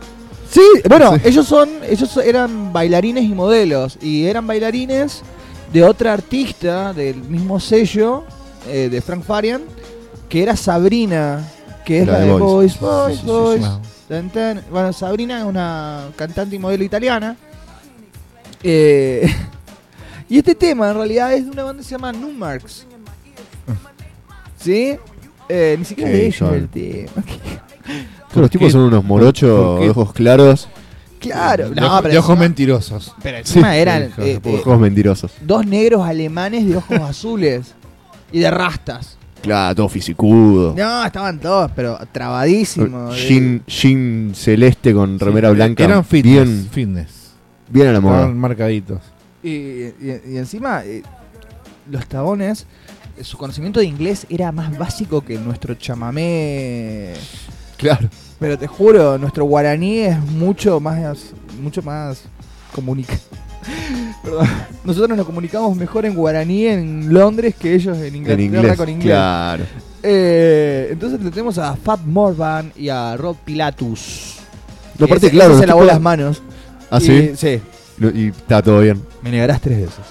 Sí, bueno, ellos son, ellos so- eran bailarines y modelos y eran bailarines de otra artista del mismo sello eh, de Frank Farian que era Sabrina, que es la, de Boys, Boys, Sí, sí, sí, Boys. Wow. Tan, tan. Bueno, Sabrina es una cantante y modelo italiana. Eh, <laughs> y este tema en realidad es de una banda que se llama Numarx. ¿Sí? Eh, ni siquiera Sí, de ellos son. el tema. <laughs> Pero los tipos qué? son unos morochos, ¿Por qué? de ojos claros, Claro, de, ojo- no, pero de ojos encima- mentirosos. Pero encima eran hijo eh, de eh, ojos mentirosos. dos negros alemanes de ojos <laughs> azules y de rastas. Claro, todo fisicudo. No, estaban todos, pero trabadísimos. Jean, jean celeste con remera blanca. Eran fitness. bien, fitness. bien a la moda. Estaban marcaditos. Y, y- y encima, eh, los tabones, eh, su conocimiento de inglés era más básico que nuestro chamamé. Claro. Pero te juro, nuestro guaraní es mucho más, mucho más comunica. <laughs> Perdón. Nosotros nos comunicamos mejor en guaraní en Londres que ellos en En Inglaterra inglés. con inglés. Claro. Eh, entonces le tenemos a Fat Morvan y a Rob Pilatus. No, aparte, Ese- claro. ese los se lavó tipos- las manos. Ah, y- sí. Sí. No, Y está todo bien. Me negarás tres veces.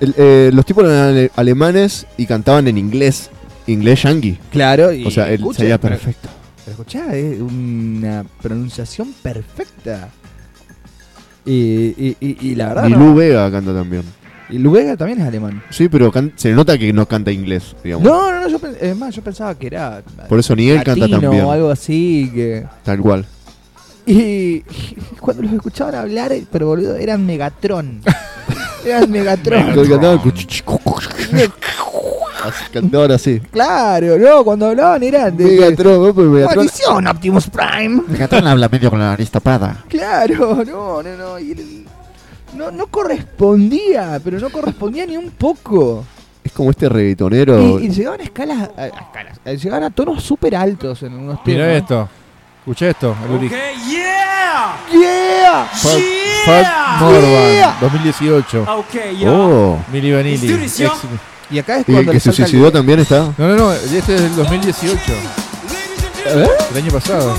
El- eh, los tipos eran ale- alemanes y cantaban en inglés. Inglés yankee. Claro. Y O sea, él escucha, sería pero- perfecto. Pero escuchá, es una pronunciación perfecta. Y, y- y- y la verdad. Y no- Lu Vega canta también. Y Lubega también es alemán. Sí, pero can- se nota que no canta inglés, digamos. No, no, no, yo pen- es más, yo pensaba que era Por eso ni él canta tan latino bien. o algo así que... Tal cual. Y cuando los escuchaban hablar, eh, pero boludo, eran Megatron. <laughs> eran Megatron. <laughs> Cantaba cu- Así, Cantaba ahora <laughs> sí. claro, no, cuando hablaban eran de... Megatron, ¿no? Pues Megatron- ¡Maldición, Optimus Prime! Megatron habla medio con la nariz tapada. Claro, no, no, no. y el- no, no correspondía, pero no correspondía ni un poco. Es como este reggaetonero. Y, y llegaban a escalas, a, a escalas, eh, llegaban a tonos súper altos en unos temas. Mira esto. Escucha esto, Aluri. ¡Yeah! Fat, Fat Morvan, Yeah. 2018. Oh. Mili Vanilli. ex- Y acá es Y el cuando que le se salta el- suicidó también está. No, no, no, este es del 2018. El año pasado.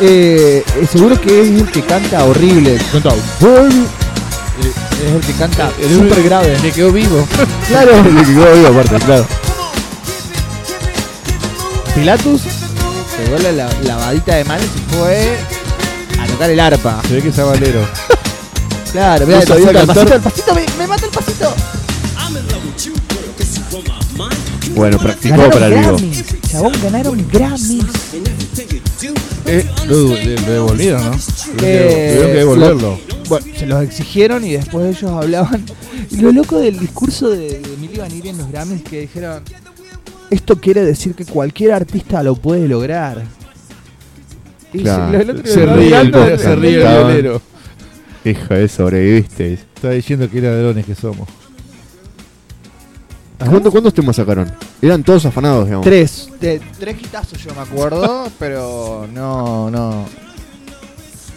Eh, eh, seguro que es el que canta horrible. Canta horrible. Eh, Es el que canta súper grave. Se quedó vivo. Claro. El que quedó <laughs> vivo aparte, claro. Pilatus pegó la, la, la varita de manos y fue a tocar el arpa. Se ve que es sabalero. Claro, mirá, No el sabía pasito, el pasito, cantar. el pasito, me, me mata el pasito. Bueno, practicó Ganaron para el vivo. Grammys, chabón, ganaron Grammys. Eh, lo, le- lo devolvieron, ¿no? Eh, Tuvieron que devolverlo. Bueno, se los exigieron y después ellos hablaban. Y lo loco del discurso de, de Emilio Vanilli en los Grammys que dijeron, esto quiere decir que cualquier artista lo puede lograr. Y Claro, se- lo- lo- se lo- ríe lo- el lo- podcast, se ríe el Cantaban. violero. Hija de sobreviviste. Está diciendo que era ladrones que somos. ¿Cuánto- ¿Cuántos temas sacaron? Eran todos afanados, digamos. Tres, te- tres quitazos yo me <laughs> acuerdo, pero no, no.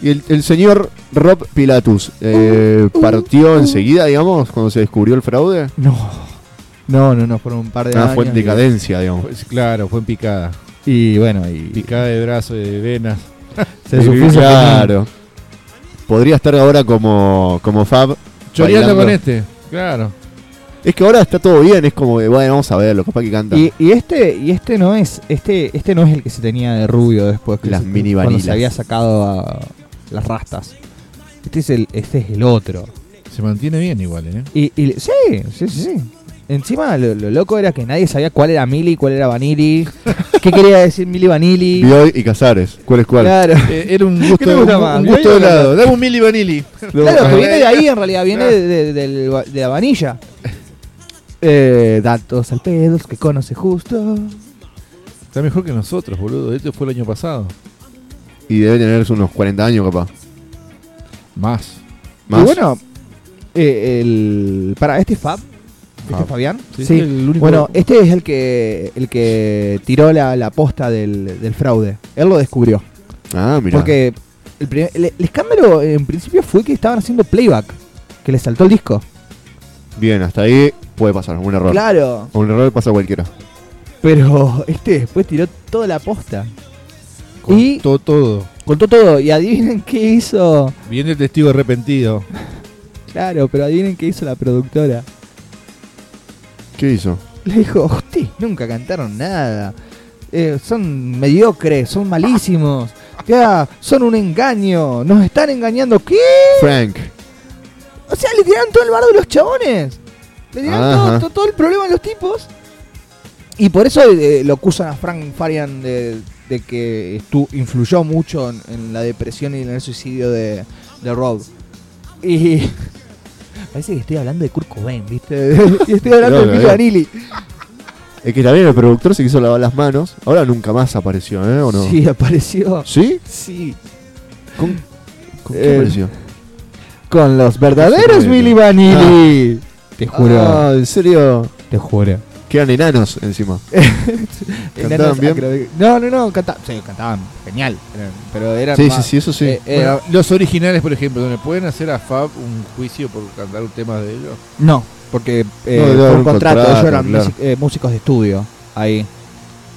Y el, el señor Rob Pilatus Uh, eh, partió enseguida, digamos, cuando se descubrió el fraude. No, no, no, no, fueron un par de Ah, años. fue en decadencia, digamos. Pues, claro, fue en picada. Y bueno, y Picada de brazo y de venas. se supuso claro. Podría estar ahora como, como Fab. Choreando bailando. con este. Claro. Es que ahora está todo bien, es como, eh, bueno, vamos a verlo, capaz que canta. Y, y este y este no es este este no es el que se tenía de rubio después que Las se- mini cuando vanilas. se había sacado a las rastas. Este es el este es el otro. Se mantiene bien igual, ¿eh? Y, y- sí, sí, sí, sí. Encima lo, lo loco era que nadie sabía cuál era Mili, cuál era <laughs> Vanilli, qué quería decir Mili Vanilli. Bioy y Casares, ¿cuál es cuál? <laughs> Claro. Eh, era un ¿Qué te gusto, un, gusta más? un gusto ¿Guay o helado. Dame un Milli Vanilli. Claro, eh, que viene de ahí en realidad, <laughs> viene de, de- del va- de la vanilla. Eh, datos al pedo que conoce justo. Está mejor que nosotros, boludo. Este fue el año pasado. Y debe tener unos 40 años, capaz. Más. Más. Y bueno, eh, el, para este es Fab, este Fab. es Fabián. Sí, Sí. es el único- Bueno, este es el que el que tiró la, la posta del, del fraude. Él lo descubrió. Ah, mira. Porque el, primer- el- el escándalo en principio fue que estaban haciendo playback, que les saltó el disco. Bien, hasta ahí puede pasar, un error. Claro. Un error pasa a cualquiera. Pero este después tiró toda la posta. Con Y- to- todo. Contó todo. Y adivinen qué hizo. Viene el testigo arrepentido. Claro, pero adivinen qué hizo la productora. ¿Qué hizo? Le dijo, ustedes nunca cantaron nada. Eh, son mediocres, son malísimos. Ya, son un engaño. Nos están engañando. ¿Qué? Frank. O sea, le tiraron todo el bardo de los chabones. Le tiraron Ajá. todo, todo- todo el problema a los tipos. Y por eso eh, lo acusan a Frank Farian de, de que estu- influyó mucho en, en la depresión y en el suicidio de, de Rob. Y. <laughs> Parece que estoy hablando de Kurt Cobain, ¿viste? <laughs> y estoy hablando Claro, de Pico eh. Vanilli. Es que también el productor se quiso lavar las manos. Ahora nunca más apareció, ¿eh? ¿O no? Sí, apareció. ¿Sí? Sí. ¿Con, con qué Eh, apareció? Ah. Con los verdaderos verdaderos Milly Milli Vanilli. Te Ah, en serio. te juro. Quedan enanos encima. ¿Cantaban bien? No, no, no, canta- sí, cantaban. Genial. Eran- Pero eran. Sí, sí, más- sí, eso sí. eh, era- Bueno, los originales, por ejemplo, donde pueden hacer a Fab un juicio por cantar un tema de ellos. No, porque eh, No, debe haber por un contrato, contrato, ellos eran claro. music- eh, músicos de estudio ahí.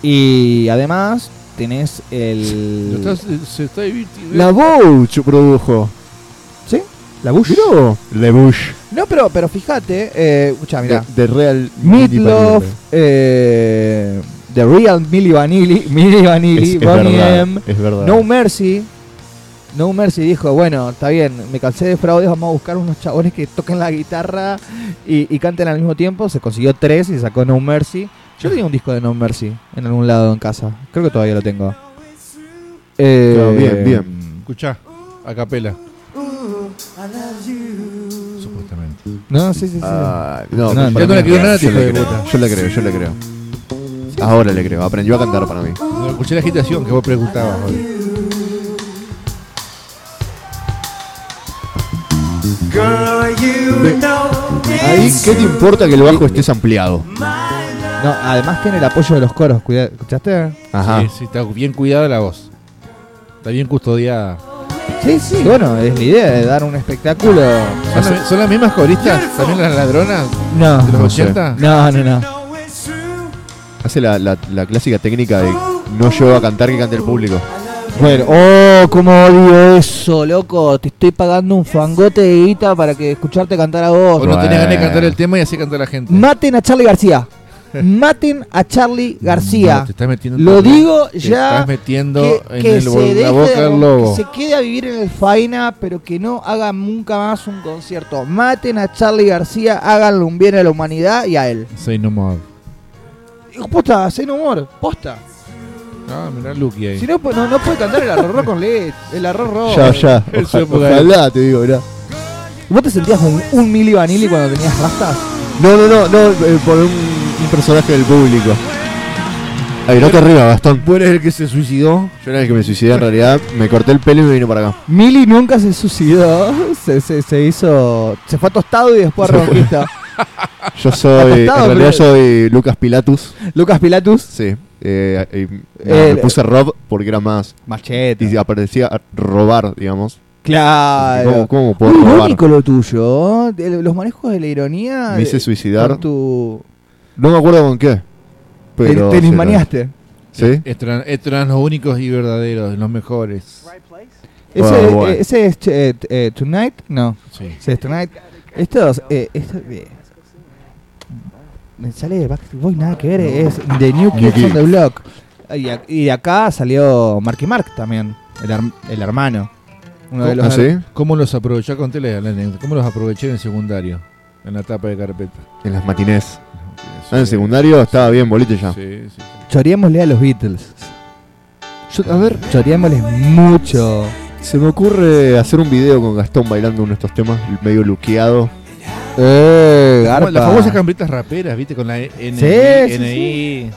Y además tenés Lo el. estás- eh, se está divirtiendo. La Bouch produjo. eh, ¿Sí? ¿La Bush? Miró. La Bush. No, pero, pero fíjate, eh, escuchá, mirá. De, de Real Milli Meatloaf, Vanilli. eh, The Real Milli Vanilli, <laughs> Milli Es, Vanilli, es Bonnie verdad, M, es verdad. No Mercy, No Mercy dijo, bueno, está bien, me cansé de fraudes, vamos a buscar unos chabones que toquen la guitarra y, y canten al mismo tiempo. Se consiguió tres y sacó No Mercy. Yo tenía un disco de No Mercy en algún lado en casa. Creo que todavía lo tengo. Eh, Claro, bien, bien. Escuchá, a capela. Supuestamente. No, sí, sí, sí. Ah, no, No, para yo no mí le creo nada, Yo hijo le de creo, puta. yo le creo, yo le creo. Ahora le creo, aprendió a cantar para mí. No, escuché la agitación que vos preguntabas. Jorge. Ahí, ¿qué te importa que el bajo estés ampliado? No, además tiene el apoyo de los coros, cuida- ¿escuchaste? Ajá. Sí, sí, está bien cuidada la voz. Está bien custodiada. Sí, sí, bueno, es la idea de dar un espectáculo. ¿Son, las- son las mismas coristas? ¿También las ladronas No, de los No sé. 80? no, no, no. Hace la, la- la clásica técnica de no llevo a cantar que cante el público. Bueno, oh, cómo odio eso, loco. Te estoy pagando un fangote de guita para que escucharte cantar a vos. Vos no tenés ganas de Bueno. cantar el tema y así canta la gente. Maten a Charlie García. Maten a Charlie <laughs> No, García. te estás metiendo Lo también. digo Te ya. estás metiendo Que, en que el se bol- deje la boca de- del lobo. que se quede a vivir en el faena, pero que no haga nunca más un concierto. Maten a Charlie García, háganle un bien a la humanidad y a él. Soy no more. Digo, Posta, sin humor, posta. Ah, mirá Lucky ahí. Si no, pues, no, no puede cantar el arroz con leche, el arroz rojo. Ya, ya. en su Oja- época. ojalá, te digo, mirá. ¿Vos te sentías un, un mili vanilli cuando tenías rastas? No, no, no, no, eh, por un, un personaje del público. Ay, no te arriba, Gastón. ¿Vos eres el que se suicidó? Yo era el que me suicidé en realidad, me corté el pelo y me vino para acá. Mili nunca se suicidó, se, se, se hizo. Se fue a tostado y después a <laughs> Ronquista. Yo soy, en Apostado, realidad boludo. soy Lucas Pilatus. Lucas Pilatus. Sí. eh, eh, no, Eh, me puse Rob porque era más. Machete. Y aparecía a robar, digamos. ¿Cómo, Claro. ¿Cómo puedo Muy robar? irónico lo tuyo. de- Los manejos de la ironía. Me hice de- suicidar. con tu. No me acuerdo con qué. Pero. te será. maniaste. ¿Sí? Estos eran, estos eran los únicos y verdaderos, los mejores. Ese, Bueno, bueno. eh, ese es eh, t- eh, Tonight. No. Sí. Ese es Tonight. Estos. Eh, estos eh, me sale de Backstreet Boys, nada que ver. Es The New New Kids on the Block. Y, a- y de acá salió Marky Mark también. El, her- el hermano. Uno de los ¿Ah, sí? ¿Cómo los aproveché? Ya conté la la anécdota. ¿Cómo los aproveché en el secundario? En la tapa de carpeta. En las matinés. Sí, Ah, en secundario estaba bien bolito ya. Sí, sí, sí. Choreémosle a los Beatles. Yo- a ver, Choreémosles mucho. se me ocurre hacer un video con Gastón bailando uno de estos temas, medio luqueado. Eh, Como garpa. Las famosas cambritas raperas, ¿viste? Con la E, N Sí, sí, NI.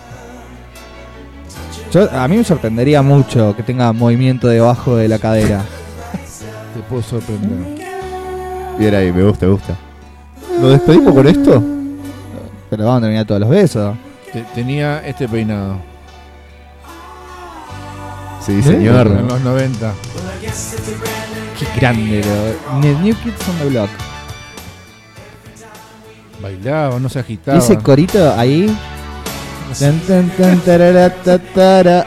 Yo- a mí me sorprendería mucho que tenga movimiento debajo de la cadera. Te puedo sorprender. Bien ahí, me gusta, me gusta. ¿Nos despedimos con esto? <laughs> Pero vamos a terminar todos los besos. Te- tenía este peinado. Sí, señor. En los 90. Qué grande, lo. The New Kids on the Block. Bailaba, no se Y agitaba. Ese corito ahí. Tan, tan, tan, tarara, ta, tara.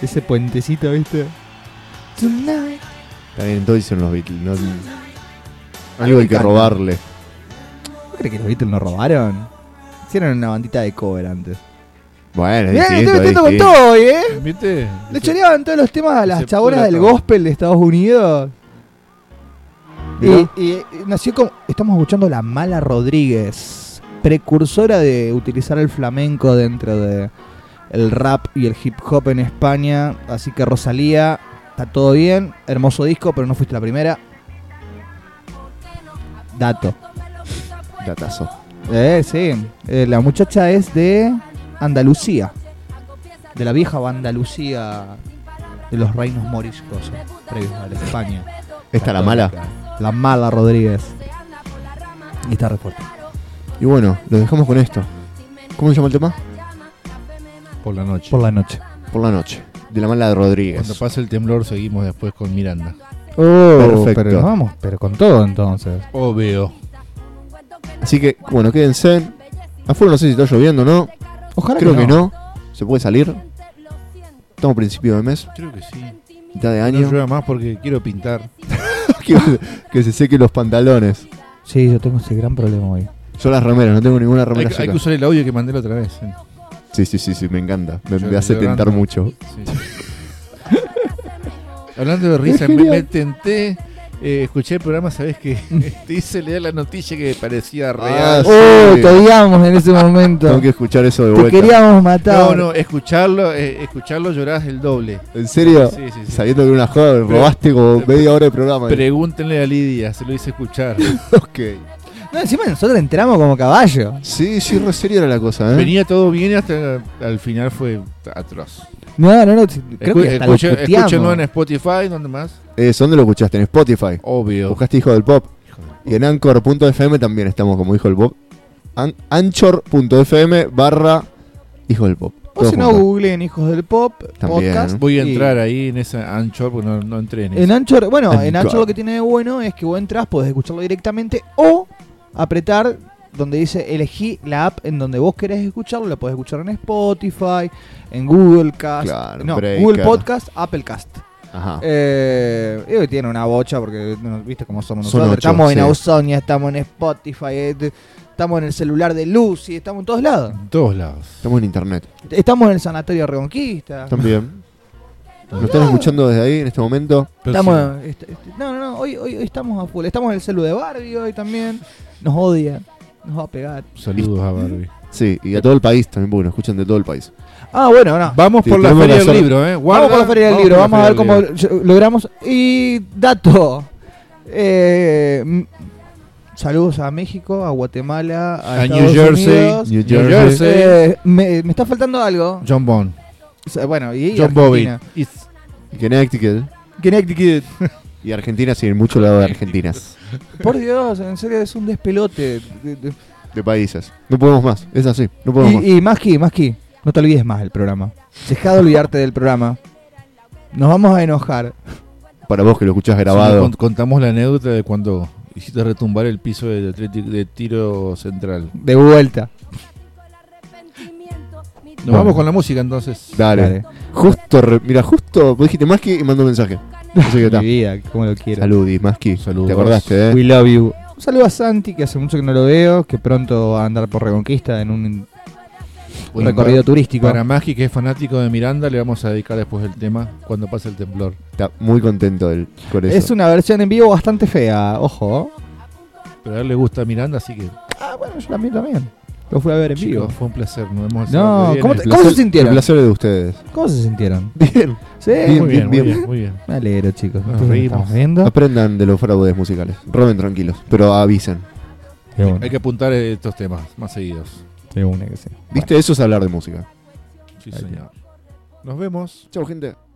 Ese puentecito, ¿viste? Tonight. También todos hicieron los Beatles. no- Algo hay que robarle. ¿Vos crees que los Beatles nos robaron? Hicieron una bandita de cover antes. este Bueno, es Mirá, le distinto, estoy es metiendo con distinto. todo hoy, ¿eh? ¿Viste? Le choreaban todos los temas a las se chabonas pudra del todo. gospel de Estados Unidos. Y, Mirá. y- y nació como. Estamos escuchando La Mala Rodríguez, precursora de utilizar el flamenco dentro de el rap y el hip hop en España. Así que Rosalía, está todo bien. Hermoso disco, pero no fuiste la primera. Dato. Datazo. Eh, sí. Eh, la muchacha es de Andalucía. De la vieja Andalucía de los reinos moriscos previos a la España. Esta la mala. La mala Rodríguez. Y está re fuerte. Y bueno, los dejamos con esto. ¿Cómo se llama el tema? Por la noche. Por la noche. Por la noche. De la mala de Cuando Rodríguez. pase el temblor seguimos después con Miranda. Perfecto. Pero nos vamos, pero con todo entonces. O veo. Así que, bueno, quédense. Afuera no sé si está lloviendo, ¿no? Ojalá Creo que no. Se puede salir. Estamos a principio de mes, Creo que sí. mitad de No año. llueva más porque quiero pintar. <laughs> que, que se sequen los pantalones. Sí, yo tengo ese gran problema hoy. Yo las remeras, no tengo ninguna Hay, remera que- hay seca. que usar el audio que mandé la otra vez. ¿eh? Sí, sí, sí, sí, me encanta. Me, Yo me hace llorando. tentar mucho. Sí. <laughs> Hablando de risa, me, me tenté. eh, escuché el programa, ¿sabes qué? <laughs> Te hice leer la noticia que parecía real. sí. Oh, te odiamos en ese momento. Tengo que escuchar eso de Te vuelta. queríamos matar. no, no, escucharlo, eh, escucharlo llorás el doble. ¿En serio? Sí, sí, sí. Sabiendo que era una joda, me Pero- robaste como media hora de programa. Pregúntenle a Lidia, se lo hice escuchar. ¿Eh? Ok. No, encima nosotros entramos como caballo. Sí, sí, re seria era la cosa, ¿eh? Venía todo bien y hasta al final fue atroz. No, no, no. si- Creo Escu- que hasta escuchen- lo puteamos. escúchenlo en Spotify, ¿dónde más? Eh, ¿Dónde lo escuchaste? En Spotify. Obvio. Buscaste Hijo del Pop. Y en Anchor.fm también estamos como Hijo del Pop. An- Anchor.fm barra Hijo del Pop. O Todo si no, junto. googleen Hijos del Pop, También. podcast. Voy a y- entrar ahí en esa Anchor porque no, no entré en En eso. Anchor, bueno, en Anchor. Anchor lo que tiene de bueno es que vos entras, podés escucharlo directamente o apretar donde dice elegí la app en donde vos querés escucharlo, la podés escuchar en Spotify, en Google Cast, Claro, no, Breaker. Google Podcast, Apple Cast. Ajá. Eh, y hoy tiene una bocha porque no, viste cómo somos Son nosotros. ocho, estamos en sí. Ausonia, estamos en Spotify, eh, te- estamos en el celular de Lucy, estamos en todos lados. En todos lados. Estamos en internet. Estamos en el Sanatorio Reconquista. También. Nos están escuchando desde ahí en este momento. Pero sí, Estamos, est- est- no, no, no, hoy, hoy, hoy estamos a full. Estamos en el celu de Barbie hoy también. Nos odia, nos va a pegar. Saludos a Barbie. Sí, y a todo el país también, porque nos escuchan de todo el país. Ah, bueno, no. Vamos Sí, por la tenemos feria que del hacer- libro, ¿eh? vamos con la feria del libro, vamos a ver cómo como ll- logramos. Y dato. Eh, m- saludos a México, a Guatemala, a, A New Estados Jersey, Unidos. New Jersey. Eh, me, me está faltando algo. John Bond, O sea, Bueno, y John Bobby. Argentina. It's- Connecticut. Connecticut. Y Argentina, sí, en mucho lado de Argentinas. Por Dios, en serio es un despelote. De- de- De países. No podemos más. Es así. No podemos más. Y, y más que, más que, no te olvides más del programa. Dejá de olvidarte del programa. Nos vamos a enojar. Para vos que lo escuchás Solo grabado. cont- contamos la anécdota de cuando hiciste retumbar el piso del Athletic de tiro central. De vuelta. Nos Bueno. vamos con la música entonces. Dale. Dale. Justo, re- mira, justo, vos dijiste Maski y mandó un mensaje. Así que está. Mi vida, como lo quiero. Saludis, Maski. Saludos. Te acordaste, eh. We love you. Un saludo a Santi, que hace mucho que no lo veo, que pronto va a andar por Reconquista en un Bueno, recorrido turístico. Para Maggi, que es fanático de Miranda, le vamos a dedicar después el tema cuando pase el temblor. Está muy contento él con eso. es una versión en vivo bastante fea, ojo. Pero a él le gusta Miranda, así que Ah, bueno, yo también también. Lo fui a ver en chicos, vivo. fue un placer. Nos vemos el No, sábado que ¿cómo viene. te- ¿Cómo se sintieron? El placer es de ustedes. ¿Cómo se sintieron? Bien. Sí, Bien, Muy bien, bien, muy bien. bien, muy bien. me alegro, chicos. Nos Entonces, reímos. ¿Estamos viendo? Aprendan de los fraudes musicales. Roben tranquilos, pero avisen. De una, Hay que apuntar estos temas más seguidos. de una que sí. ¿Viste? Eso es hablar de música. Sí, señor. Nos vemos. Chau, gente.